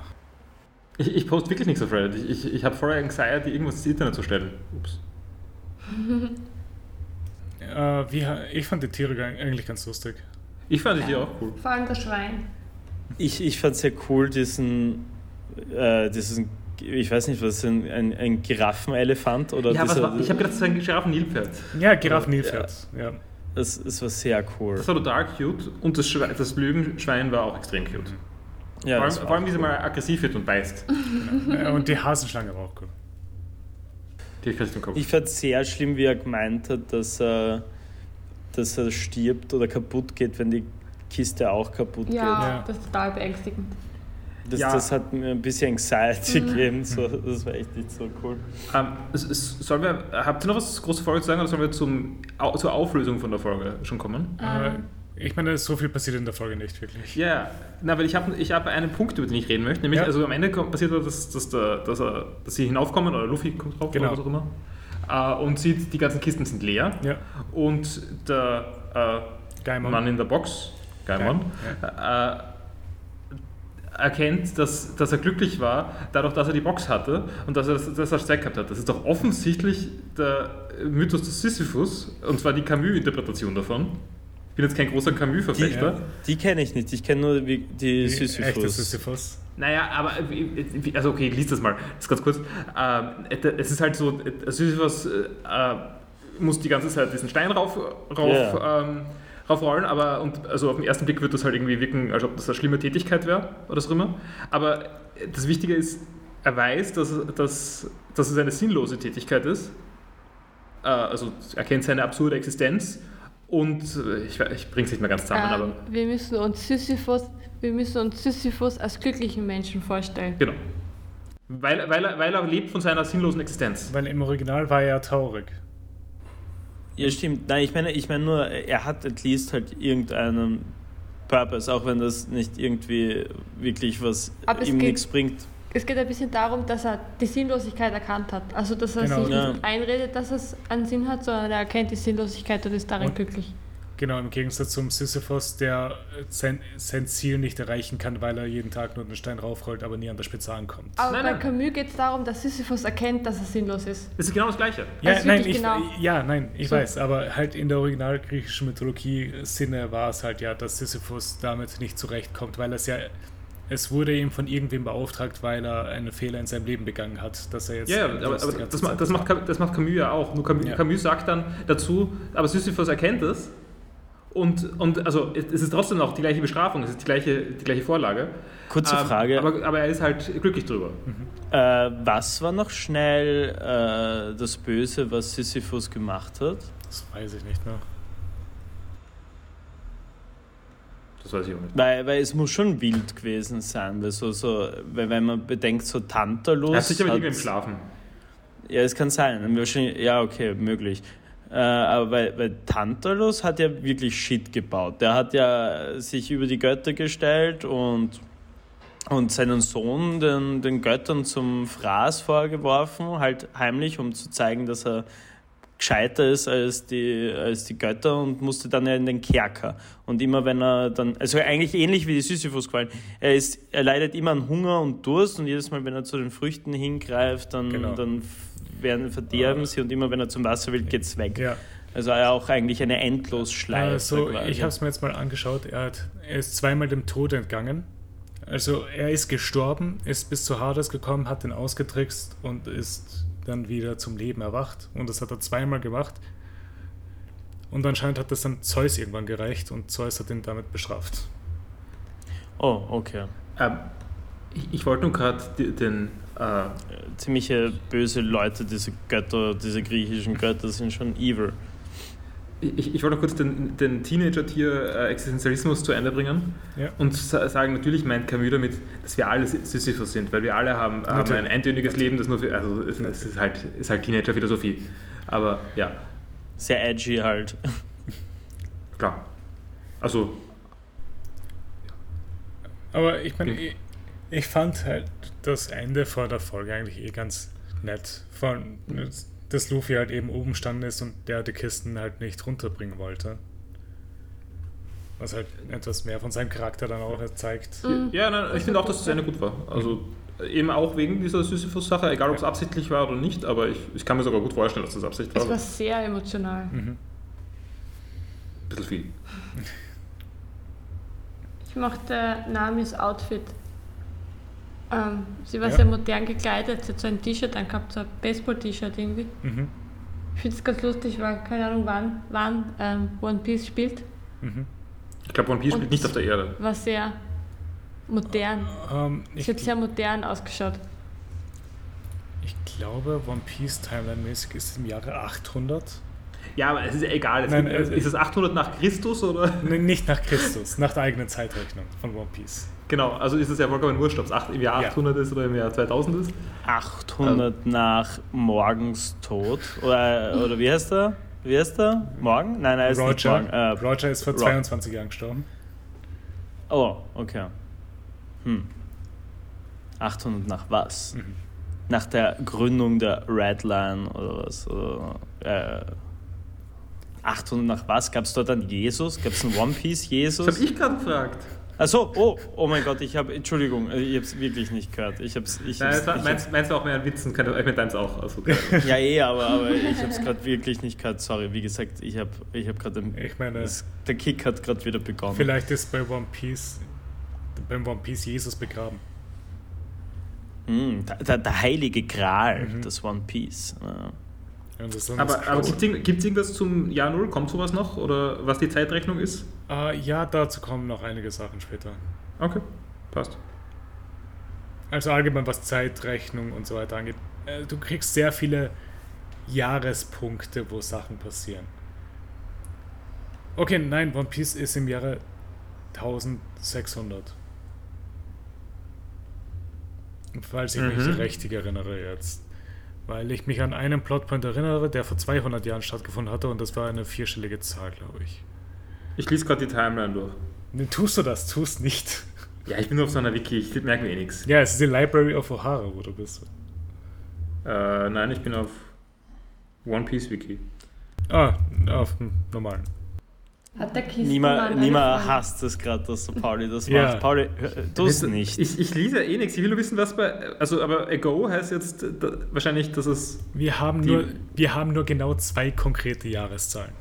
Speaker 4: Ich, ich poste wirklich nichts auf Reddit. Ich, ich, ich habe vorher Anxiety, irgendwas ins Internet zu stellen. Ups.
Speaker 1: Äh, wie, ha- ich fand die Tiere ge- eigentlich ganz lustig.
Speaker 4: Ich fand die Idee auch cool.
Speaker 2: Vor allem das Schwein.
Speaker 3: Ich, ich fand sehr cool, diesen, äh, diesen, ich weiß nicht, was, ein, ein, ein Giraffenelefant oder
Speaker 4: Ja, was
Speaker 3: dieser,
Speaker 4: war, ich habe gedacht, das ist ein Giraffen-Nilpferd.
Speaker 1: Ja, Giraffen Nilpferd. Ja.
Speaker 3: es, es war sehr cool.
Speaker 4: Das war total cute und das, Schwe das Lügenschwein war auch extrem cute.
Speaker 3: Ja,
Speaker 4: vor allem,
Speaker 3: das war
Speaker 4: vor allem wie
Speaker 3: auch
Speaker 4: sie
Speaker 3: cool.
Speaker 4: mal aggressiv wird und beißt.
Speaker 1: Äh, Und die Hasenschlange war auch cool.
Speaker 4: Die kriegt den Kopf.
Speaker 3: Ich fand sehr schlimm, wie er gemeint hat, dass er, dass er stirbt oder kaputt geht, wenn die Kiste auch kaputt
Speaker 2: Ja,
Speaker 1: Ja.
Speaker 2: das ist total beängstigend.
Speaker 3: geht. Das,
Speaker 4: Ja.
Speaker 3: das hat mir ein bisschen Anxiety
Speaker 2: Mhm.
Speaker 3: gegeben. So, das war echt nicht so cool.
Speaker 4: Ähm, es- es- sollen wir, habt ihr noch was große Folge zu sagen oder sollen wir zum, au, zur Auflösung von der Folge schon kommen?
Speaker 2: Ah.
Speaker 1: Äh,
Speaker 2: Ähm,
Speaker 1: ich meine, so viel passiert in der Folge nicht wirklich.
Speaker 4: Ja, na, weil ich habe ich hab einen Punkt, über den ich reden möchte. Nämlich,
Speaker 1: Ja.
Speaker 4: also am Ende kommt- passiert das, dass, der, dass, er, dass sie hinaufkommen oder Luffy kommt drauf
Speaker 1: Genau.
Speaker 4: oder was auch immer. Äh, und sieht, die ganzen Kisten sind leer.
Speaker 1: Ja.
Speaker 4: Und der äh,
Speaker 1: Gaimon.
Speaker 4: Mann in der Box, Gaimon, äh, erkennt, dass, dass er glücklich war, dadurch, dass er die Box hatte und dass er das dass er Zweck gehabt hat. Das ist doch offensichtlich der Mythos des Sisyphus, und zwar die Camus-Interpretation davon. Ich bin jetzt kein großer Camus-Verfechter.
Speaker 1: Die-
Speaker 3: Die kenne ich nicht. Ich kenne nur wie,
Speaker 1: Äh,
Speaker 3: die
Speaker 1: Echte
Speaker 3: Sisyphus.
Speaker 1: Sisyphus.
Speaker 4: Naja, aber, wie- wie- also okay, lies das mal, das ist ganz kurz. Ähm, es ist halt so, Sisyphus äh, äh, muss die ganze Zeit diesen Stein rauf, rauf,
Speaker 3: Ja.
Speaker 4: ähm, raufrollen, aber und, also auf den ersten Blick wird das halt irgendwie wirken, als ob das eine schlimme Tätigkeit wäre oder so immer. Aber äh, das Wichtige ist, er weiß, dass, dass, dass es eine sinnlose Tätigkeit ist. Äh, also erkennt seine absurde Existenz und äh, ich, ich bring's nicht mehr ganz zusammen, aber
Speaker 2: Ähm, wir, müssen uns Sisyphus, wir müssen uns Sisyphus als glücklichen Menschen vorstellen.
Speaker 4: Genau. Weil, weil, er, weil er lebt von seiner sinnlosen Existenz.
Speaker 1: Weil im Original war er ja traurig.
Speaker 3: Ja, stimmt. Nein, ich meine, ich meine nur, er hat at least halt irgendeinen Purpose, auch wenn das nicht irgendwie wirklich was
Speaker 2: Aber es
Speaker 3: ihm
Speaker 2: geht-
Speaker 3: nichts bringt.
Speaker 2: Es geht ein bisschen darum, dass er die Sinnlosigkeit erkannt hat. Also, dass er
Speaker 1: Genau.
Speaker 2: sich
Speaker 3: Ja.
Speaker 2: nicht einredet, dass es einen Sinn hat, sondern er erkennt die Sinnlosigkeit und ist darin
Speaker 1: Und-
Speaker 2: glücklich.
Speaker 1: Genau, im Gegensatz zum Sisyphus, der sein, sein Ziel nicht erreichen kann, weil er jeden Tag nur den Stein raufrollt, aber nie an der Spitze ankommt.
Speaker 2: Aber
Speaker 4: Nein,
Speaker 2: bei
Speaker 4: nein.
Speaker 2: Camus geht es darum, dass Sisyphus erkennt, dass er sinnlos ist.
Speaker 4: Das ist genau das Gleiche.
Speaker 1: Ja,
Speaker 2: Also
Speaker 1: nein,
Speaker 2: wirklich
Speaker 1: ich,
Speaker 2: genau.
Speaker 1: ja, nein, ich
Speaker 2: So.
Speaker 1: weiß, aber halt in der originalgriechischen Mythologie-Sinne war es halt ja, dass Sisyphus damit nicht zurechtkommt, weil er es ja es wurde ihm von irgendwem beauftragt, weil er einen Fehler in seinem Leben begangen hat, dass er jetzt.
Speaker 4: Ja, aber, aber
Speaker 1: das die ganze
Speaker 4: das,
Speaker 1: Zeit
Speaker 4: macht, das, macht, Camus- das macht Camus ja auch. Nur Camus,
Speaker 1: Ja.
Speaker 4: Camus sagt dann dazu, aber Sisyphus erkennt es. Und, und also es es ist trotzdem auch die gleiche Bestrafung, es ist die gleiche, die gleiche Vorlage.
Speaker 3: Kurze
Speaker 4: Ähm,
Speaker 3: Frage.
Speaker 4: Aber, aber er ist halt glücklich drüber.
Speaker 3: Äh, was war noch schnell äh, das Böse, was Sisyphus gemacht hat?
Speaker 1: Das weiß ich nicht mehr.
Speaker 4: Das weiß ich auch nicht.
Speaker 3: Weil, weil es muss schon wild gewesen sein, weil so, so, weil wenn man bedenkt, so Tantalus.
Speaker 4: Er hat sicher mit
Speaker 3: hat-
Speaker 4: irgendwem schlafen.
Speaker 3: Ja, es kann sein. Wahrscheinlich, ja, okay, möglich. Äh, aber weil, weil Tantalus hat ja wirklich Shit gebaut. Der hat ja sich über die Götter gestellt und, und seinen Sohn den, den Göttern zum Fraß vorgeworfen, halt heimlich, um zu zeigen, dass er gescheiter ist als die, als die Götter und musste dann ja in den Kerker. Und immer wenn er dann, also eigentlich ähnlich wie die Sisyphus-Quallen, er, ist, er leidet immer an Hunger und Durst und jedes Mal, wenn er zu den Früchten hingreift, dann,
Speaker 1: Genau.
Speaker 3: dann f- werden, verderben sie und immer wenn er zum Wasser will, geht's weg.
Speaker 1: Ja.
Speaker 3: Also ja auch eigentlich eine Endlosschleife.
Speaker 1: Also,
Speaker 3: quasi.
Speaker 1: ich habe es mir jetzt mal angeschaut. Er, hat, er ist zweimal dem Tod entgangen. Also, er ist gestorben, ist bis zu Hades gekommen, hat den ausgetrickst und ist dann wieder zum Leben erwacht. Und das hat er zweimal gemacht. Und anscheinend hat das dann Zeus irgendwann gereicht und Zeus hat ihn damit bestraft.
Speaker 3: Oh, okay.
Speaker 4: Ähm, ich, ich wollte nur gerade die- den. Äh,
Speaker 3: Ziemliche böse Leute, diese Götter, diese griechischen Götter sind schon evil.
Speaker 4: ich, ich wollte noch kurz den, den Teenager-Tier-Existenzialismus zu Ende bringen
Speaker 1: Ja.
Speaker 4: und sa- sagen, natürlich meint Camus damit, dass wir alle Sisyphus sind, weil wir alle haben, haben
Speaker 1: Natürlich.
Speaker 4: ein eintöniges Leben, das nur für, also es, es ist halt, ist halt Teenager-Philosophie. Aber ja,
Speaker 3: Sehr edgy halt.
Speaker 4: klar. Also,
Speaker 1: Aber ich meine,
Speaker 3: Hm.
Speaker 4: Mhm.
Speaker 1: ich, ich fand halt das Ende vor der Folge eigentlich eh ganz nett. Von, dass Luffy halt eben oben stand ist und der die Kisten halt nicht runterbringen wollte. Was halt etwas mehr von seinem Charakter dann auch zeigt.
Speaker 4: ja, nein, ich finde auch, dass das Ende gut war. Also, eben auch wegen dieser Sisyphus-Sache, egal ob es absichtlich war oder nicht, aber ich, ich kann mir sogar gut vorstellen, dass das Absicht war.
Speaker 2: Es war
Speaker 4: Ein
Speaker 2: sehr emotional.
Speaker 1: Mhm.
Speaker 4: bisschen viel.
Speaker 2: Ich mochte Namis Outfit. Ähm, sie war
Speaker 1: Ja.
Speaker 2: sehr modern gekleidet. Sie hat so ein T-Shirt angehabt, so ein Baseball-T-Shirt irgendwie.
Speaker 1: Mhm.
Speaker 2: Ich finde es ganz lustig, weil keine Ahnung, wann, wann ähm, One Piece spielt.
Speaker 1: Mhm.
Speaker 4: Ich glaube, One Piece
Speaker 2: Und-
Speaker 4: spielt nicht auf der Erde.
Speaker 2: War sehr modern.
Speaker 1: Ähm, ich,
Speaker 2: Sie hat sehr modern ausgeschaut.
Speaker 1: ich glaube, One Piece Timeline-mäßig ist im Jahre 800.
Speaker 4: Ja, aber es ist ja egal. Es
Speaker 1: Nein,
Speaker 4: gibt,
Speaker 1: also-
Speaker 4: ist es 800 nach Christus oder?
Speaker 1: Nee, nicht nach Christus, nach der eigenen Zeitrechnung von One Piece.
Speaker 4: Genau, also ist es ja vollkommen wurscht, ob es acht- im Jahr
Speaker 1: Ja.
Speaker 4: 800 ist oder im Jahr 2000 ist.
Speaker 3: 800 nach Morgens Tod. Oder, oder wie heißt er? Wie heißt er? Morgen? Nein, er ist nicht
Speaker 1: Roger,
Speaker 3: morgen. Äh,
Speaker 1: Roger ist vor
Speaker 3: Ro-
Speaker 1: 22 Jahren gestorben.
Speaker 3: oh, okay. Hm. 800 nach was?
Speaker 1: Mhm.
Speaker 3: Nach der Gründung der Red Line oder was? Oder, äh, 800 nach was? Gab es dort einen Jesus? Gab es einen One Piece Jesus?
Speaker 4: Das habe ich gerade gefragt.
Speaker 3: Achso, oh, oh mein Gott, ich habe, Entschuldigung, äh, ich habe es wirklich nicht gehört. Ich habe es, ich,
Speaker 4: Nein,
Speaker 3: hab's-
Speaker 4: das war,
Speaker 3: ich
Speaker 4: meinst, meinst du auch mehr an Witzen? Kann, ich meine deins auch. Also,
Speaker 3: Ja, eh, aber, aber ich habe es gerade wirklich nicht gehört. Sorry, wie gesagt, ich habe ich hab gerade.
Speaker 1: Ich meine-
Speaker 3: das- Der Kick hat gerade wieder begonnen.
Speaker 1: Vielleicht ist bei One Piece beim One Piece Jesus begraben.
Speaker 3: Hm, da, da, der heilige Gral,
Speaker 4: Mhm.
Speaker 3: das One Piece. Ja.
Speaker 1: Und das ist dann
Speaker 4: aber
Speaker 1: das
Speaker 4: aber
Speaker 1: Große.
Speaker 4: gibt es irgendwas zum Jahr Null? Kommt sowas noch? Oder was die Zeitrechnung ist?
Speaker 1: Äh, ja, dazu kommen noch einige Sachen später.
Speaker 4: Okay, passt.
Speaker 1: Also allgemein was Zeitrechnung und so weiter angeht. Äh, du kriegst sehr viele Jahrespunkte, wo Sachen passieren. Okay, nein, One Piece ist im Jahre 1600. Falls ich
Speaker 4: Mhm.
Speaker 1: mich richtig erinnere jetzt. Weil ich mich an einen Plotpoint erinnere, der vor 200 Jahren stattgefunden hatte und das war eine vierstellige Zahl, glaube ich.
Speaker 4: Ich lese gerade die Timeline durch.
Speaker 1: Nee, Ne, Tust du das? Tust nicht.
Speaker 4: Ja, ich bin nur auf so einer Wiki, ich merke mir eh nichts.
Speaker 1: Ja, es ist die Library of O'Hara, wo du bist.
Speaker 4: Äh, nein, ich bin auf One Piece Wiki.
Speaker 1: Ah, auf dem normalen.
Speaker 2: Hat der Kistenmann
Speaker 3: Nima,
Speaker 2: eine
Speaker 3: Nima
Speaker 2: Freundin?
Speaker 3: hasst es gerade, dass der Pauli das
Speaker 1: Ja.
Speaker 3: macht. Pauli, du es nicht.
Speaker 4: Ich, ich lese ja eh nichts. Ich will nur wissen, was bei. Also, aber Ago heißt jetzt äh, da, wahrscheinlich, dass es.
Speaker 1: Wir haben,
Speaker 4: Die-
Speaker 1: nur, wir haben nur genau zwei konkrete Jahreszahlen.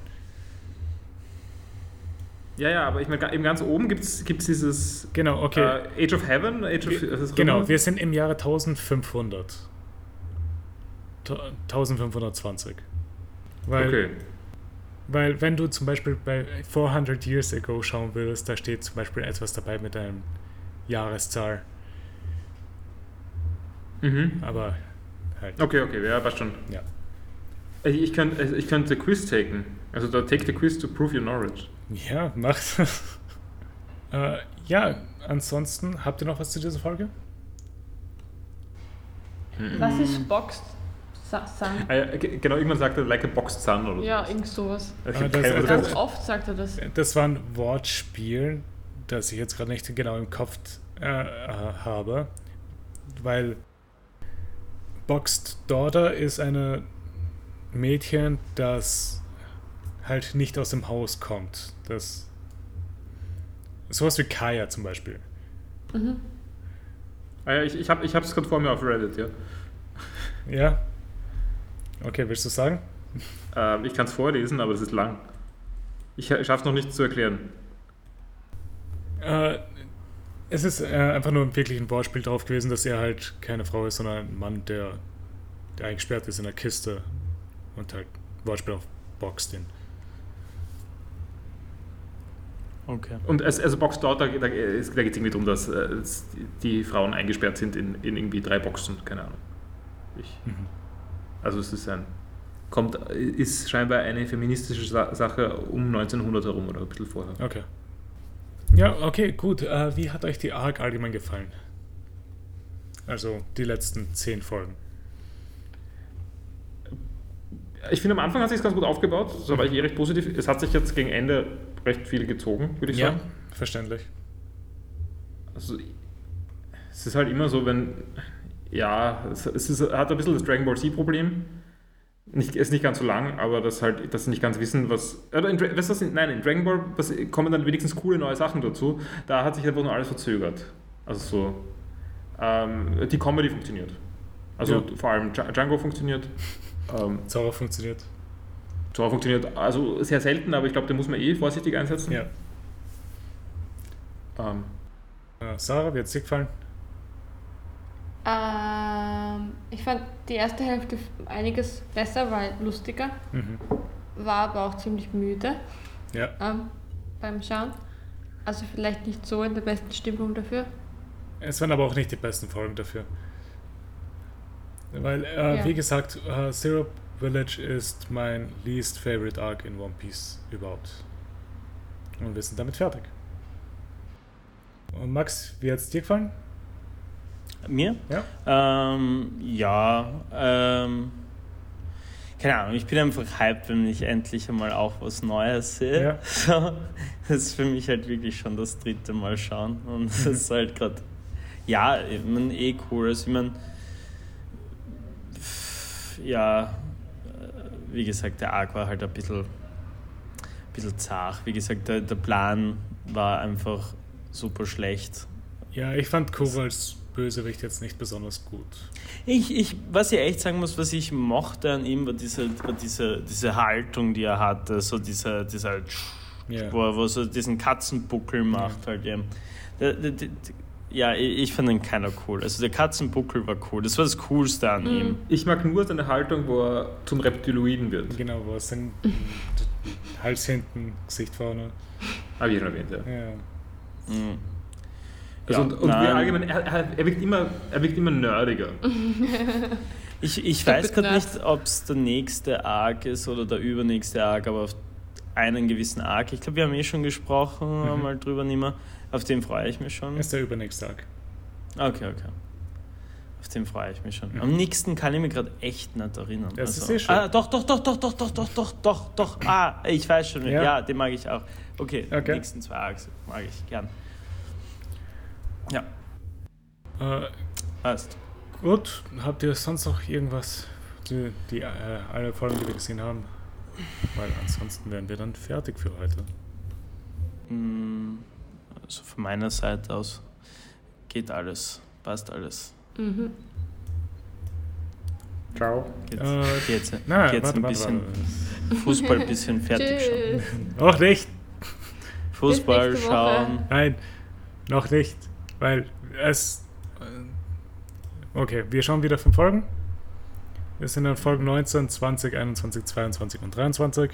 Speaker 4: Ja, ja, aber ich meine, eben ganz oben gibt es dieses
Speaker 1: Genau, okay.
Speaker 4: äh, Age of Heaven. Age of,
Speaker 1: Ge-
Speaker 4: was ist
Speaker 1: genau,
Speaker 4: drin?
Speaker 1: wir sind im Jahre 1500. Ta- 1520. Weil,
Speaker 4: Okay.
Speaker 1: weil wenn du zum Beispiel bei 400 Years Ago schauen würdest, da steht zum Beispiel etwas dabei mit einem Jahreszahl.
Speaker 4: Mhm.
Speaker 1: Aber halt,
Speaker 4: Okay, okay, ja, passt schon.
Speaker 1: ja.
Speaker 4: Ich, ich, könnt, also ich könnte Quiz taken. Also da take the quiz to prove your knowledge.
Speaker 1: Ja, macht. äh, ja, ansonsten, habt ihr noch was zu dieser Folge?
Speaker 2: Was ist Box? Sa Sand?
Speaker 4: Mhm.
Speaker 3: Äh,
Speaker 4: Ah, ja, ge- genau, irgendwann sagt er like a boxed sun oder so.
Speaker 2: Ja, irgend sowas.
Speaker 4: Ich hab
Speaker 1: Ah, das-
Speaker 4: keine- also
Speaker 1: das-
Speaker 2: Ganz oft sagt er das.
Speaker 1: Das war ein Wortspiel, das ich jetzt gerade nicht genau im Kopf äh, äh, habe, weil Boxed Daughter ist eine Mädchen, das halt nicht aus dem Haus kommt. Das sowas wie Kaya zum Beispiel.
Speaker 2: Mhm.
Speaker 4: ah, ja, ich ich habe es gerade vor mir auf Reddit, ja.
Speaker 1: Ja. Okay, willst du sagen?
Speaker 4: Ähm, ich kann es vorlesen, aber es ist lang. Ich schaffe es noch nicht zu erklären.
Speaker 1: Äh, es ist äh, einfach nur wirklich ein Wortspiel drauf gewesen, dass er halt keine Frau ist, sondern ein Mann, der, der eingesperrt ist in der Kiste und halt Wortspiel auf boxt ihn.
Speaker 3: Okay.
Speaker 4: Und es, also Boxed Out, da, da, es- da geht es irgendwie darum, dass äh, es- die Frauen eingesperrt sind in, in irgendwie drei Boxen, keine Ahnung. Ich,
Speaker 1: Mhm.
Speaker 4: also es ist ein, kommt, ist scheinbar eine feministische Sa Sache um 1900 herum oder ein bisschen vorher.
Speaker 1: Okay. Ja, okay, gut. Äh, wie hat euch die Arc allgemein gefallen? Also die letzten zehn Folgen.
Speaker 4: Ich finde, am Anfang hat sich ganz gut aufgebaut, so war ich eh recht positiv. Es hat sich jetzt gegen Ende recht viel gezogen, würde ich sagen.
Speaker 1: verständlich.
Speaker 4: Also, es ist halt immer so, wenn. Ja, es, es ist, hat ein bisschen das Dragon Ball Z-Problem. Nicht, ist nicht ganz so lang, aber das halt, dass sie nicht ganz wissen, was. Oder in, Dra- was das, nein, in Dragon Ball was, kommen dann wenigstens coole neue Sachen dazu. Da hat sich einfach nur alles verzögert. Also so. Ähm, die Comedy funktioniert. Also
Speaker 1: Ja.
Speaker 4: vor allem Dja- Django funktioniert. Ähm,
Speaker 1: Zauber funktioniert.
Speaker 4: Tor funktioniert also sehr selten, aber ich glaube, den muss man eh vorsichtig einsetzen.
Speaker 1: Ja.
Speaker 4: Ähm,
Speaker 1: Äh, Sarah, wie hat's dir gefallen?
Speaker 2: Ähm, ich fand die erste Hälfte einiges besser, weil lustiger.
Speaker 1: Mhm.
Speaker 2: War aber auch ziemlich müde
Speaker 1: Ja.
Speaker 2: ähm, beim Schauen. Also vielleicht nicht so in der besten Stimmung dafür.
Speaker 1: Es waren aber auch nicht die besten Folgen dafür. Weil, äh,
Speaker 2: Ja.
Speaker 1: wie gesagt, äh, Syrup Village ist mein least favorite Arc in One Piece überhaupt. Und wir sind damit fertig. Und Max, wie hat's dir gefallen?
Speaker 3: Mir?
Speaker 1: Ja?
Speaker 3: Ähm, ja, ähm, keine Ahnung, ich bin einfach hyped, wenn ich endlich einmal auch was Neues sehe.
Speaker 1: Ja.
Speaker 3: So, das ist für mich halt wirklich schon das dritte Mal schauen. Und es ist halt gerade, ja, ich mein, eh cool. Also, ich meine, ja, äh, wie gesagt, der Arc war halt ein bisschen, bisschen zart. Wie gesagt, der, der Plan war einfach super schlecht.
Speaker 1: Ja, ich fand Kuro als Bösewicht jetzt nicht besonders gut.
Speaker 3: Ich, ich, was ich echt sagen muss, was ich mochte an ihm, war diese, war diese, diese Haltung, die er hatte, so dieser, dieser halt
Speaker 1: Ja.
Speaker 3: wo, er- wo er so diesen Katzenbuckel macht halt eben. Der- der- der- Ja, ich ich fand ihn keiner cool. Also der Katzenbuckel war cool. Das war das Coolste an ihm.
Speaker 4: ich mag nur seine Haltung, wo er zum Reptiloiden wird.
Speaker 1: Genau, wo es denn Hals hinten, Gesicht vorne.
Speaker 4: Habe ich schon erwähnt, ja.
Speaker 1: Ja.
Speaker 3: Mhm. Ja,
Speaker 4: Also und, und
Speaker 3: nein.
Speaker 4: wir allgemein, er, er, er wirkt immer, er wirkt immer nerdiger.
Speaker 3: Ich, ich
Speaker 2: Stupid
Speaker 3: weiß gerade
Speaker 2: Nerd.
Speaker 3: nicht, ob es der nächste Arc ist oder der übernächste Arc, aber auf einen gewissen Arc. Ich glaube, wir haben eh schon gesprochen,
Speaker 1: Mhm.
Speaker 3: mal drüber nicht mehr. Auf den freue ich mich schon.
Speaker 1: Ist der übernächste Arc.
Speaker 3: Okay, okay. Auf den freue ich mich schon.
Speaker 1: Mhm.
Speaker 3: Am nächsten kann ich mir gerade echt nicht erinnern.
Speaker 1: Das ist eh schön.
Speaker 3: Ah, doch, doch, doch, doch, doch, doch, doch, doch, doch, doch. Ah, ich weiß schon.
Speaker 1: Ja.
Speaker 3: Ja, den mag ich auch. Okay, die
Speaker 1: Okay.
Speaker 3: nächsten zwei Arcs mag ich gern. Ja,
Speaker 1: Äh,
Speaker 3: passt.
Speaker 1: gut, habt ihr sonst noch irgendwas, die, die äh, alle Folgen, die wir gesehen haben? Weil ansonsten wären wir dann fertig für heute.
Speaker 3: Mm, Also von meiner Seite aus geht alles. Passt alles.
Speaker 2: Mhm.
Speaker 4: Ciao.
Speaker 3: Geht,
Speaker 1: Äh,
Speaker 3: geht's,
Speaker 1: Na,
Speaker 3: geht's
Speaker 1: warte,
Speaker 3: ein
Speaker 1: warte,
Speaker 3: bisschen
Speaker 1: warte.
Speaker 3: Fußball, bisschen fertig schon.
Speaker 2: Tschüss.
Speaker 1: Noch nicht.
Speaker 3: Fußball
Speaker 2: nächste Woche.
Speaker 3: schauen.
Speaker 1: Nein, noch nicht, weil es. äh, Okay, wir schauen wieder fünf Folgen. Wir sind in Folgen 19, 20, 21, 22 und 23.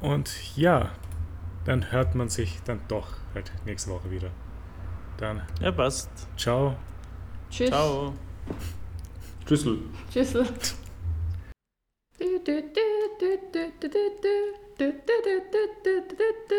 Speaker 1: Und ja, dann hört man sich dann doch halt nächste Woche wieder. Dann
Speaker 3: Ja, passt.
Speaker 1: ciao.
Speaker 2: Tschüss.
Speaker 3: Ciao.
Speaker 4: Schlüssel.
Speaker 2: Tschüssel. Du, du, du, du, du, du, du, du, du, du, du, du, du, du, du.